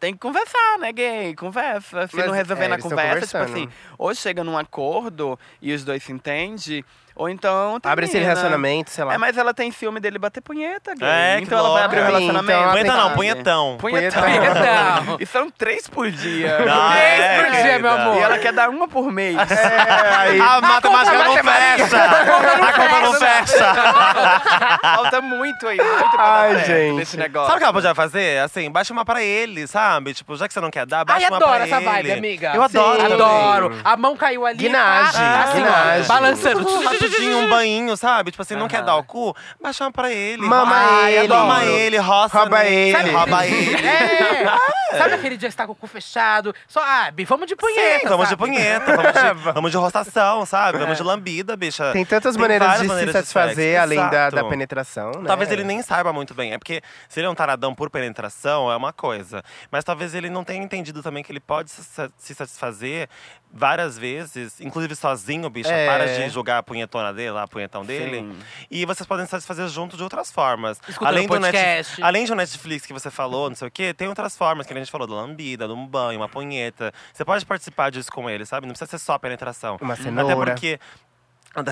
S5: Tem que conversar, né, gay? Conversa. Se
S1: Mas,
S5: não resolver
S1: é,
S5: na
S1: eles tão
S5: conversa, tipo
S1: conversando.
S5: assim, ou chega num acordo e os dois se entendem, ou então.
S1: Abre esse
S5: termina.
S1: relacionamento, sei lá.
S5: É, mas ela tem ciúme dele bater punheta, gay.
S3: É, que
S5: então ela vai
S3: louca.
S5: abrir um
S1: Sim,
S5: relacionamento.
S1: então ela
S3: Punheta não,
S1: tem-
S3: punhetão.
S5: Punhetão.
S2: Punhetão.
S5: e são três por dia. É.
S3: Ah, é,
S2: Três por dia, meu
S3: querida.
S5: E
S2: amor.
S5: ela quer dar uma por mês.
S3: A matemática não fecha! A conta não fecha!
S5: Falta muito aí, muito pra
S1: Ai,
S5: dar certo
S1: gente.
S5: nesse
S3: Sabe o
S5: negócio.
S3: que ela podia fazer? Assim, baixa uma pra ele, sabe? Tipo, já que você não quer dar,
S2: Ai,
S3: baixa uma pra
S2: adoro
S3: ele.
S2: essa vibe, amiga.
S3: Eu adoro. também.
S2: Adoro. A mão caiu ali.
S1: Guinagem,
S2: tá assim, ó,
S1: guinagem.
S2: Balançando.
S3: Rapidinho, um banhinho, sabe? Tipo assim, não quer dar o cu? Baixa uma pra ele.
S1: Mama
S3: Ai,
S1: ele.
S3: Mama ele, roça
S1: Rouba
S3: nele,
S1: ele.
S3: Rouba ele.
S2: É. Sabe aquele dia que você tá com o cu fechado? Só, ah, Bi, vamos de punheta.
S3: Sim, vamos de
S2: sabe? É.
S3: punheta, vamos de, vamos de roçação, sabe? Vamos de lambida, bicha.
S1: Tem tantas
S3: Tem
S1: maneiras
S3: várias
S1: de
S3: maneiras
S1: se
S3: de
S1: satisfazer,
S3: sexo,
S1: além da,
S3: exato.
S1: da penetração, né?
S3: Talvez ele nem saiba muito bem. É porque se ele é um taradão por penetração, é uma coisa. Mas talvez ele não tenha entendido também que ele pode se sa- se satisfazer várias vezes, inclusive sozinho, bicha.
S1: É.
S3: Para de jogar a punhetona dele, lá, a punhetão dele. E vocês podem se satisfazer junto de outras formas.
S2: Escutando podcast.
S3: Netflix, além do Netflix que você falou, não sei o quê, tem outras formas que a gente falou, da lambida, de um banho, uma punheta. Você pode participar disso com ele, sabe? Não precisa ser só penetração.
S1: Uma
S3: Até
S1: cenoura.
S3: porque. Até,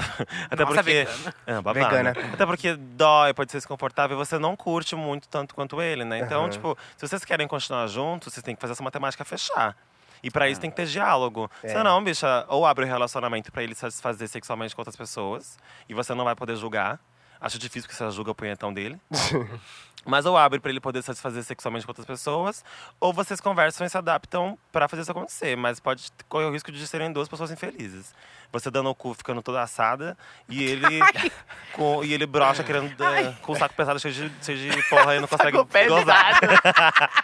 S3: até
S2: Nossa,
S3: porque.
S2: vegana.
S3: Ah, babado.
S1: Vegana.
S3: Até porque dói, pode ser desconfortável e você não curte muito tanto quanto ele, né? Então, tipo, se vocês querem continuar juntos, vocês têm que fazer essa matemática fechar. E pra isso tem que ter diálogo. Senão, bicha, ou abre o relacionamento pra ele se satisfazer sexualmente com outras pessoas e você não vai poder julgar. Acho difícil que você julga o punhetão dele. Mas ou abre pra ele poder satisfazer sexualmente com outras pessoas, ou vocês conversam e se adaptam pra fazer isso acontecer. Mas pode correr o risco de serem duas pessoas infelizes. Você dando o cu ficando toda assada e ele com, e ele brocha querendo eh, com o saco pesado cheio de, cheio de porra e não consegue gozar.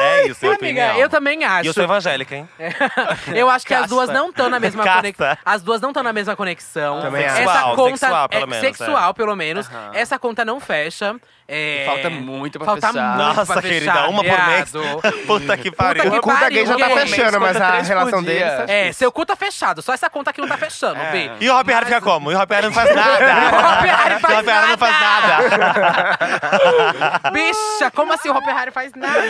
S3: é isso, minha
S2: Amiga,
S3: opinião.
S2: eu também
S3: E
S2: acho.
S3: eu sou evangélica, hein?
S2: Eu acho que as duas não estão na mesma
S3: Casta.
S2: conexão. As duas não estão na mesma conexão.
S1: Também acho.
S2: Essa
S3: Sexual,
S2: conta
S3: sexual, pelo
S2: é,
S3: menos,
S2: Sexual, pelo menos. Essa conta não fecha. É,
S5: E falta muito pra
S2: falta
S5: fechar.
S2: Muito
S3: Nossa,
S2: pra
S3: querida,
S2: fechar,
S3: uma por mês.
S2: viado.
S3: Puta que pariu.
S2: que
S1: O cu da gay já tá
S2: Pariu,
S1: fechando, mas
S5: conta
S1: a
S5: três por
S1: relação
S5: dia.
S1: dele.
S2: É, seu cu tá fechado. Só essa conta aqui não tá fechando, Bi.
S3: E o Hopi Hari fica como? E o Hopi Hari não faz nada.
S2: O Hopi Hari faz
S3: o Hopi Hari não faz nada.
S2: Bicha, como assim o Hopi Hari faz nada?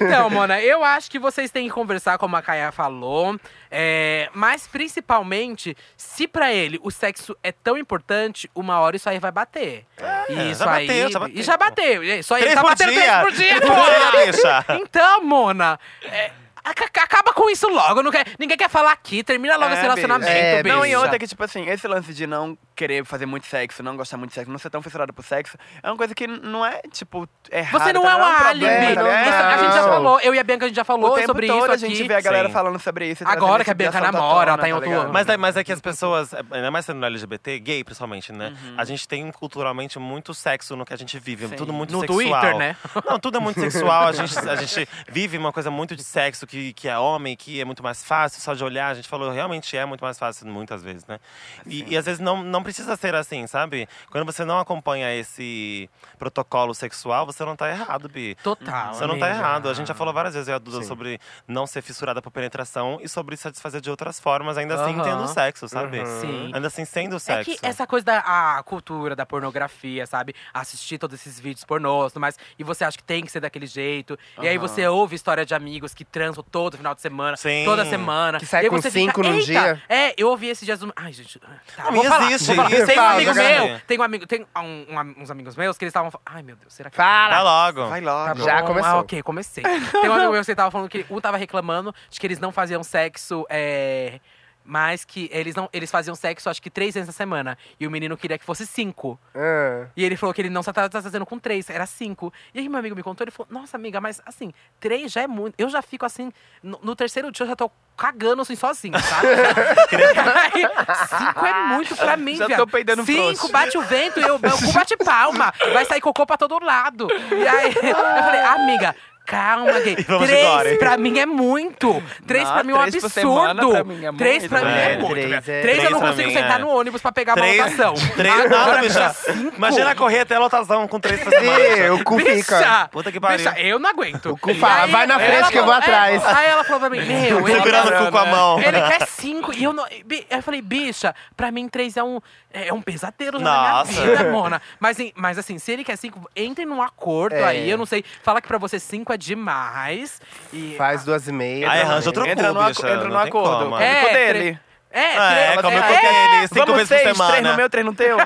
S2: então, Mona, eu acho que vocês têm que conversar, como a Kaia falou. é, mas, principalmente, se pra ele o sexo é tão importante, uma hora isso aí vai bater. E isso
S3: já
S2: aí.
S3: bateu, já bateu.
S2: E já bateu. e Só ele
S3: Três
S2: tá
S3: por
S2: batendo
S3: dia.
S2: três por dia,
S3: Três por dia,
S2: Mona.
S3: bicha.
S2: Então, Mona. é, ac- ac- Acaba com isso logo, não quer, ninguém quer falar aqui, termina logo
S5: É,
S2: esse relacionamento,
S1: bicha. É,
S2: bicha.
S5: Não, e outra que, tipo assim, esse lance de não querer fazer muito sexo, não gostar muito de sexo, não ser tão fissurado por sexo, é uma coisa que não é, tipo, errado.
S2: Você não é um álibi.
S1: problema,
S2: Isso,
S1: né?
S2: A gente já
S1: Não.
S2: falou, eu e a Bianca, a gente já
S5: É. O
S2: falou
S5: tempo
S2: sobre
S5: todo
S2: isso
S5: a
S2: aqui.
S5: gente vê a galera
S3: Sim.
S5: falando sobre isso.
S2: Agora que
S5: trazendo
S2: a
S5: esse
S2: Bianca
S5: assunto à
S2: namora, ela tá em
S5: tona,
S2: outro
S5: ligado?
S2: ano.
S3: Mas, é- mas é que as pessoas, é, ainda mais sendo LGBT, gay principalmente, né?
S2: Uhum.
S3: A gente tem culturalmente muito sexo no que a gente vive,
S5: Sim.
S3: tudo muito
S2: No
S3: sexual.
S2: Twitter, né?
S3: Não, tudo é muito sexual. A gente, a gente vive uma coisa muito de sexo que, que é homem, que é muito mais fácil, só de olhar. A gente falou, realmente é muito mais fácil, muitas vezes, né? E, e às vezes não, não precisa ser assim, sabe? Quando você não acompanha esse protocolo sexual, você não tá errado, Bi.
S1: Ah,
S2: Total.
S3: Você não tá
S2: amiga.
S3: errado. A gente já falou várias vezes, eu e a Duda, sobre não ser fissurada por penetração e sobre satisfazer de outras formas, ainda assim
S2: Aham.
S3: tendo sexo, sabe?
S1: Uhum.
S2: Sim.
S3: Ainda assim sendo
S2: É
S3: sexo.
S2: que essa coisa da a cultura, da pornografia, sabe? Assistir todos esses vídeos pornôs, tudo mais. E você acha que tem que ser daquele jeito. E aí você ouve história de amigos que transam todo final de semana.
S3: Sim.
S2: Toda semana.
S1: Que sai
S2: E aí
S1: com
S2: você
S1: cinco
S2: fica,
S1: num
S2: "Eita,
S1: dia."
S2: É, eu ouvi esses dias… um- Ai, gente… Tá,
S3: Não,
S2: vou
S3: e
S2: falar,
S3: existe,
S2: vou falar.
S3: existe.
S2: Tem um
S1: Fala,
S2: amigo
S3: joga
S2: meu,
S3: aí.
S2: tem um amigo… Tem um- um- uns amigos meus que eles estavam… Ai, meu Deus, será que…
S3: Tá logo.
S5: Vai logo.
S2: Tá bom.
S1: Já começou.
S2: Ah, ok, comecei. Tem um amigo meu que tava falando que um tava reclamando de que eles não faziam sexo, é, Mas que eles não. Eles faziam sexo acho que três vezes na semana. E o menino queria que fosse cinco.
S1: Ah.
S2: E ele falou que ele não só tava tava fazendo com três, era cinco. E aí meu amigo me contou, ele falou, nossa, amiga, mas assim, três já é muito. Eu já fico assim, no, no terceiro dia eu já tô cagando assim sozinho, sabe? E aí, cinco é muito pra mim,
S5: Já tô
S2: velho.
S5: peidando
S2: Cinco,
S5: frouxo.
S2: bate o vento e eu, meu cu bate palma. Vai sair cocô pra todo lado. E aí eu falei, amiga. Calma, gay.
S3: vamos
S2: Três
S3: embora.
S2: pra mim é muito. Três
S5: Não,
S2: pra mim é um
S5: três por semana
S2: absurdo.
S5: pra mim é
S2: Três
S5: muito.
S2: pra mim é
S3: É,
S2: muito.
S1: três
S2: né?
S1: é-
S2: Três eu
S3: três
S2: não
S3: pra
S2: consigo
S3: mim,
S2: sentar
S3: é.
S2: no ônibus pra pegar uma
S3: Três-
S2: lotação.
S3: Três,
S2: Agora, é
S3: nossa, bicha.
S2: cinco.
S3: Imagina correr até a lotação com três pessoas.
S1: Ih, o cu fica.
S2: Bicha,
S3: Puta que pariu.
S2: bicha, eu não aguento.
S1: O cu fala,
S2: E aí,
S1: vai na
S2: ela
S1: frente que eu vou
S2: falou-
S1: atrás.
S2: é, aí ela falou pra mim, meu, ele
S3: Segurando
S2: quer,
S3: o cu com a mão.
S2: ele quer cinco. E eu não. e, bi- Eu falei, bicha, pra mim três é um, é um pesadelo já na
S3: Nossa.
S2: minha vida, mona. Mas, em- mas assim, se ele quer cinco, entre num acordo
S1: É.
S2: aí. Eu não sei. Fala que pra você cinco é demais. E,
S1: Faz duas e meia. tá
S3: Aí
S1: também.
S3: arranja
S2: Tá
S3: outro
S5: Entra
S3: cu,
S5: no
S3: bicha.
S5: aco- entra
S3: não
S5: no
S3: tem
S5: acordo.
S3: como.
S5: É,
S2: tre-
S5: dele.
S2: É,
S3: É,
S2: tre-
S3: como eu
S2: é,
S3: contei ele, cinco
S5: Vamos
S3: vezes
S5: seis,
S3: por semana.
S5: três no meu, três no teu.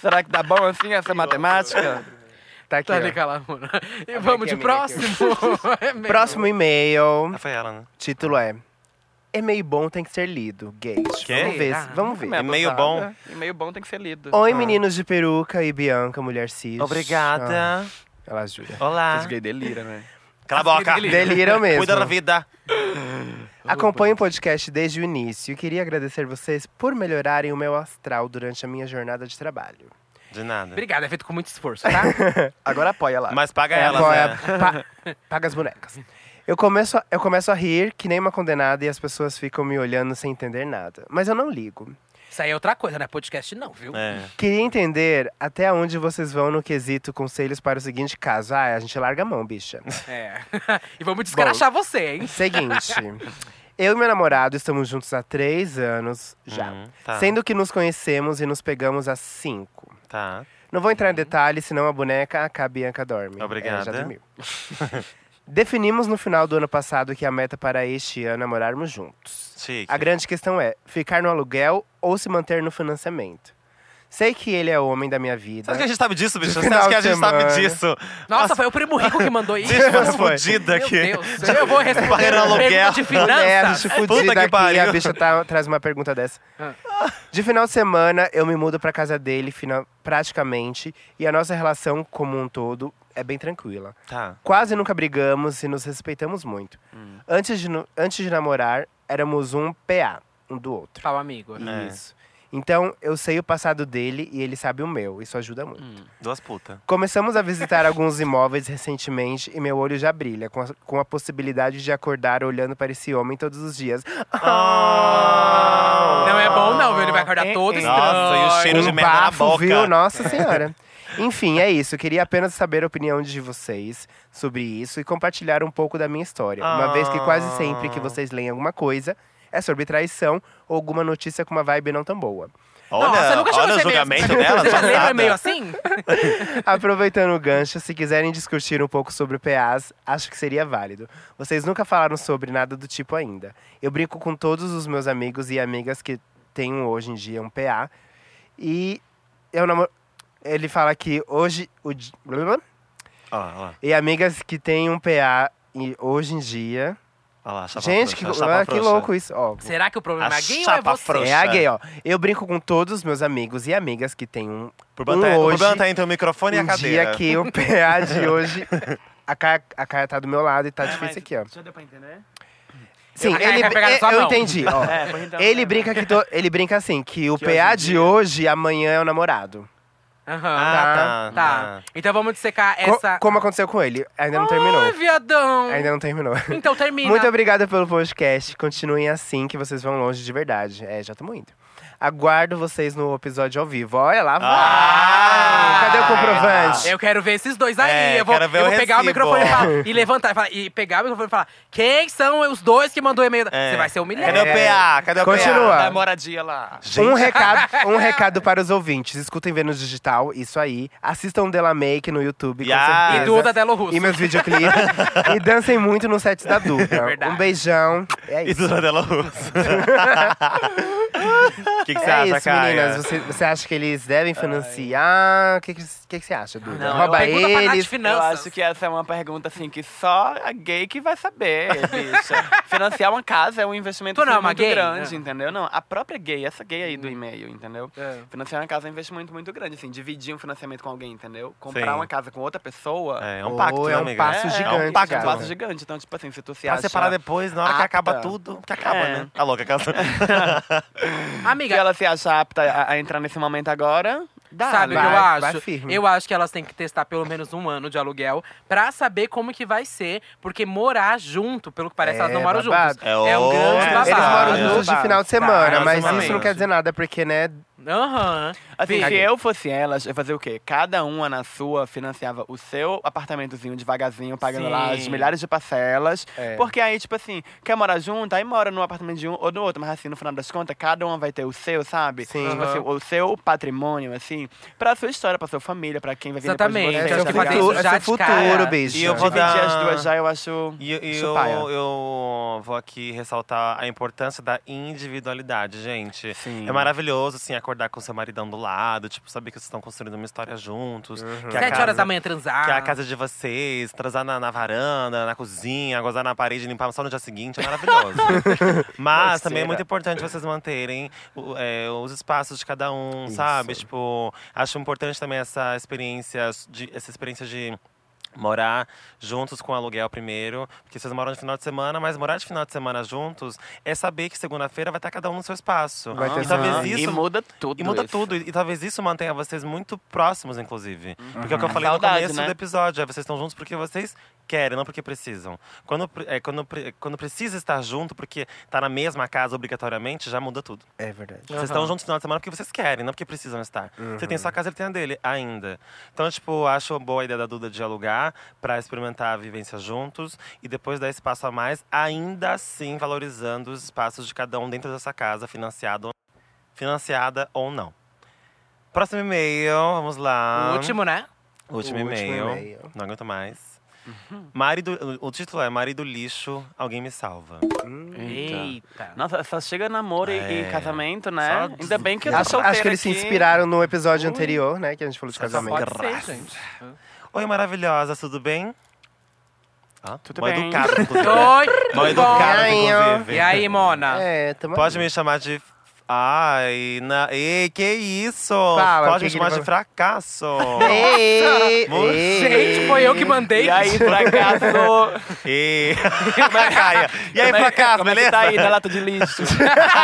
S5: Será que dá bom assim essa matemática?
S1: Tá aqui,
S2: Tá
S1: ó.
S2: legal, amor.
S1: É
S2: E vamos de
S1: aqui, amiga, aqui.
S2: próximo. É mesmo.
S1: Próximo e-mail.
S3: Ah, foi ela, né?
S1: Título é E-mail bom tem que ser lido. Gays.
S3: Quê?
S1: Vamos ver. se- Vamos ver.
S3: É meio bom.
S5: E meio bom tem que ser lido.
S1: Oi, meninos de peruca e Bianca, mulher cis. Ah,
S3: Obrigada.
S1: ela ajuda.
S3: Olá.
S5: Os gay delira, né?
S3: Cala a boca.
S1: Deliram mesmo.
S3: Cuida da vida.
S1: Acompanho o podcast desde o início e queria agradecer vocês por melhorarem o meu astral durante a minha jornada de trabalho.
S3: De nada.
S2: Obrigado, é feito com muito esforço, tá?
S5: Agora apoia lá.
S3: Mas paga ela,
S1: Qual é
S3: né?
S1: a- pa- paga as bonecas. Eu começo, a, eu começo a rir que nem uma condenada e as pessoas ficam me olhando sem entender nada. Mas eu não ligo.
S2: Isso aí é outra coisa, não é podcast não, viu?
S3: É.
S1: Queria entender até onde vocês vão no quesito conselhos para o seguinte caso. Ah, a gente larga a mão, bicha.
S2: É. e vamos descarachar você, hein?
S1: Seguinte. Eu e meu namorado estamos juntos há três anos já.
S3: Uhum, tá.
S1: Sendo que nos conhecemos e nos pegamos há cinco.
S3: Tá.
S1: Não vou entrar em detalhes, senão a boneca, a Bianca dorme.
S3: Obrigada.
S1: É, já dormiu. Definimos no final do ano passado que a meta para este ano é morarmos juntos.
S3: Chique.
S1: A grande questão é ficar no aluguel ou se manter no financiamento. Sei que ele é o homem da minha vida.
S3: Sabe que a gente sabe disso, bicho? Você
S1: final
S3: acha que a
S1: Né? de
S3: gente sabe
S1: semana.
S3: disso?
S2: Nossa, foi o primo rico que mandou isso.
S3: Gente, umas
S2: Meu
S3: fodidas aqui.
S2: Deus, eu vou responder
S3: Pagando
S2: a pergunta
S3: aluguel.
S2: de
S1: Mulher,
S2: finanças.
S1: bicho fudido
S3: É, que
S1: aqui,
S3: pariu.
S1: a bicha tá- traz uma pergunta dessa.
S2: Ah.
S1: De final de semana, eu me mudo pra casa dele fina- praticamente, e a nossa relação como um todo é bem tranquila.
S3: Tá.
S1: Quase nunca brigamos e nos respeitamos muito.
S3: Hum.
S1: Antes, de, nu- antes de namorar, éramos um PA, um do outro.
S2: Fala, amigo.
S3: É.
S1: Isso. Então, eu sei o passado dele e ele sabe o meu. Isso ajuda muito.
S3: Duas putas.
S1: Começamos a visitar alguns imóveis recentemente e meu olho já brilha com a, com a possibilidade de acordar olhando para esse homem todos os dias.
S2: Não é bom não, viu? Ele vai acordar todo
S3: é. Nossa, e o
S2: estranho.
S3: cheiro de merda na boca.
S1: um viu? Nossa senhora. Enfim, é isso. Queria apenas saber a opinião de vocês sobre isso e compartilhar um pouco da minha história. Uma vez que quase sempre
S3: Ah.
S1: que vocês leem alguma coisa é sobre traição ou alguma notícia com uma vibe não tão boa.
S3: Olha,
S2: Nossa, nunca chegou
S3: olha
S2: a
S3: o
S2: ser
S3: julgamento
S2: mesmo.
S3: dela. tá,
S2: Você já leu
S3: passada.
S2: é meio assim?
S1: Aproveitando o gancho, se quiserem discutir um pouco sobre o PAs, acho que seria válido. Vocês nunca falaram sobre nada do tipo ainda. Eu brinco com todos os meus amigos e amigas que tenho hoje em dia um PA. E eu namoro. Ele fala que hoje. O... di-
S3: Olha lá,
S1: E amigas que têm um PA e hoje em dia.
S3: olha lá. chapa
S1: Gente,
S3: frouxa,
S1: que,
S3: chapa
S1: ah, que
S3: frouxa.
S1: louco isso. Ó,
S2: Será que o problema
S3: A
S2: é gay ou é
S3: chapa
S2: você?
S3: frouxa.
S1: é a gay, ó. Eu brinco com todos os meus amigos e amigas que têm um
S3: O problema, tá,
S1: Um
S3: o
S1: hoje,
S3: problema tá entre o microfone e a
S1: um dia
S3: cadeira.
S1: que o PA de hoje. A Caia, a Caia tá do meu lado e tá difícil aqui, ó.
S5: Já deu pra entender?
S1: Sim,
S2: A Caia
S1: ele,
S2: quer pegar na
S1: é,
S2: sua
S1: eu
S2: mão.
S1: entendi, ó.
S5: É, foi então.
S1: Ele brinca, que to- ele brinca assim, que o PA de hoje, amanhã é o namorado.
S2: Aham,
S3: Ah, tá.
S2: tá. Então vamos dissecar
S1: Co-
S2: essa…
S1: como aconteceu com ele. Ainda não terminou.
S2: Ai, viadão.
S1: Ainda não terminou.
S2: Então termina.
S1: Muito obrigada pelo podcast. Continuem assim que vocês vão longe de verdade. É, já estamos indo. Aguardo vocês no episódio ao vivo. Olha lá, vai!
S3: Ah!
S1: Cadê o comprovante?
S2: Eu quero ver esses dois aí.
S3: É,
S2: eu vou,
S3: quero ver
S2: eu
S3: o
S2: vou pegar o
S3: recibo.
S2: microfone e, falar- e levantar e, falar- e pegar o microfone e falar: quem são os dois que mandou e-mail?
S3: É.
S2: Você vai ser humilhado.
S3: Cadê o PA? Cadê o
S1: É. Continua.
S5: Da moradia lá.
S1: Um recado, um recado para os ouvintes. Escutem Vênus Digital, isso aí. Assistam Dela Make é no YouTube,
S3: Yeah.
S1: com
S2: E
S1: certeza.
S2: Duda Delo Russo.
S1: E meus videoclipes. e dancem muito no set da Duda.
S2: Verdade.
S1: um beijão. É
S3: E
S1: isso.
S3: Duda Dela Russo. O que que você
S1: É
S3: acha,
S1: isso, meninas.
S3: cara?
S1: Você, você acha que eles devem financiar? O que, que, que que você acha, Duda?
S5: Não,
S1: Rouba
S2: Pergunta pra Nath
S1: eles.
S5: Eu
S2: Finanças.
S5: acho que essa é uma pergunta, assim, que só a gay que vai saber, bicha. Financiar uma casa é um investimento
S2: Tu não é
S5: assim,
S2: uma
S5: muito
S2: gay?
S5: grande,
S2: É. Hum.
S5: entendeu? Não, a própria gay, essa gay aí do e-mail, entendeu?
S2: É.
S5: Financiar uma casa é um investimento muito grande, assim. Dividir um financiamento com alguém, entendeu? Comprar
S3: Sim.
S5: uma casa com outra pessoa...
S3: É, é um
S1: Ou
S3: pacto,
S1: é
S3: né,
S1: um
S3: amiga?
S1: passo
S5: É
S1: gigante,
S5: um pacto,
S1: cara.
S5: um passo gigante. Então, tipo assim, se tu se
S3: Pra
S5: acha...
S3: separar depois, na hora que
S5: apta.
S3: acaba tudo, que acaba,
S5: É.
S3: né? Tá louca, casa.
S2: Amiga,
S5: Se ela se acha apta a, a entrar nesse momento agora, né?
S6: Dá,
S2: Sabe o que
S1: vai,
S2: eu acho?
S1: vai firme.
S2: Eu acho que elas têm que testar pelo menos um ano de aluguel pra saber como que vai ser. Porque morar junto, pelo que parece, elas não
S1: É,
S2: moram
S1: babado.
S2: juntos.
S3: É
S2: É um
S3: outro
S2: grande
S3: babado.
S1: Eles
S2: babado.
S1: moram
S3: Babado.
S1: juntos de final de semana,
S3: Babado.
S1: mas isso não
S3: Exatamente.
S1: quer dizer nada, porque, né?
S2: Aham.
S6: Assim, se
S5: é
S1: Caguei.
S6: eu fosse elas, eu ia fazer o quê? Cada uma na sua financiava o seu apartamentozinho devagarzinho, pagando lá as
S2: Sim.
S6: milhares de parcelas.
S1: É.
S6: Porque aí, tipo assim, quer morar junto, aí mora no apartamento de um ou do outro. Mas assim, no final das contas, cada uma vai ter o seu, sabe?
S1: Sim.
S6: Tipo assim, o seu patrimônio, assim, pra sua história, pra sua família, pra quem vai vir
S2: Exatamente.
S1: É
S2: Então,
S6: depois de
S1: seu
S6: você. tá
S1: futuro, é
S2: acho que fazer isso já
S1: seu
S2: de cara.
S1: futuro, bicho.
S3: E eu vou
S6: Dividir
S3: dar-
S6: as duas já, eu acho...
S3: E eu,
S6: Isso, paia.
S3: eu vou aqui ressaltar a importância da individualidade, gente.
S6: Sim.
S3: É maravilhoso, assim, acordar com seu maridão do lado, tipo, saber que vocês estão construindo uma história juntos. Que é a
S2: Sete
S3: casa-
S2: horas da manhã
S1: Ah.
S2: transar.
S3: Que é a casa de vocês, transar na, na varanda, na cozinha, gozar na parede, limpar só no dia seguinte, é maravilhoso. Mas também é muito importante vocês manterem o- é, os espaços de cada um, sabe? Tipo, acho importante também essa experiência, de, essa experiência de morar juntos com o aluguel primeiro, porque vocês moram de final de semana, mas morar de final de semana juntos é saber que segunda-feira vai estar cada um no seu espaço.
S1: Vai ter
S3: e Então, talvez
S1: Aham.
S3: isso
S6: E muda tudo
S3: e muda
S6: isso.
S3: tudo. E, e talvez isso mantenha vocês muito próximos, inclusive. Porque é o que eu
S6: É
S3: falei
S6: saudade,
S3: no começo
S6: né?
S3: do episódio. É, vocês estão juntos porque vocês querem, não porque precisam. Quando, pre- é, quando, pre- quando precisa estar junto, porque tá na mesma casa obrigatoriamente, já muda tudo.
S1: É verdade.
S3: Vocês estão juntos no final de semana porque vocês querem, não porque precisam estar. Você tem sua casa, ele tem a dele, ainda. Então, tipo, acho boa a ideia da Duda de alugar pra experimentar a vivência juntos e depois dar espaço a mais, ainda assim valorizando os espaços de cada um dentro dessa casa, financiado, ou- financiada ou não. Próximo e-mail, vamos lá.
S2: O último, né?
S3: Último
S1: Último
S3: e-mail.
S1: e-mail.
S3: Não aguento mais. Marido, o título é Marido Lixo, Alguém Me Salva.
S2: Eita.
S6: Nossa, só chega namoro e- e,
S3: É.
S6: casamento, né?
S3: Só
S6: Ainda bem que eu tô
S1: Acho, acho que eles se
S6: solteira aqui.
S1: inspiraram no episódio anterior, né? Que a gente falou de
S3: Só
S1: casamento.
S2: Pode
S3: Graças.
S2: ser, gente.
S3: Oi, maravilhosa, tudo bem? Ah,
S6: Tudo
S3: mó
S6: bem.
S3: Educada, inclusive.
S2: Oi,
S3: Mó
S2: tudo
S3: educada,
S1: bom?
S3: inclusive.
S2: E aí, Mona?
S1: É, tamo
S3: Ah. Pode
S1: aí.
S3: me chamar de. Ai, na... Ei, que isso?
S1: Fala,
S3: Pode
S1: o que
S3: me
S1: que
S3: chamar
S1: ele
S3: de fracasso.
S6: É.
S1: Ei,
S3: Nossa.
S1: ei.
S2: Gente, foi eu que mandei.
S6: E aí, fracasso!
S3: e... Caia. e aí, fracasso,
S6: Como é
S3: beleza?
S6: que tá aí na lata de lixo?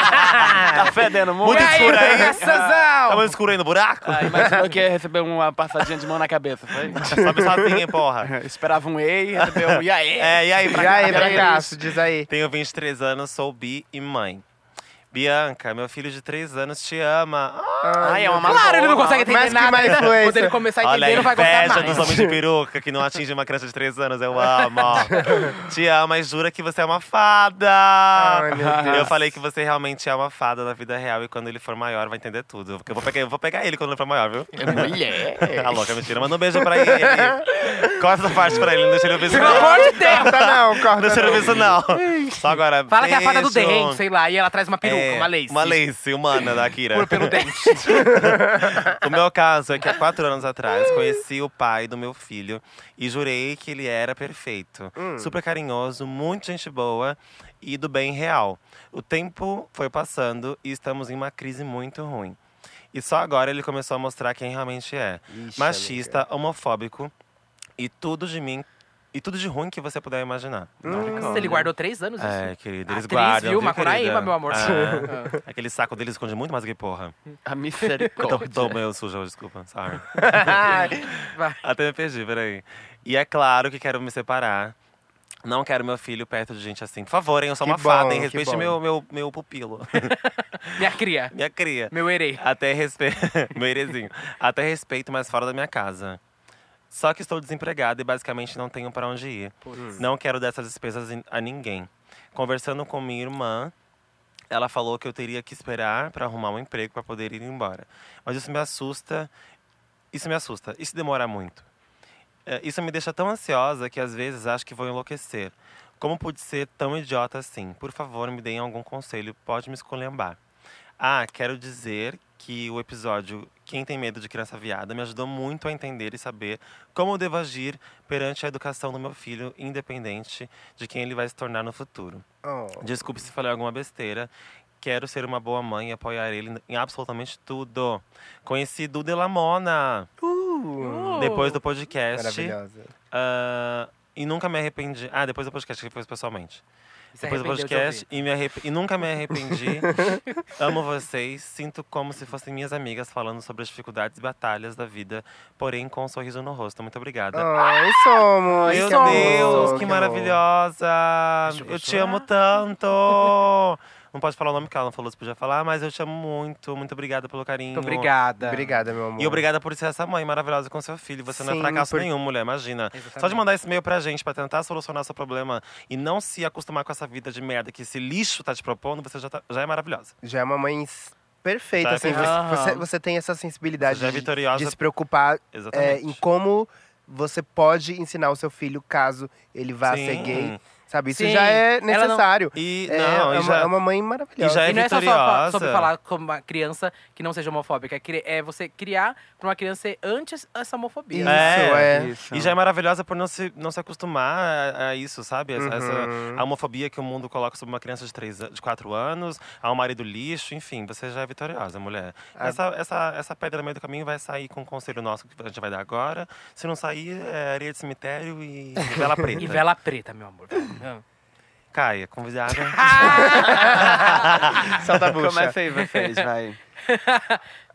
S6: tá fedendo muito.
S2: E aí,
S3: escuro aí.
S2: fracassozão?
S3: Tá muito escuro aí no buraco?
S6: Ah, imaginou que ia receber uma passadinha de mão na cabeça, foi?
S3: Sobe sozinho, hein, porra.
S6: Esperava um ei, recebeu um e aí?
S3: É,
S1: E
S3: e aí,
S1: aí,
S3: fracasso?
S1: fracasso, diz aí.
S3: Tenho 23 anos, sou bi e mãe. Bianca, meu filho de 3 anos te ama.
S6: Ai, é uma
S2: Claro, ele não consegue entender
S1: Mas Ah, que
S2: nada.
S1: má
S3: né?
S2: Quando ele
S1: influência.
S2: começar a entender,
S3: Olha,
S2: não
S3: a
S2: tá vai gostar
S3: inveja
S2: mais.
S3: dos homens de peruca que não atinge uma criança de 3 anos. Eu amo. Te amo, mas jura que você é uma fada.
S1: Ai, meu Deus.
S3: eu falei que você realmente é uma fada na vida real e quando ele for maior vai entender tudo. Porque eu vou pegar, eu vou pegar ele quando ele for maior, viu?
S6: Mulher!
S3: Tá louca, mentira. Manda um beijo pra ele. Corta essa parte pra ele, não deixa ele ouvir isso
S2: Pelo
S3: não.
S2: amor de Deus.
S1: Corta não,
S3: Não
S1: corta
S3: deixa ele
S1: não.
S3: ouvir isso não. Só agora.
S2: Fala que é a fada do
S3: beijo.
S2: dente, sei lá. E ela traz uma peruca,
S3: É,
S2: uma lace.
S3: Uma lace humana da Kira.
S2: Pelo dente.
S3: O meu caso é que há quatro anos atrás conheci o pai do meu filho e jurei que ele era perfeito. Super carinhoso, muito gente boa e do bem real. O tempo foi passando e estamos em uma crise muito ruim. E só agora ele começou a mostrar quem realmente é.
S1: Ixi,
S3: Machista, homofóbico e tudo de mim. E tudo de ruim que você puder imaginar.
S2: Nossa, ele guardou três anos isso.
S3: É, querido, eles
S2: Atriz,
S3: guardam.
S2: Ah, viu?
S3: viu,
S2: Macunaíma,
S3: querida?
S2: meu amor.
S3: É. Aquele saco dele esconde muito mais que porra.
S6: A
S3: Tô,
S6: Ah, misericórdia.
S3: tô meio sujo, hoje, desculpa. Sorry.
S2: Vai.
S3: Até me perdi, peraí. E é claro que quero me separar. Não quero meu filho perto de gente assim. Por favor, hein? Eu sou
S1: Que
S3: uma fada,
S1: bom,
S3: hein?
S1: que
S3: Respeite
S1: bom.
S3: meu, meu, meu pupilo.
S2: Minha cria.
S3: Minha cria.
S2: Meu herê.
S3: Até respeito. meu erezinho. Até respeito, mas fora da minha casa. Só que estou desempregada e basicamente não tenho pra onde ir. Não quero dessas despesas em- a ninguém. Conversando com minha irmã, ela falou que eu teria que esperar pra arrumar um emprego pra poder ir embora. Mas isso me assusta. Isso me assusta. Isso demora muito. É, Isso me deixa tão ansiosa que às vezes acho que vou enlouquecer. Como pude ser tão idiota assim? Por favor, me deem algum conselho, pode me esculhambar. Ah, quero dizer que o episódio Quem Tem Medo de Criança Viada me ajudou muito a entender e saber como eu devo agir perante a educação do meu filho, independente de quem ele vai se tornar no futuro.
S1: Oh.
S3: Desculpe se falei alguma besteira. Quero ser uma boa mãe e apoiar ele em absolutamente tudo. Conheci Duda e Lamona
S1: Uh,
S2: Oh.
S3: depois do podcast.
S1: Maravilhosa.
S3: Ah, e nunca me arrependi. Ah, depois do podcast, que foi pessoalmente.
S2: E se
S3: Depois do
S2: arrependeu de
S3: podcast
S2: ouvir.
S3: e, me arrep... e nunca me arrependi. Amo vocês, sinto como se fossem minhas amigas falando sobre as dificuldades e batalhas da vida, porém com um sorriso no rosto. Muito obrigada.
S1: Ai, Oh, somos!
S3: Ah, Meu
S1: que amor,
S3: Deus, que
S1: amor.
S3: maravilhosa!
S2: eu
S3: Eu te
S2: chorar.
S3: amo tanto! Não pode falar o nome que ela não falou, você podia falar, mas eu te amo muito. Muito obrigada pelo carinho.
S2: Muito obrigada.
S1: Obrigada, meu amor.
S3: E obrigada por ser essa mãe maravilhosa com seu filho. Você não é
S1: Sim,
S3: fracasso
S1: por-
S3: nenhum, mulher, imagina.
S2: Exatamente.
S3: Só de mandar esse e-mail pra gente pra tentar solucionar seu problema e não se acostumar com essa vida de merda que esse lixo tá te propondo, você já, tá- já é maravilhosa.
S1: Já é uma mãe s- perfeita,
S3: Já é
S1: assim.
S3: perfeita.
S1: Você, você- você tem essa sensibilidade
S3: Já é
S1: de-
S3: vitoriosa.
S1: de se preocupar é,
S3: Exatamente.
S1: em como você pode ensinar o seu filho caso ele vá
S3: Sim.
S1: ser gay. Sabe, isso
S2: Sim,
S1: já é
S2: ela não-
S1: necessário.
S3: E
S1: É,
S3: não,
S1: é
S3: e
S1: uma,
S3: já,
S1: é uma mãe
S3: e
S1: maravilhosa.
S3: já é
S2: e não é só falar
S3: vitoriosa.
S2: sobre falar com uma criança que não seja homofóbica. É cri- É você criar pra uma criança ser antes essa homofobia.
S1: Isso, é.
S3: E já é maravilhosa por não se, não se acostumar a, a isso, sabe? Essa, essa-
S1: Uhum.
S3: a homofobia que o mundo coloca sobre uma criança de, três, a- de quatro anos, a um marido lixo, enfim, você já é vitoriosa, mulher.
S1: Ah.
S3: Essa, essa, essa pedra no meio do caminho vai sair com um conselho nosso que a gente vai dar agora. Se não sair, é areia de cemitério e vela preta.
S2: E vela preta, meu amor.
S3: Caia, convidada. Ah!
S1: Solta a bucha.
S5: Começa aí vocês, vai.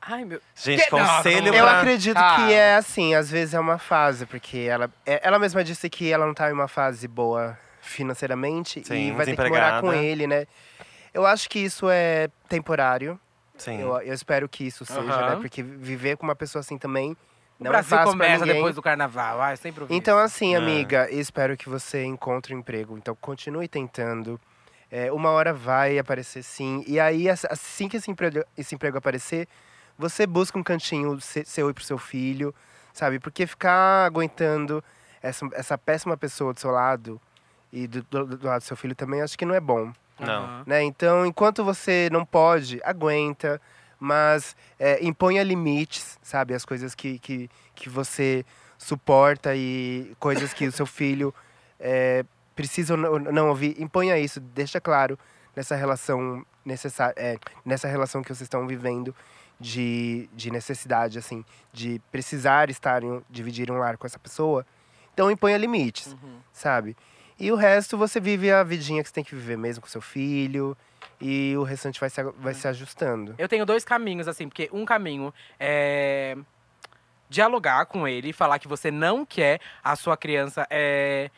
S2: Ai, meu.
S3: gente,
S2: não,
S3: conselho
S1: Eu
S3: pra...
S1: acredito
S2: Ah.
S1: que é assim, às vezes é uma fase, porque ela, é- ela mesma disse que ela não tá em uma fase boa financeiramente e
S3: Sim,
S1: vai ter que morar com
S3: desempregada.
S1: ele, né? Eu acho que isso é temporário.
S3: Sim.
S1: Eu, eu espero que isso seja,
S2: Aham.
S1: né? Porque viver com uma pessoa assim também
S2: O
S1: não
S2: Brasil
S1: é fácil pra
S2: começa
S1: ninguém.
S2: depois do carnaval. Ai, sempre ouvi
S1: Então, assim,
S3: É.
S1: amiga, espero que você encontre um emprego. Então, continue tentando. É, uma hora vai aparecer, sim. E aí, as- assim que esse emprego, esse emprego aparecer, você busca um cantinho se- seu e pro seu filho, sabe? Porque ficar aguentando essa, essa péssima pessoa do seu lado e do, do- do lado do seu filho também, acho que não é bom
S3: Não.
S1: né? Então, enquanto você não pode, aguenta, mas é, imponha limites, sabe? As coisas que, que, que você suporta e coisas que o seu filho é, precisa ou não- ou não ouvir. Imponha isso, deixa claro nessa relação necessária, nessa relação que vocês estão vivendo de, de necessidade, assim, de precisar estar em, dividir um lar com essa pessoa. Então, imponha limites sabe? E o resto você vive a vidinha que você tem que viver mesmo com seu filho. E o restante vai se, a- vai se ajustando.
S2: Eu tenho dois caminhos, assim, porque um caminho é dialogar com ele, falar que você não quer a sua criança é,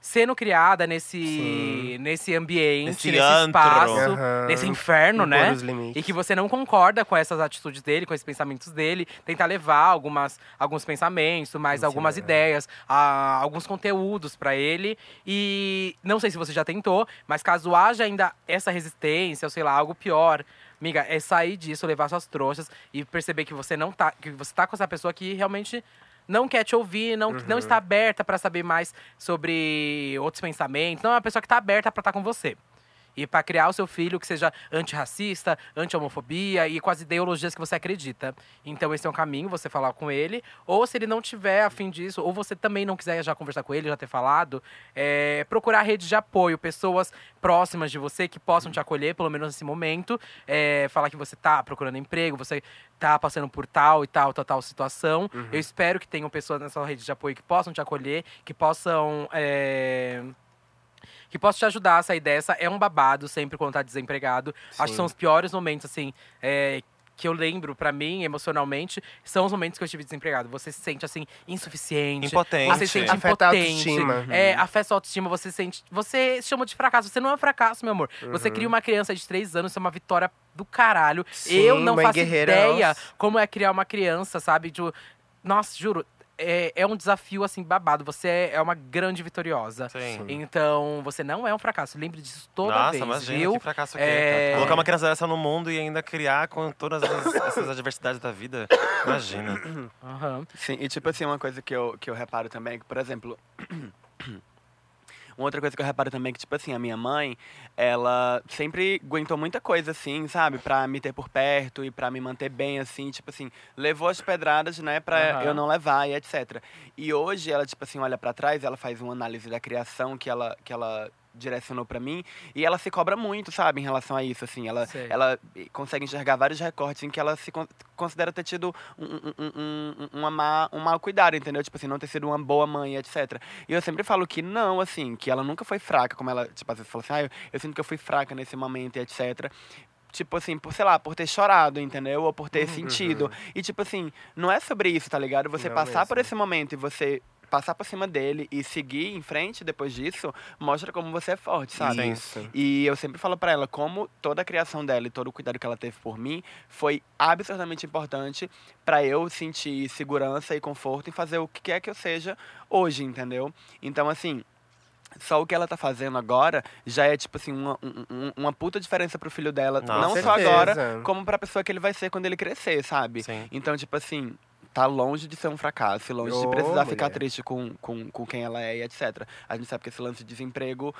S2: sendo criada nesse,
S1: Sim.
S2: nesse ambiente,
S3: Nesse
S2: nesse,
S3: antro.
S2: espaço,
S1: Aham.
S2: nesse inferno,
S1: Impor
S2: né?
S1: os limites.
S2: E que você não concorda com essas atitudes dele, com esses pensamentos dele, tentar levar algumas, alguns pensamentos, mais
S1: Ensinar.
S2: algumas ideias, a- alguns conteúdos pra ele. E não sei se você já tentou, mas caso haja ainda essa resistência, ou sei lá, algo pior, amiga, é sair disso, levar suas trouxas e perceber que você não tá, que você tá com essa pessoa que realmente não quer te ouvir, não, não está aberta pra saber mais sobre outros pensamentos, não é uma pessoa que tá aberta pra estar com você. E pra criar o seu filho que seja antirracista, anti-homofobia e com as ideologias que você acredita. Então esse é um caminho, você falar com ele. Ou se ele não tiver a fim disso, ou você também não quiser já conversar com ele, já ter falado, é, procurar rede de apoio, pessoas próximas de você que possam te acolher, pelo menos nesse momento. É, falar que você tá procurando emprego, você tá passando por tal e tal, tal, tal situação. Eu espero que tenham pessoas nessa rede de apoio que possam te acolher, que possam. é, que posso te ajudar a sair dessa. É um babado sempre quando tá desempregado. Acho que são os piores momentos, assim, é, que eu lembro pra mim, emocionalmente, são os momentos que eu estive desempregado. Você se sente, assim, insuficiente.
S3: Impotente.
S2: Você se sente
S1: Afeta a
S2: impotente.
S1: autoestima.
S2: É,
S3: Uhum.
S2: afeta a sua autoestima. Você se sente. Você se chama de fracasso. Você não é um fracasso, meu amor.
S3: Uhum.
S2: Você cria uma criança de três anos, isso é uma vitória do caralho.
S1: Sim,
S2: eu não
S1: mãe
S2: faço
S1: guerreira,
S2: ideia
S1: nossa.
S2: como é criar uma criança, sabe? De, um, nossa, juro. É, é um desafio, assim, babado. Você é- é uma grande vitoriosa.
S3: Sim.
S2: Então, você não é um fracasso. Lembre disso toda
S3: Nossa,
S2: vez,
S3: imagina
S2: viu?
S3: que fracasso que
S2: É.
S3: é... Colocar uma criança dessa no mundo e ainda criar com todas as- essas adversidades da vida. Imagina.
S2: Aham.
S5: Sim, e tipo assim, uma coisa que eu, que eu reparo também é que, por exemplo. Uma outra coisa que eu reparo também é que, tipo assim, a minha mãe, ela sempre aguentou muita coisa, assim, sabe? Pra me ter por perto e pra me manter bem, assim, tipo assim, levou as pedradas, né, pra
S2: Aham.
S5: eu não levar e etc. E hoje ela, tipo assim, olha pra trás, ela faz uma análise da criação que ela, que ela direcionou pra mim. E ela se cobra muito, sabe, em relação a isso, assim. Ela,
S2: Sei.
S5: ela consegue enxergar vários recortes em que ela se con- considera ter tido um, um, um, um- uma má, um mau cuidado, entendeu? Tipo assim, não ter sido uma boa mãe, etc. E eu sempre falo que não, assim, que ela nunca foi fraca, como ela, tipo, às vezes fala assim, ah, eu, eu sinto que eu fui fraca nesse momento, e etc. Tipo assim, por, sei lá, por ter chorado, entendeu? Ou por ter sentido. E tipo assim, não é sobre isso, tá ligado? Você
S1: Uhum, Não
S5: passar por
S1: mesmo.
S5: esse momento e você passar por cima dele e seguir em frente depois disso, mostra como você é forte, sabe?
S1: Isso.
S5: E eu sempre falo pra ela como toda a criação dela e todo o cuidado que ela teve por mim foi absurdamente importante pra eu sentir segurança e conforto em fazer o que quer que eu seja hoje, entendeu? Então, assim, só o que ela tá fazendo agora já é, tipo assim, uma, um- um- uma puta diferença pro filho dela.
S3: Nossa.
S5: não
S3: Com
S5: só
S1: certeza.
S5: agora, como pra pessoa que ele vai ser quando ele crescer, sabe?
S3: Sim.
S5: Então, tipo assim, tá longe de ser um fracasso, longe de
S1: Ô,
S5: precisar ficar
S1: mulher.
S5: triste com, com, com quem ela é e etc. A gente sabe que esse lance de desemprego,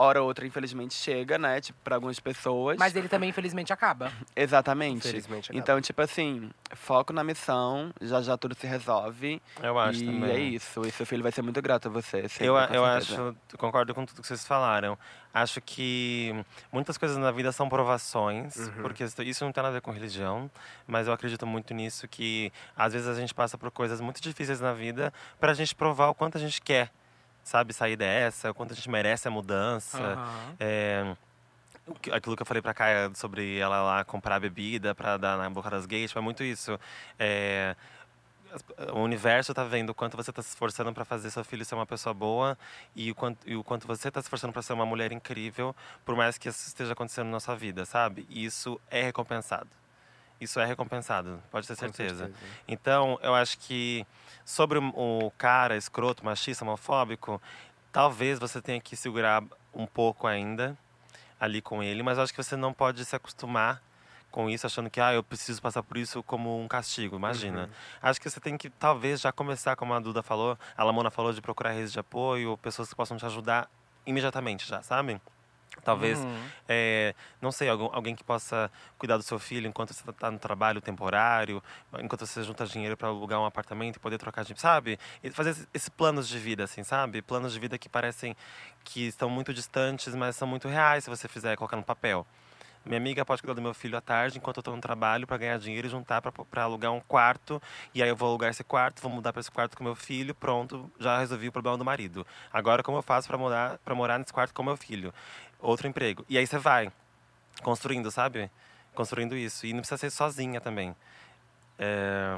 S5: hora ou outra, infelizmente, chega, né? Tipo, pra algumas pessoas.
S2: Mas ele também, infelizmente, acaba.
S5: Exatamente.
S1: Infelizmente. é acaba.
S3: né?
S5: Então, tipo assim, foco na missão, já já tudo se resolve.
S3: Eu acho
S5: e
S3: também.
S5: é isso. E seu filho vai ser muito grato a você. sempre,
S3: Eu,
S5: com
S3: eu
S5: certeza.
S3: acho, eu concordo com tudo que vocês falaram. Acho que muitas coisas na vida são provações, porque isso- isso não tem nada a ver com religião, mas eu acredito muito nisso que às vezes a gente passa por coisas muito difíceis na vida pra gente provar o quanto a gente quer, sabe, sair dessa, o quanto a gente merece a mudança.
S2: Aham.
S3: É, o que- aquilo que eu falei pra Caia sobre ela lá comprar bebida pra dar na boca das gays, foi muito isso. É, as- o universo tá vendo o quanto você tá se esforçando pra fazer seu filho ser uma pessoa boa e o quanto, e o quanto você tá se esforçando pra ser uma mulher incrível, por mais que isso esteja acontecendo na sua vida, sabe? E isso é recompensado. Isso é recompensado, pode ter certeza. Então, eu acho que sobre o- o cara escroto, machista, homofóbico, talvez você tenha que segurar um pouco ainda ali com ele, mas eu acho que você não pode se acostumar com isso, achando que ah, eu preciso passar por isso como um castigo, imagina. Acho que você tem que talvez já começar, como a Duda falou, a Lamona falou de procurar redes de apoio, pessoas que possam te ajudar imediatamente já, sabe? Talvez, é, não sei, algum- alguém que possa cuidar do seu filho enquanto você está no trabalho temporário, enquanto você junta dinheiro para alugar um apartamento e poder trocar de. Sabe? E Fazer esses- esses planos de vida, assim, sabe? Planos de vida que parecem que estão muito distantes, mas são muito reais se você fizer e colocar no papel. Minha amiga pode cuidar do meu filho à tarde enquanto eu tô no trabalho para ganhar dinheiro e juntar para alugar um quarto. E aí eu vou alugar esse quarto, vou mudar para esse quarto com meu filho, pronto, já resolvi o problema do marido. Agora como eu faço para morar para morar nesse quarto com meu filho? Outro emprego. E aí você vai construindo, sabe? Construindo isso. E não precisa ser sozinha também. É...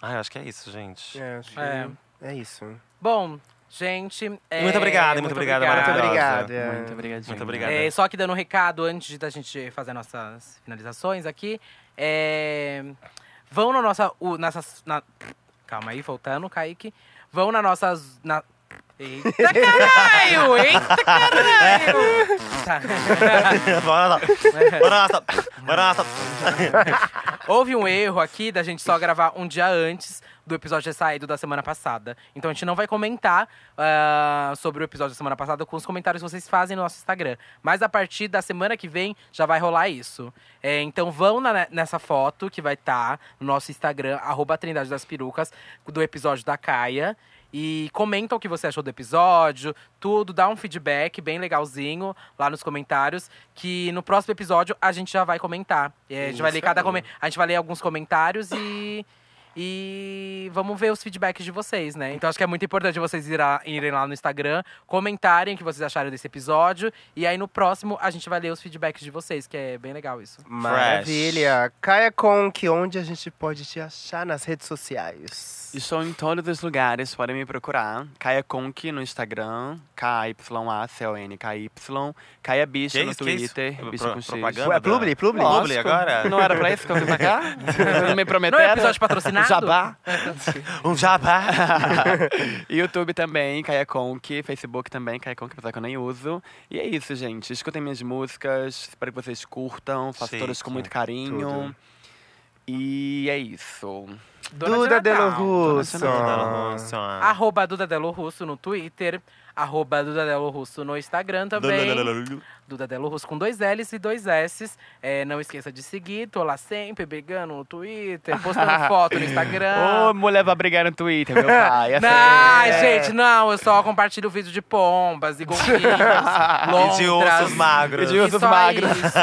S3: Ah, eu acho que é isso, gente.
S1: É, acho que
S2: É.
S1: é isso.
S2: Bom, gente. é,
S3: Muito obrigado, muito obrigado,
S1: Muito
S3: maravilhosa.
S1: obrigado. é.
S6: Muito obrigadinha.
S3: Muito obrigado.
S2: É, só que dando um recado antes de da gente fazer nossas finalizações aqui. é, vão na nossa. o- nessas- na- calma aí, voltando, Kaique. Vão nas nossas. na- eita caralho! Eita caralho! Tá.
S3: Bora lá. Bora lá, stop. Bora lá, stop.
S2: Houve um erro aqui da gente só gravar um dia antes do episódio ter saído da semana passada. Então a gente não vai comentar ah, sobre o episódio da semana passada com os comentários que vocês fazem no nosso Instagram. Mas a partir da semana que vem já vai rolar isso. É, então vão na- nessa foto que vai estar no nosso Instagram, arroba Trindade das Perucas, do episódio da Caia. E comenta o que você achou do episódio, tudo, dá um feedback bem legalzinho lá nos comentários. Que no próximo episódio a gente já vai comentar. É, a gente vai ler cada come- A gente vai ler alguns comentários e. E vamos ver os feedbacks de vocês, né? Então acho que é muito importante vocês ir a- irem lá no Instagram, comentarem o que vocês acharam desse episódio. E aí no próximo a gente vai ler os feedbacks de vocês, que é bem legal isso.
S1: Maravilha. Caia Conk, onde a gente pode te achar nas redes sociais?
S5: Estou em todos os lugares, podem me procurar. Caia Conk no Instagram, K-Y-A-C-O-N, K-Y. Caia Bicha
S3: Que é
S5: no
S3: isso, que isso?
S5: Twitter,
S3: Pro-
S5: Bicha com X.
S3: propaganda?
S1: Ué, Publi, Publi?
S5: Lógico.
S3: Publi agora?
S5: Não era pra isso que eu vim pra cá? Não me prometeram?
S2: Não é episódio patrocinado?
S5: Jabá.
S3: Um jabá.
S5: YouTube também, Caia Conk. Facebook também, Caia Conk, apesar que eu nem uso. E é isso, gente. Escutem minhas músicas. Espero que vocês curtam. Faço
S3: Chique.
S5: todas com muito carinho.
S1: Tudo.
S5: E é isso.
S1: Duda Delo Russo.
S3: Dona Russo.
S2: Arroba Duda Delo Russo no Twitter. arroba Dudadelo Russo no Instagram também. Dudadelo Russo com dois L's e dois S's. É, não esqueça de seguir, tô lá sempre brigando no Twitter, postando foto no Instagram.
S6: Ô, mulher vai brigar no Twitter, meu pai. assim,
S2: Ai,
S6: é.
S2: gente, não, eu só compartilho vídeo de pombas e golfinhos,
S3: E de ossos
S2: lontras.
S3: magros.
S6: E de ossos
S2: só
S6: magros.
S2: isso,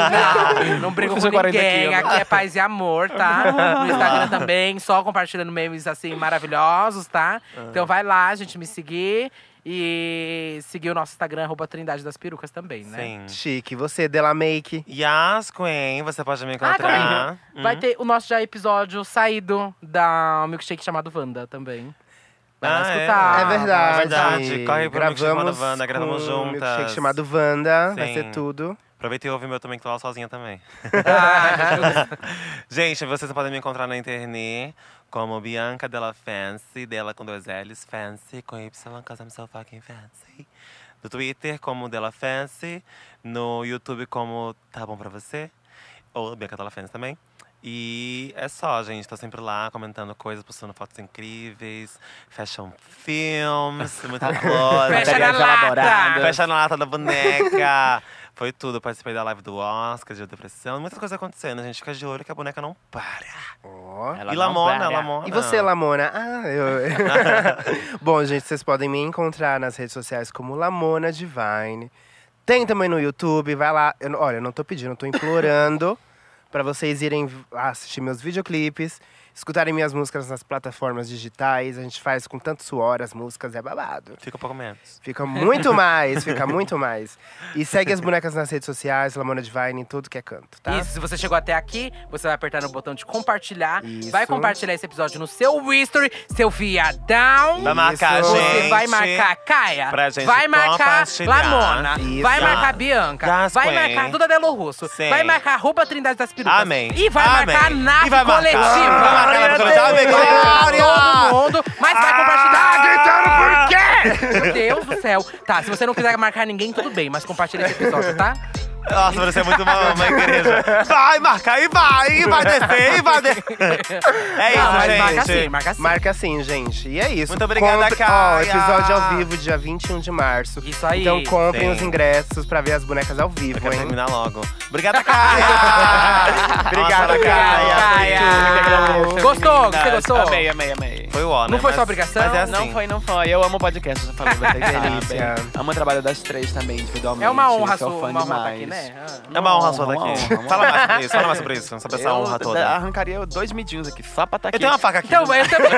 S2: não, não brigo
S6: Urso
S2: com
S6: de 40
S2: ninguém.
S6: quilos.
S2: Aqui é paz e amor, tá? No Instagram também, só compartilhando memes assim maravilhosos, tá? Então vai lá, gente, me seguir. E seguir o nosso Instagram, arroba Trindade das Perucas também, né?
S3: Sim.
S1: Chique, você, Dela Make.
S3: Yas Queen, você pode me
S2: Ah,
S3: encontrar. Hum.
S2: também.
S3: Uhum.
S2: Vai ter o nosso já episódio saído da milkshake chamado Wanda também. Vai lá
S3: Ah, é?
S2: escutar.
S3: Ah,
S1: é verdade.
S3: verdade. Corre pro milkshake chamado
S1: gravamos
S3: Wanda, gravamos
S1: com
S3: juntas.
S1: Um milkshake chamado Wanda, vai
S3: Sim.
S1: ser tudo.
S3: Aproveita e ouve o meu também, que tô lá sozinha também.
S2: Ah,
S3: Gente, vocês podem me encontrar na internet como Bianca Della Fancy, dela com dois L's, Fancy com Y, cause I'm so fucking fancy. No Twitter como Della Fancy, no YouTube como Tá Bom Pra Você, ou Bianca Della Fancy também. E é só, gente. Tô sempre lá comentando coisas, postando fotos incríveis, fashion films, muita coisa.
S2: Fecha na
S6: Materiais
S2: lata!
S6: elaborados.
S3: Fecha Ah, na lata da boneca. Foi tudo. Participei da live do Oscar, de depressão. Muitas coisas acontecendo, gente. Fica de olho que a boneca não para.
S1: Ó.
S6: Ela
S3: e
S6: não
S3: Lamona,
S6: para.
S3: Lamona.
S1: E você, Lamona? Ah, eu. Bom, gente, vocês podem me encontrar nas redes sociais como Lamona Divine. Tem também no YouTube, vai lá. Eu não- olha, eu não tô pedindo, eu tô implorando pra vocês irem lá assistir meus videoclipes, escutarem minhas músicas nas plataformas digitais. A gente faz com tanto suor as músicas, é babado.
S3: Fica um pouco menos.
S1: Fica muito mais, fica muito mais. E segue as bonecas nas redes sociais, Lamona Divine, em tudo que é canto, tá?
S2: Isso, se você chegou até aqui, você vai apertar no botão de compartilhar.
S1: Isso.
S2: Vai compartilhar esse episódio no seu history, seu viadão.
S3: Vai marcar,
S1: Isso.
S3: gente.
S2: Você vai marcar Caia,
S3: pra gente
S2: vai marcar
S3: compartilhar.
S2: Lamona,
S1: Isso.
S2: vai marcar Bianca,
S3: Das
S2: vai
S3: Queen.
S2: marcar Duda Delo Russo,
S3: Sim.
S2: vai marcar Ruba Trindade das Perucas.
S3: Amém.
S2: E vai
S3: Amém.
S2: marcar
S3: E
S2: nave
S3: vai marcar.
S2: coletiva.
S3: Vai marcar nave coletiva. Amém,
S2: Vai
S3: Glória!
S2: marcar todo mundo, mas
S3: Ah!
S2: vai compartilhar. Gritando por quê? Meu Deus do céu. Tá, se você não quiser marcar ninguém, tudo bem, mas compartilha esse episódio, tá?
S3: Nossa, você é muito uma, uma igreja. Vai marcar e vai, e vai descer, e vai descer. É isso,
S2: não, mas
S3: gente.
S2: marca sim, marca sim.
S1: Marca assim, gente. E é isso.
S3: Muito obrigada,
S1: Ó,
S3: Caia.
S1: episódio ao vivo, dia 21 de março.
S2: Isso aí.
S1: Então comprem
S3: Sim.
S1: os ingressos pra ver as bonecas ao
S3: Eu
S1: vivo,
S3: quero
S1: hein?
S3: terminar logo. Obrigada, Caia!
S1: Obrigada,
S3: Nossa,
S1: Caia.
S2: Caia. Gostou? Você gostou?
S6: Amei, amei, amei.
S3: Foi o ó, né?
S2: Não foi sua
S3: Mas-
S2: obrigação?
S3: Mas é assim.
S6: Não foi, não foi. Eu amo podcast, já falei pra vocês
S1: Delícia.
S6: sabem. Amo o trabalho das três também, individualmente.
S2: É uma honra
S6: Sou
S2: sua,
S6: fã
S2: uma honra tá
S6: demais.
S2: aqui, né? Ah.
S3: É uma honra sua
S6: Uma honra,
S3: daqui.
S6: uma honra.
S3: Fala mais sobre isso, fala mais sobre isso. Não sabe essa
S6: Eu
S3: honra toda.
S6: arrancaria dois midinhos aqui, só pra estar aqui.
S3: Eu tenho uma faca aqui.
S2: Então, eu também.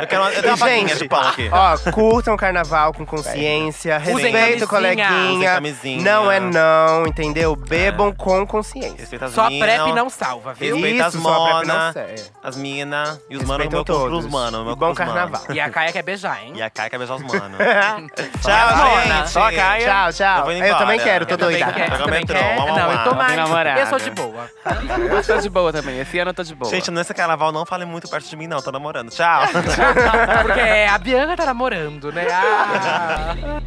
S3: eu, quero uma, eu tenho uma faquinha de
S1: gente,
S3: pão aqui.
S1: Ó, curtam o carnaval com consciência, respeita
S2: camisinha.
S1: o coleguinha.
S3: Usem É. camisinha.
S1: Não é não, entendeu? Bebam com consciência.
S3: Respeita as
S2: Só
S3: mina,
S2: prep não salva, viu?
S3: Respeita as
S1: Isso, só a prep não
S3: mona,
S1: serve.
S3: as mina e os manos,
S1: Respeitam
S3: meu cu pros
S1: todos.
S3: manos. meu
S1: E bom
S3: cu pros manos.
S1: carnaval.
S2: E a Caia quer beijar, hein?
S3: E a Caia quer beijar os manos. Tchau,
S6: Mona.
S3: gente.
S6: Só a Caia.
S1: Tchau,
S3: Eu
S1: tchau.
S3: vou indo
S1: Eu, também
S3: embora.
S1: quero, tô
S3: Eu também
S1: doida.
S3: quero. Pegar o metrô, vamos
S2: Não, eu tô
S3: lá.
S2: mais.
S6: Minha namorada.
S2: Eu sou de boa.
S6: Eu tô de boa também. Esse ano eu tô de boa.
S3: Gente, nesse carnaval não falem muito perto de mim, não. Tô namorando. Tchau.
S2: Porque a Bianca tá namorando, né? Ah.